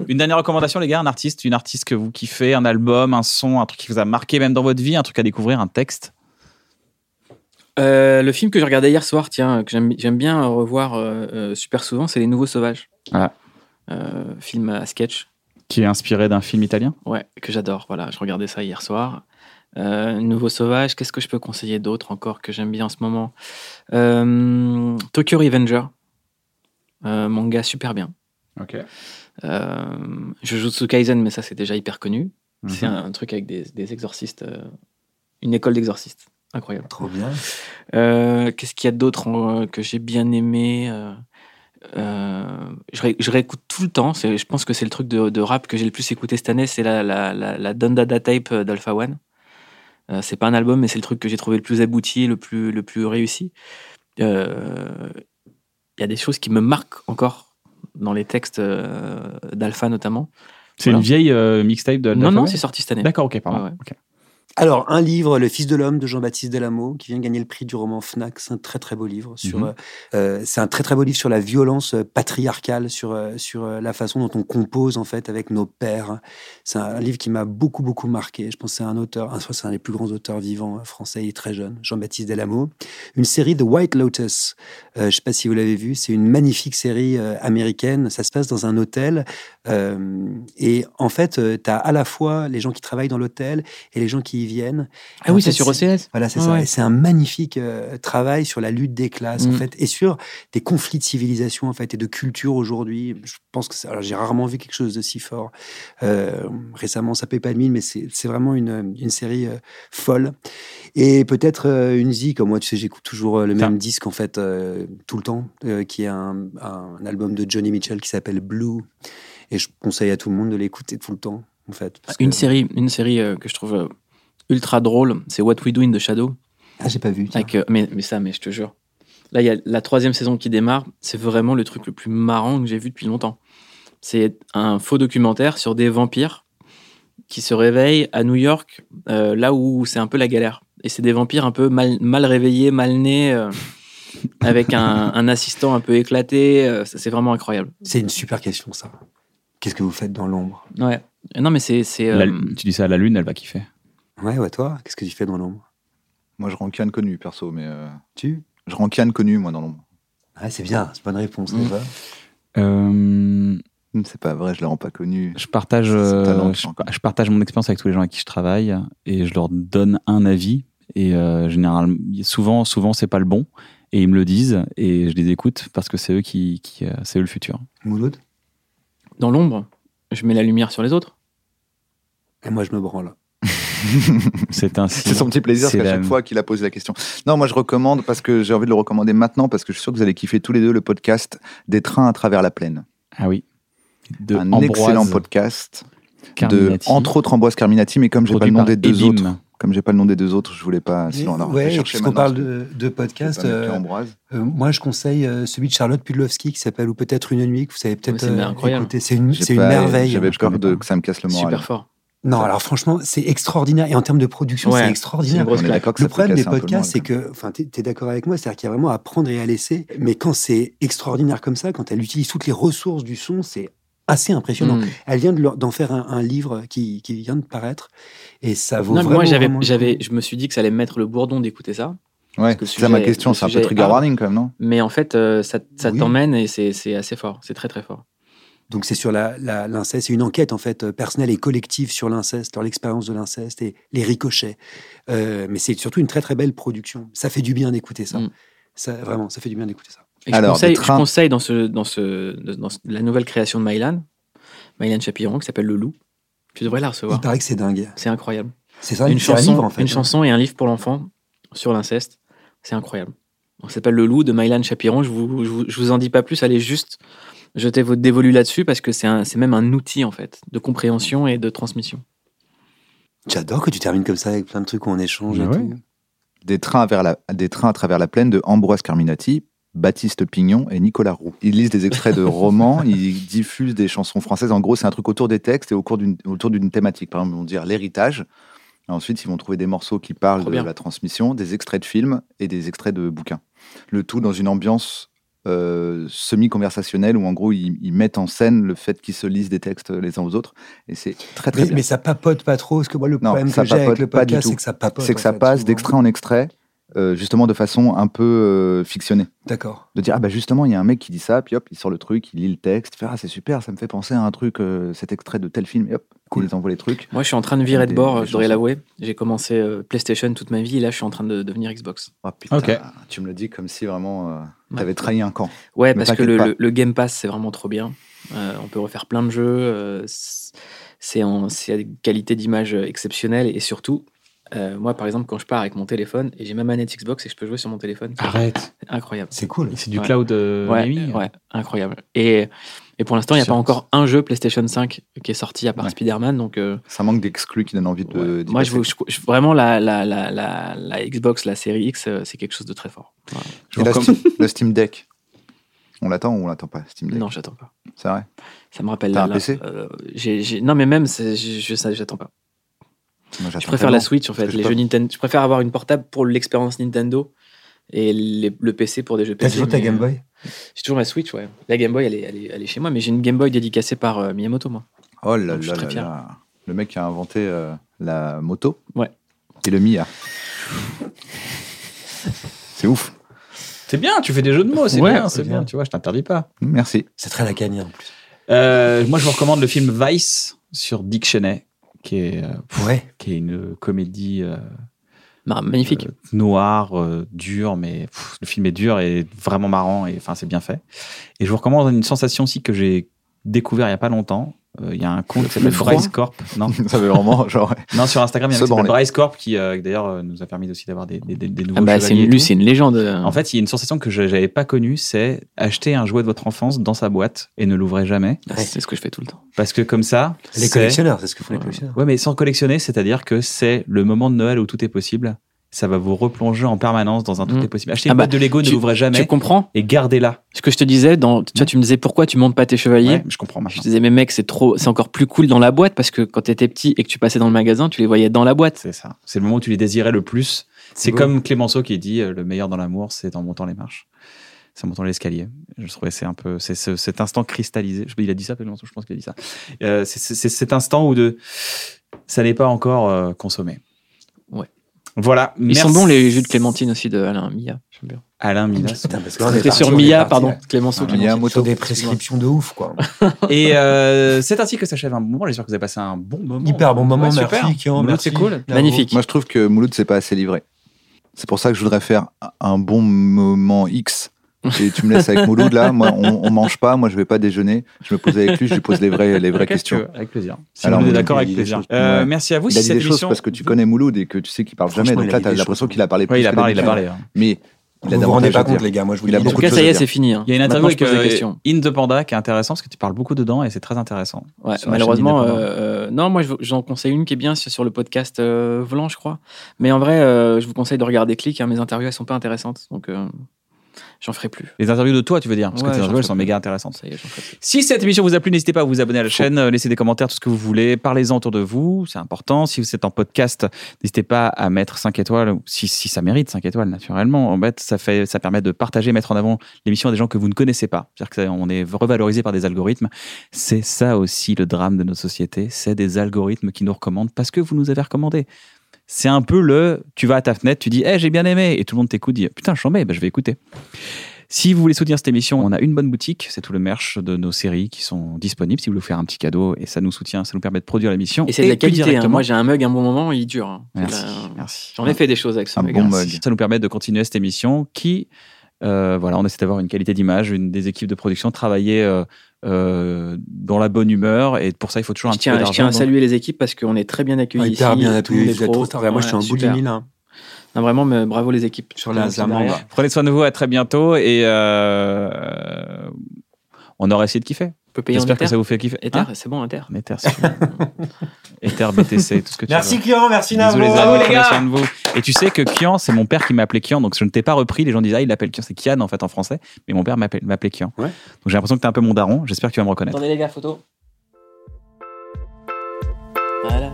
Speaker 1: Une dernière recommandation, les gars, un artiste, une artiste que vous kiffez, un album, un son, un truc qui vous a marqué même dans votre vie, un truc à découvrir, un texte.
Speaker 4: Euh, le film que j'ai regardé hier soir, tiens, que j'aime j'aime bien revoir euh, euh, super souvent, c'est Les Nouveaux Sauvages.
Speaker 1: Ah.
Speaker 4: Euh, film à sketch.
Speaker 1: Qui est inspiré d'un film italien
Speaker 4: Ouais, que j'adore. Voilà, je regardais ça hier soir. Euh, Nouveau Sauvage, qu'est-ce que je peux conseiller d'autre encore que j'aime bien en ce moment Euh, Tokyo Revenger, Euh, manga super bien.
Speaker 1: Ok.
Speaker 4: Euh, Jujutsu Kaisen, mais ça c'est déjà hyper connu. C'est un, un truc avec des, des exorcistes, euh, une école d'exorcistes. Incroyable.
Speaker 5: Trop bien.
Speaker 4: Euh, qu'est-ce qu'il y a d'autre euh, que j'ai bien aimé Euh, euh, je, ré- je réécoute tout le temps. C'est- Je pense que c'est le truc de, de rap que j'ai le plus écouté cette année. C'est la, la, la, la Dundada Tape euh, d'Alpha One. Euh, c'est pas un album, mais c'est le truc que j'ai trouvé le plus abouti, le plus, le plus réussi. Euh, Il y a des choses qui me marquent encore dans les textes euh, d'Alpha notamment.
Speaker 1: C'est
Speaker 4: Voilà.
Speaker 1: une vieille euh, mixtape de
Speaker 4: Non, non,
Speaker 1: d'Alphabet
Speaker 4: c'est sorti cette année.
Speaker 1: D'accord, ok, pardon.
Speaker 4: Ouais, ouais.
Speaker 1: Ok.
Speaker 5: Alors, un livre, Le Fils de l'Homme de Jean-Baptiste Delameau, qui vient de gagner le prix du roman FNAC. C'est un très très beau livre. Sur, mm -hmm. euh, c'est un très très beau livre sur la violence euh, patriarcale, sur, euh, sur la façon dont on compose en fait avec nos pères. C'est un, livre qui m'a beaucoup beaucoup marqué. Je pense que c'est un auteur, c'est un des plus grands auteurs vivants euh, français, il est très jeune, Jean-Baptiste Delameau. Une série de White Lotus. Euh, je ne sais pas si vous l'avez vu, c'est une magnifique série euh, américaine. Ça se passe dans un hôtel. euh, et en fait, tu as à la fois les gens qui travaillent dans l'hôtel et les gens qui y viennent.
Speaker 4: Ah et oui, c'est sur OCS.
Speaker 5: Voilà, c'est
Speaker 4: ah
Speaker 5: ça.
Speaker 4: Ouais.
Speaker 5: C'est un magnifique euh, travail sur la lutte des classes, mmh. en fait, et sur des conflits de civilisation, en fait, et de culture aujourd'hui. Je pense que j'ai rarement vu quelque chose de si fort. Euh, récemment, ça paie pas de mille, mais c'est vraiment une, une série euh, folle. Et peut-être euh, une musique. Moi, tu sais, j'écoute toujours euh, le enfin. même disque, en fait, euh, tout le temps, qui est un, un album de Johnny Mitchell qui s'appelle Blue. Et je conseille à tout le monde de l'écouter tout le temps, en fait.
Speaker 4: Parce une, que... série, une série euh, que je trouve ultra drôle, c'est What We Do in the Shadow.
Speaker 5: Ah, j'ai pas vu.
Speaker 4: Avec, euh, mais, mais, ça, mais je te jure. Là, il y a la troisième saison qui démarre. C'est vraiment le truc le plus marrant que j'ai vu depuis longtemps. C'est un faux documentaire sur des vampires qui se réveillent à New York, euh, là où c'est un peu la galère. Et c'est des vampires un peu mal, mal réveillés, mal nés. Euh, avec un, un, assistant un peu éclaté, euh, c'est vraiment incroyable.
Speaker 5: C'est une super question, ça. Qu'est-ce que vous faites dans l'ombre
Speaker 4: Ouais. Euh, Non, mais c'est. Tu
Speaker 1: dis ça à la lune, elle va kiffer.
Speaker 5: Ouais, ouais, toi, qu'est-ce que tu fais dans l'ombre
Speaker 2: Moi, je rancane connu, perso, mais. Euh...
Speaker 5: Tu
Speaker 2: Je rancane connu, moi, dans l'ombre.
Speaker 5: Ah, c'est bien, c'est bonne réponse, mmh. déjà.
Speaker 1: Euh...
Speaker 2: Hmm, C'est pas vrai, je le rends pas connu.
Speaker 1: Je partage, euh, talent, je, je, partage mon expérience avec tous les gens avec qui je travaille et je leur donne un avis. Et généralement, souvent, souvent c'est pas le bon. Et ils me le disent et je les écoute parce que c'est eux qui. qui euh, c'est eux le futur.
Speaker 5: Mouloud
Speaker 4: Dans l'ombre, je mets la lumière sur les autres.
Speaker 5: Et moi, je me branle.
Speaker 1: c'est un
Speaker 2: c'est son petit plaisir parce qu'à chaque fois qu'il a posé la question. Non, moi je recommande parce que j'ai envie de le recommander maintenant parce que je suis sûr que vous allez kiffer tous les deux le podcast des trains à travers la plaine.
Speaker 1: Ah oui.
Speaker 2: De un Ambroise excellent podcast Carminati. de entre autres Ambroise Carminati mais comme j'ai pas le nom des deux Ebim. autres comme j'ai pas le nom des deux autres, je voulais pas.
Speaker 5: Sinon, alors, ouais, puisqu'on parle de, de podcast, euh, euh, moi je conseille euh, celui de Charlotte Pudlowski qui s'appelle ou peut-être une nuit que vous savez peut-être euh,
Speaker 4: ouais,
Speaker 5: écouter. C'est une, c'est une merveille.
Speaker 2: J'avais peur de, que ça me casse le moral.
Speaker 4: Super fort.
Speaker 5: Non, alors franchement, c'est extraordinaire. Et en termes de production, ouais, c'est extraordinaire.
Speaker 2: Le
Speaker 5: problème des podcasts, c'est que, enfin, tu es, es d'accord avec moi, c'est-à-dire qu'il y a vraiment à prendre et à laisser. Mais quand c'est extraordinaire comme ça, quand elle utilise toutes les ressources du son, c'est assez impressionnant.
Speaker 4: Hmm.
Speaker 5: Mmh. Elle vient d'en de faire un, un livre qui, qui, vient de paraître. Et ça vaut non, vraiment,
Speaker 4: Moi, j'avais,
Speaker 5: vraiment...
Speaker 4: j'avais, je me suis dit que ça allait mettre le bourdon d'écouter ça.
Speaker 2: Ouais, c'est ça ma question, c'est un peu trigger warning quand même, non
Speaker 4: Mais en fait, euh, ça, ça oui. t'emmène et c'est assez fort, c'est très très fort.
Speaker 5: Donc c'est sur l'inceste, la, la, c'est une enquête en fait euh, personnelle et collective sur l'inceste, sur l'expérience de l'inceste et les ricochets. Euh, mais c'est surtout une très très belle production. Ça fait du bien d'écouter
Speaker 4: Mm.
Speaker 5: ça. Mmh. ça. Vraiment, ça fait du bien d'écouter ça.
Speaker 4: Et Alors, je, conseille, trains... je conseille dans, ce, dans, ce, dans, ce, la nouvelle création de Mylan, Mylan Chapiron, qui s'appelle Le Loup. Tu devrais la recevoir.
Speaker 5: Il paraît que c'est dingue.
Speaker 4: C'est incroyable.
Speaker 5: C'est ça,
Speaker 4: une chanson,
Speaker 5: un livre, en fait,
Speaker 4: une hein. chanson et un livre pour l'enfant sur l'inceste. C'est incroyable. On s'appelle Le Loup de Mylan Chapiron. Je vous, je vous, je vous en dis pas plus. Allez juste jetez votre dévolu là-dessus parce que c'est même un outil en fait de compréhension et de transmission.
Speaker 5: J'adore que tu termines comme ça avec plein de trucs où on échange. Et ouais. tout.
Speaker 2: Des, trains vers la, des trains à travers la plaine de Ambroise Carminati, Baptiste Pignon et Nicolas Roux. Ils lisent des extraits de romans, ils diffusent des chansons françaises. En gros, c'est un truc autour des textes et au cours autour d'une thématique. Par exemple, on dire l'héritage. Ensuite, ils vont trouver des morceaux qui parlent de la transmission, des extraits de films et des extraits de bouquins. Le tout dans une ambiance euh, semi-conversationnel où en gros ils, ils, mettent en scène le fait qu'ils se lisent des textes les uns aux autres et c'est très très
Speaker 5: mais,
Speaker 2: bien.
Speaker 5: Mais ça papote pas trop parce que moi le non, problème que j'ai avec le podcast c'est que ça papote.
Speaker 2: C'est que ça fait, passe d'extrait en extrait euh, justement de façon un peu euh, fictionnée.
Speaker 5: D'accord.
Speaker 2: De dire ah bah justement il y a un mec qui dit ça puis hop il sort le truc il lit le texte fait ah c'est super ça me fait penser à un truc euh, cet extrait de tel film et hop cool. ils envoient les trucs.
Speaker 4: Moi je suis en train de virer de bord je dois l'avouer j'ai commencé euh, PlayStation toute ma vie et là je suis en train de devenir Xbox.
Speaker 2: Oh, putain, okay. tu me le dis comme si vraiment euh, T'avais trahi un camp.
Speaker 4: Ouais, Mais parce que le, le, le, Game Pass, c'est vraiment trop bien. Euh, on peut refaire plein de jeux. Euh, c'est à une qualité d'image exceptionnelle. Et surtout, euh, moi, par exemple, quand je pars avec mon téléphone, et j'ai ma manette Xbox et je peux jouer sur mon téléphone.
Speaker 1: Arrête. Euh, hein.
Speaker 4: Incroyable.
Speaker 5: C'est cool.
Speaker 1: C'est du ouais. cloud ouais, gaming.
Speaker 4: Ouais, incroyable. Et, et pour l'instant, il n'y a pas encore un jeu PlayStation 5 qui est sorti à part ouais. Spider-Man. Donc, euh,
Speaker 2: Ça manque d'exclus qui donnent envie de.
Speaker 4: Moi, je, je, vraiment, la, la, la, la, Xbox, la série X, euh, c'est quelque chose de très fort.
Speaker 2: Et la Steam, le Steam Deck on l'attend ou on l'attend pas Steam Deck
Speaker 4: Non, j'attends pas.
Speaker 2: C'est vrai.
Speaker 4: Ça me rappelle
Speaker 2: là, un PC
Speaker 4: euh, j ai, j ai, Non, mais même, je, j'attends pas.
Speaker 2: Moi,
Speaker 4: Je
Speaker 2: j'attends
Speaker 4: préfère la
Speaker 2: tellement,
Speaker 4: Switch en
Speaker 2: parce
Speaker 4: fait,
Speaker 2: que je
Speaker 4: les
Speaker 2: peux-
Speaker 4: jeux Nintendo. Je préfère avoir une portable pour l'expérience Nintendo et les- le PC pour des jeux
Speaker 9: T'as
Speaker 4: PC.
Speaker 9: toujours ta
Speaker 4: mais,
Speaker 9: Game
Speaker 4: euh,
Speaker 9: Boy
Speaker 4: J'ai toujours ma Switch, ouais. La Game Boy, elle est, elle est, elle est chez moi, mais j'ai une Game Boy dédicacée par euh, Miyamoto, moi.
Speaker 2: Oh là
Speaker 4: Donc, je suis
Speaker 2: là
Speaker 4: très
Speaker 2: là
Speaker 4: fier.
Speaker 2: là. Le mec qui a inventé euh, la moto.
Speaker 4: Ouais.
Speaker 2: Et le Mia. C'est ouf.
Speaker 1: C'est bien, tu fais des jeux de mots, c'est
Speaker 2: Ouais,
Speaker 1: bien,
Speaker 2: c'est
Speaker 1: c'est bien.
Speaker 2: bien.
Speaker 1: tu vois, je t'interdis pas.
Speaker 2: Merci.
Speaker 9: C'est très lacanien en plus.
Speaker 1: Euh, moi, je vous recommande le film Vice sur Dick Cheney, qui est, euh, pff,
Speaker 9: Ouais.
Speaker 1: qui est une comédie euh,
Speaker 4: Ma- magnifique.
Speaker 1: euh, noire, euh, dure, mais pff, le film est dur et vraiment marrant, et enfin, c'est bien fait. Et je vous recommande une sensation aussi que j'ai découvert il n'y a pas longtemps. Euh, Il y a un compte qui
Speaker 4: le
Speaker 1: s'appelle
Speaker 4: froid
Speaker 1: Bryce Corp. Non,
Speaker 2: Ça veut vraiment, genre,
Speaker 1: non, sur Instagram, il y a un mec qui
Speaker 2: Se
Speaker 1: s'appelle
Speaker 2: branler.
Speaker 1: Bryce Corp qui, euh, d'ailleurs, euh, nous a permis aussi d'avoir des, des, des- des nouveaux
Speaker 4: Ah bah, c'est
Speaker 1: chevaliers et
Speaker 4: une, lui,
Speaker 1: tout.
Speaker 4: c'est une légende.
Speaker 1: En fait, il y a une sensation que je n'avais pas connue, c'est acheter un jouet de votre enfance dans sa boîte et ne l'ouvrez jamais.
Speaker 4: Ah, c'est ce que je fais tout le temps.
Speaker 1: Parce que comme ça,
Speaker 9: Les
Speaker 1: c'est...
Speaker 9: collectionneurs, c'est ce que font les
Speaker 4: Euh,
Speaker 9: collectionneurs.
Speaker 1: Ouais, mais sans collectionner, c'est-à-dire que c'est le moment de Noël où tout est possible. Ça va vous replonger en permanence dans un tout
Speaker 4: Mm.
Speaker 1: est possible. Achetez
Speaker 4: Ah
Speaker 1: une
Speaker 4: bah,
Speaker 1: boîte de Lego, ne l'ouvrez jamais
Speaker 4: Tu comprends
Speaker 1: et gardez-la.
Speaker 4: ce que je te disais dans, tu, vois, tu me disais pourquoi tu montes pas tes chevaliers
Speaker 1: Ouais, je comprends
Speaker 4: Je
Speaker 1: maintenant.
Speaker 4: disais, mais mec, c'est trop, c'est encore plus cool dans la boîte parce que quand t'étais petit et que tu passais dans le magasin, tu les voyais dans la boîte.
Speaker 1: C'est ça. C'est le moment où tu les désirais le plus. C'est
Speaker 9: beau.
Speaker 1: comme Clémenceau qui dit euh, le meilleur dans l'amour, c'est en montant les marches. C'est en montant l'escalier. Je trouvais que c'est un peu. C'est ce- cet instant cristallisé. Je- Il a dit ça, Clémenceau, je pense qu'il a dit ça. Euh, c'est- c'est c'est cet instant où de. Ça n'est pas encore euh, consommé.
Speaker 4: Ouais.
Speaker 1: Voilà.
Speaker 4: Ils sont bons les jus de Clémentine aussi de Alain Mia. J'aime bien.
Speaker 1: Alain Milas.
Speaker 9: Putain, parce que là, on est
Speaker 4: C'était
Speaker 9: parti,
Speaker 4: sur
Speaker 9: on est
Speaker 4: Mia,
Speaker 9: parti,
Speaker 4: pardon,
Speaker 9: là.
Speaker 4: Clémenceau.
Speaker 2: Ah, Mia,
Speaker 4: Clémentine.
Speaker 2: moto.
Speaker 9: Sur des prescriptions de ouf, quoi.
Speaker 1: Et euh, c'est ainsi que s'achève un bon moment. J'espère que vous avez passé un bon moment.
Speaker 9: Hyper bon moment,
Speaker 1: Ouais, super.
Speaker 9: merci. Kian,
Speaker 1: Mouloud,
Speaker 9: merci.
Speaker 1: c'est cool.
Speaker 9: Bravo.
Speaker 4: Magnifique.
Speaker 2: Moi, je trouve que Mouloud, c'est pas assez livré. C'est pour ça que je voudrais faire un bon moment X. Et tu me laisses avec Mouloud là, moi on, on mange pas, moi je vais pas déjeuner, je me pose avec lui, je lui pose les vraies, les vraies
Speaker 1: Qu'est-ce que tu
Speaker 2: questions.
Speaker 1: veux Avec plaisir. Si
Speaker 2: Alors,
Speaker 1: vous êtes
Speaker 2: il a
Speaker 1: d'accord,
Speaker 2: dit
Speaker 1: avec
Speaker 2: des
Speaker 1: plaisir.
Speaker 2: choses.
Speaker 1: Euh,
Speaker 2: Ouais.
Speaker 1: Merci à vous.
Speaker 2: Il
Speaker 1: si
Speaker 2: a dit
Speaker 1: cette
Speaker 2: des choses
Speaker 1: émission-
Speaker 2: parce que tu connais Mouloud et que tu sais qu'il parle jamais,
Speaker 9: Franchement,
Speaker 2: donc
Speaker 9: il a
Speaker 2: là
Speaker 9: dit
Speaker 2: t'as
Speaker 9: des
Speaker 2: l'impression
Speaker 9: choses.
Speaker 2: qu'il a parlé plus
Speaker 1: Ouais, il a
Speaker 2: que
Speaker 1: parlé, il a
Speaker 2: d'habitude.
Speaker 1: parlé. hein.
Speaker 2: Mais il a
Speaker 9: Vous vous rendez
Speaker 2: davantage
Speaker 9: pas
Speaker 2: à dire.
Speaker 9: compte, les gars. Moi, je vous
Speaker 2: Il a
Speaker 9: dis
Speaker 4: En
Speaker 2: beaucoup
Speaker 4: tout
Speaker 2: de
Speaker 4: cas,
Speaker 2: choses
Speaker 4: ça
Speaker 2: à
Speaker 4: y est,
Speaker 2: dire.
Speaker 4: c'est fini. hein.
Speaker 1: Il y a une interview
Speaker 4: Maintenant, je
Speaker 1: avec
Speaker 4: pose des
Speaker 1: euh,
Speaker 4: questions.
Speaker 1: In the Panda qui est intéressante parce que tu parles beaucoup dedans et c'est très intéressant.
Speaker 4: Ouais,
Speaker 1: sur la
Speaker 4: malheureusement,
Speaker 1: chaîne Indépendant.
Speaker 4: euh, euh, non, moi je- j'en conseille une qui est bien c'est sur le podcast euh, Volant, je crois. Mais en vrai, euh, je vous conseille de regarder Click. hein, mes interviews, elles sont pas intéressantes, donc euh, j'en ferai plus.
Speaker 1: Les interviews de toi, tu veux dire Parce
Speaker 4: Ouais,
Speaker 1: que tes
Speaker 4: j'en
Speaker 1: interviews, elles
Speaker 4: fais
Speaker 1: sont
Speaker 4: plus.
Speaker 1: méga intéressantes.
Speaker 4: Ça y est, j'en ferai plus.
Speaker 1: Si cette émission vous a plu, n'hésitez pas à vous abonner à la chaîne, euh, laissez des commentaires, tout ce que vous voulez, parlez-en autour de vous, c'est important. Si vous êtes en podcast, n'hésitez pas à mettre 5 étoiles, ou si, si ça mérite 5 étoiles, naturellement. En fait, ça, fait, ça permet de partager, mettre en avant l'émission à des gens que vous ne connaissez pas. C'est-à-dire qu'on est revalorisé par des algorithmes. C'est ça aussi le drame de nos sociétés, c'est des algorithmes qui nous recommandent parce que vous nous avez recommandé. C'est un peu le, tu vas à ta fenêtre, tu dis, Eh, j'ai bien aimé, et tout le monde t'écoute, dit, putain, j'en mets, je vais écouter. Si vous voulez soutenir cette émission, on a une bonne boutique, c'est tout le merch de nos séries qui sont disponibles. Si vous voulez vous faire un petit cadeau et ça nous soutient, ça nous permet de produire l'émission.
Speaker 4: Et c'est de la
Speaker 1: plus
Speaker 4: qualité. hein.
Speaker 1: directement-
Speaker 4: Moi, j'ai un mug, un bon moment, il dure. hein. C'est de
Speaker 1: Merci,
Speaker 4: la-
Speaker 1: merci.
Speaker 4: J'en ai fait des choses avec ce
Speaker 2: Un
Speaker 4: mug.
Speaker 2: bon
Speaker 4: hein.
Speaker 2: mug.
Speaker 1: bah, Ça nous permet de continuer cette émission qui, euh, voilà, on essaie d'avoir une qualité d'image, une des équipes de production travailler euh, euh, dans la bonne humeur et pour ça il faut toujours un
Speaker 4: Je
Speaker 1: petit peu
Speaker 4: tiens, je tiens
Speaker 1: d'argent.
Speaker 4: à
Speaker 1: donc-
Speaker 4: saluer les équipes parce qu'on est très bien accueillis.
Speaker 9: Hyper
Speaker 4: ici, euh,
Speaker 9: bien
Speaker 4: tous
Speaker 9: appuyé.
Speaker 4: les
Speaker 9: Vous êtes
Speaker 4: pros.
Speaker 9: trop tard. Moi, je suis
Speaker 4: Ouais,
Speaker 9: un bout du
Speaker 4: super.
Speaker 9: mille, hein.
Speaker 4: Non, vraiment, mais bravo les équipes.
Speaker 9: Sur la
Speaker 4: Ils sont derrière.
Speaker 9: Zamanda.
Speaker 1: Prenez soin de vous, à très bientôt et euh, on aura essayé de kiffer.
Speaker 4: On peut payer en
Speaker 1: J'espère que
Speaker 4: Ether.
Speaker 1: ça vous fait kiffer.
Speaker 4: Ether,
Speaker 1: Hein
Speaker 4: c'est bon, Ether.
Speaker 1: En Ether, si vous voulez. Ether, BTC, tout ce que tu veux.
Speaker 9: Merci, Kian. Merci, Navo.
Speaker 1: Désolé, Zara, prenez soin de vous. Et tu sais que Kian, c'est mon père qui m'appelait Kian, donc je ne t'ai pas repris. Les gens disent, ah, il l'appelle Kian, c'est Kian en fait en français, mais mon père m'appelle- m'appelait Kian.
Speaker 9: Ouais.
Speaker 1: Donc j'ai l'impression que t'es un peu mon daron, j'espère que tu vas me reconnaître.
Speaker 4: Attendez les gars, photo. Voilà.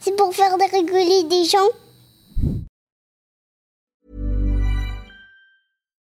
Speaker 10: C'est pour faire rigoler des gens.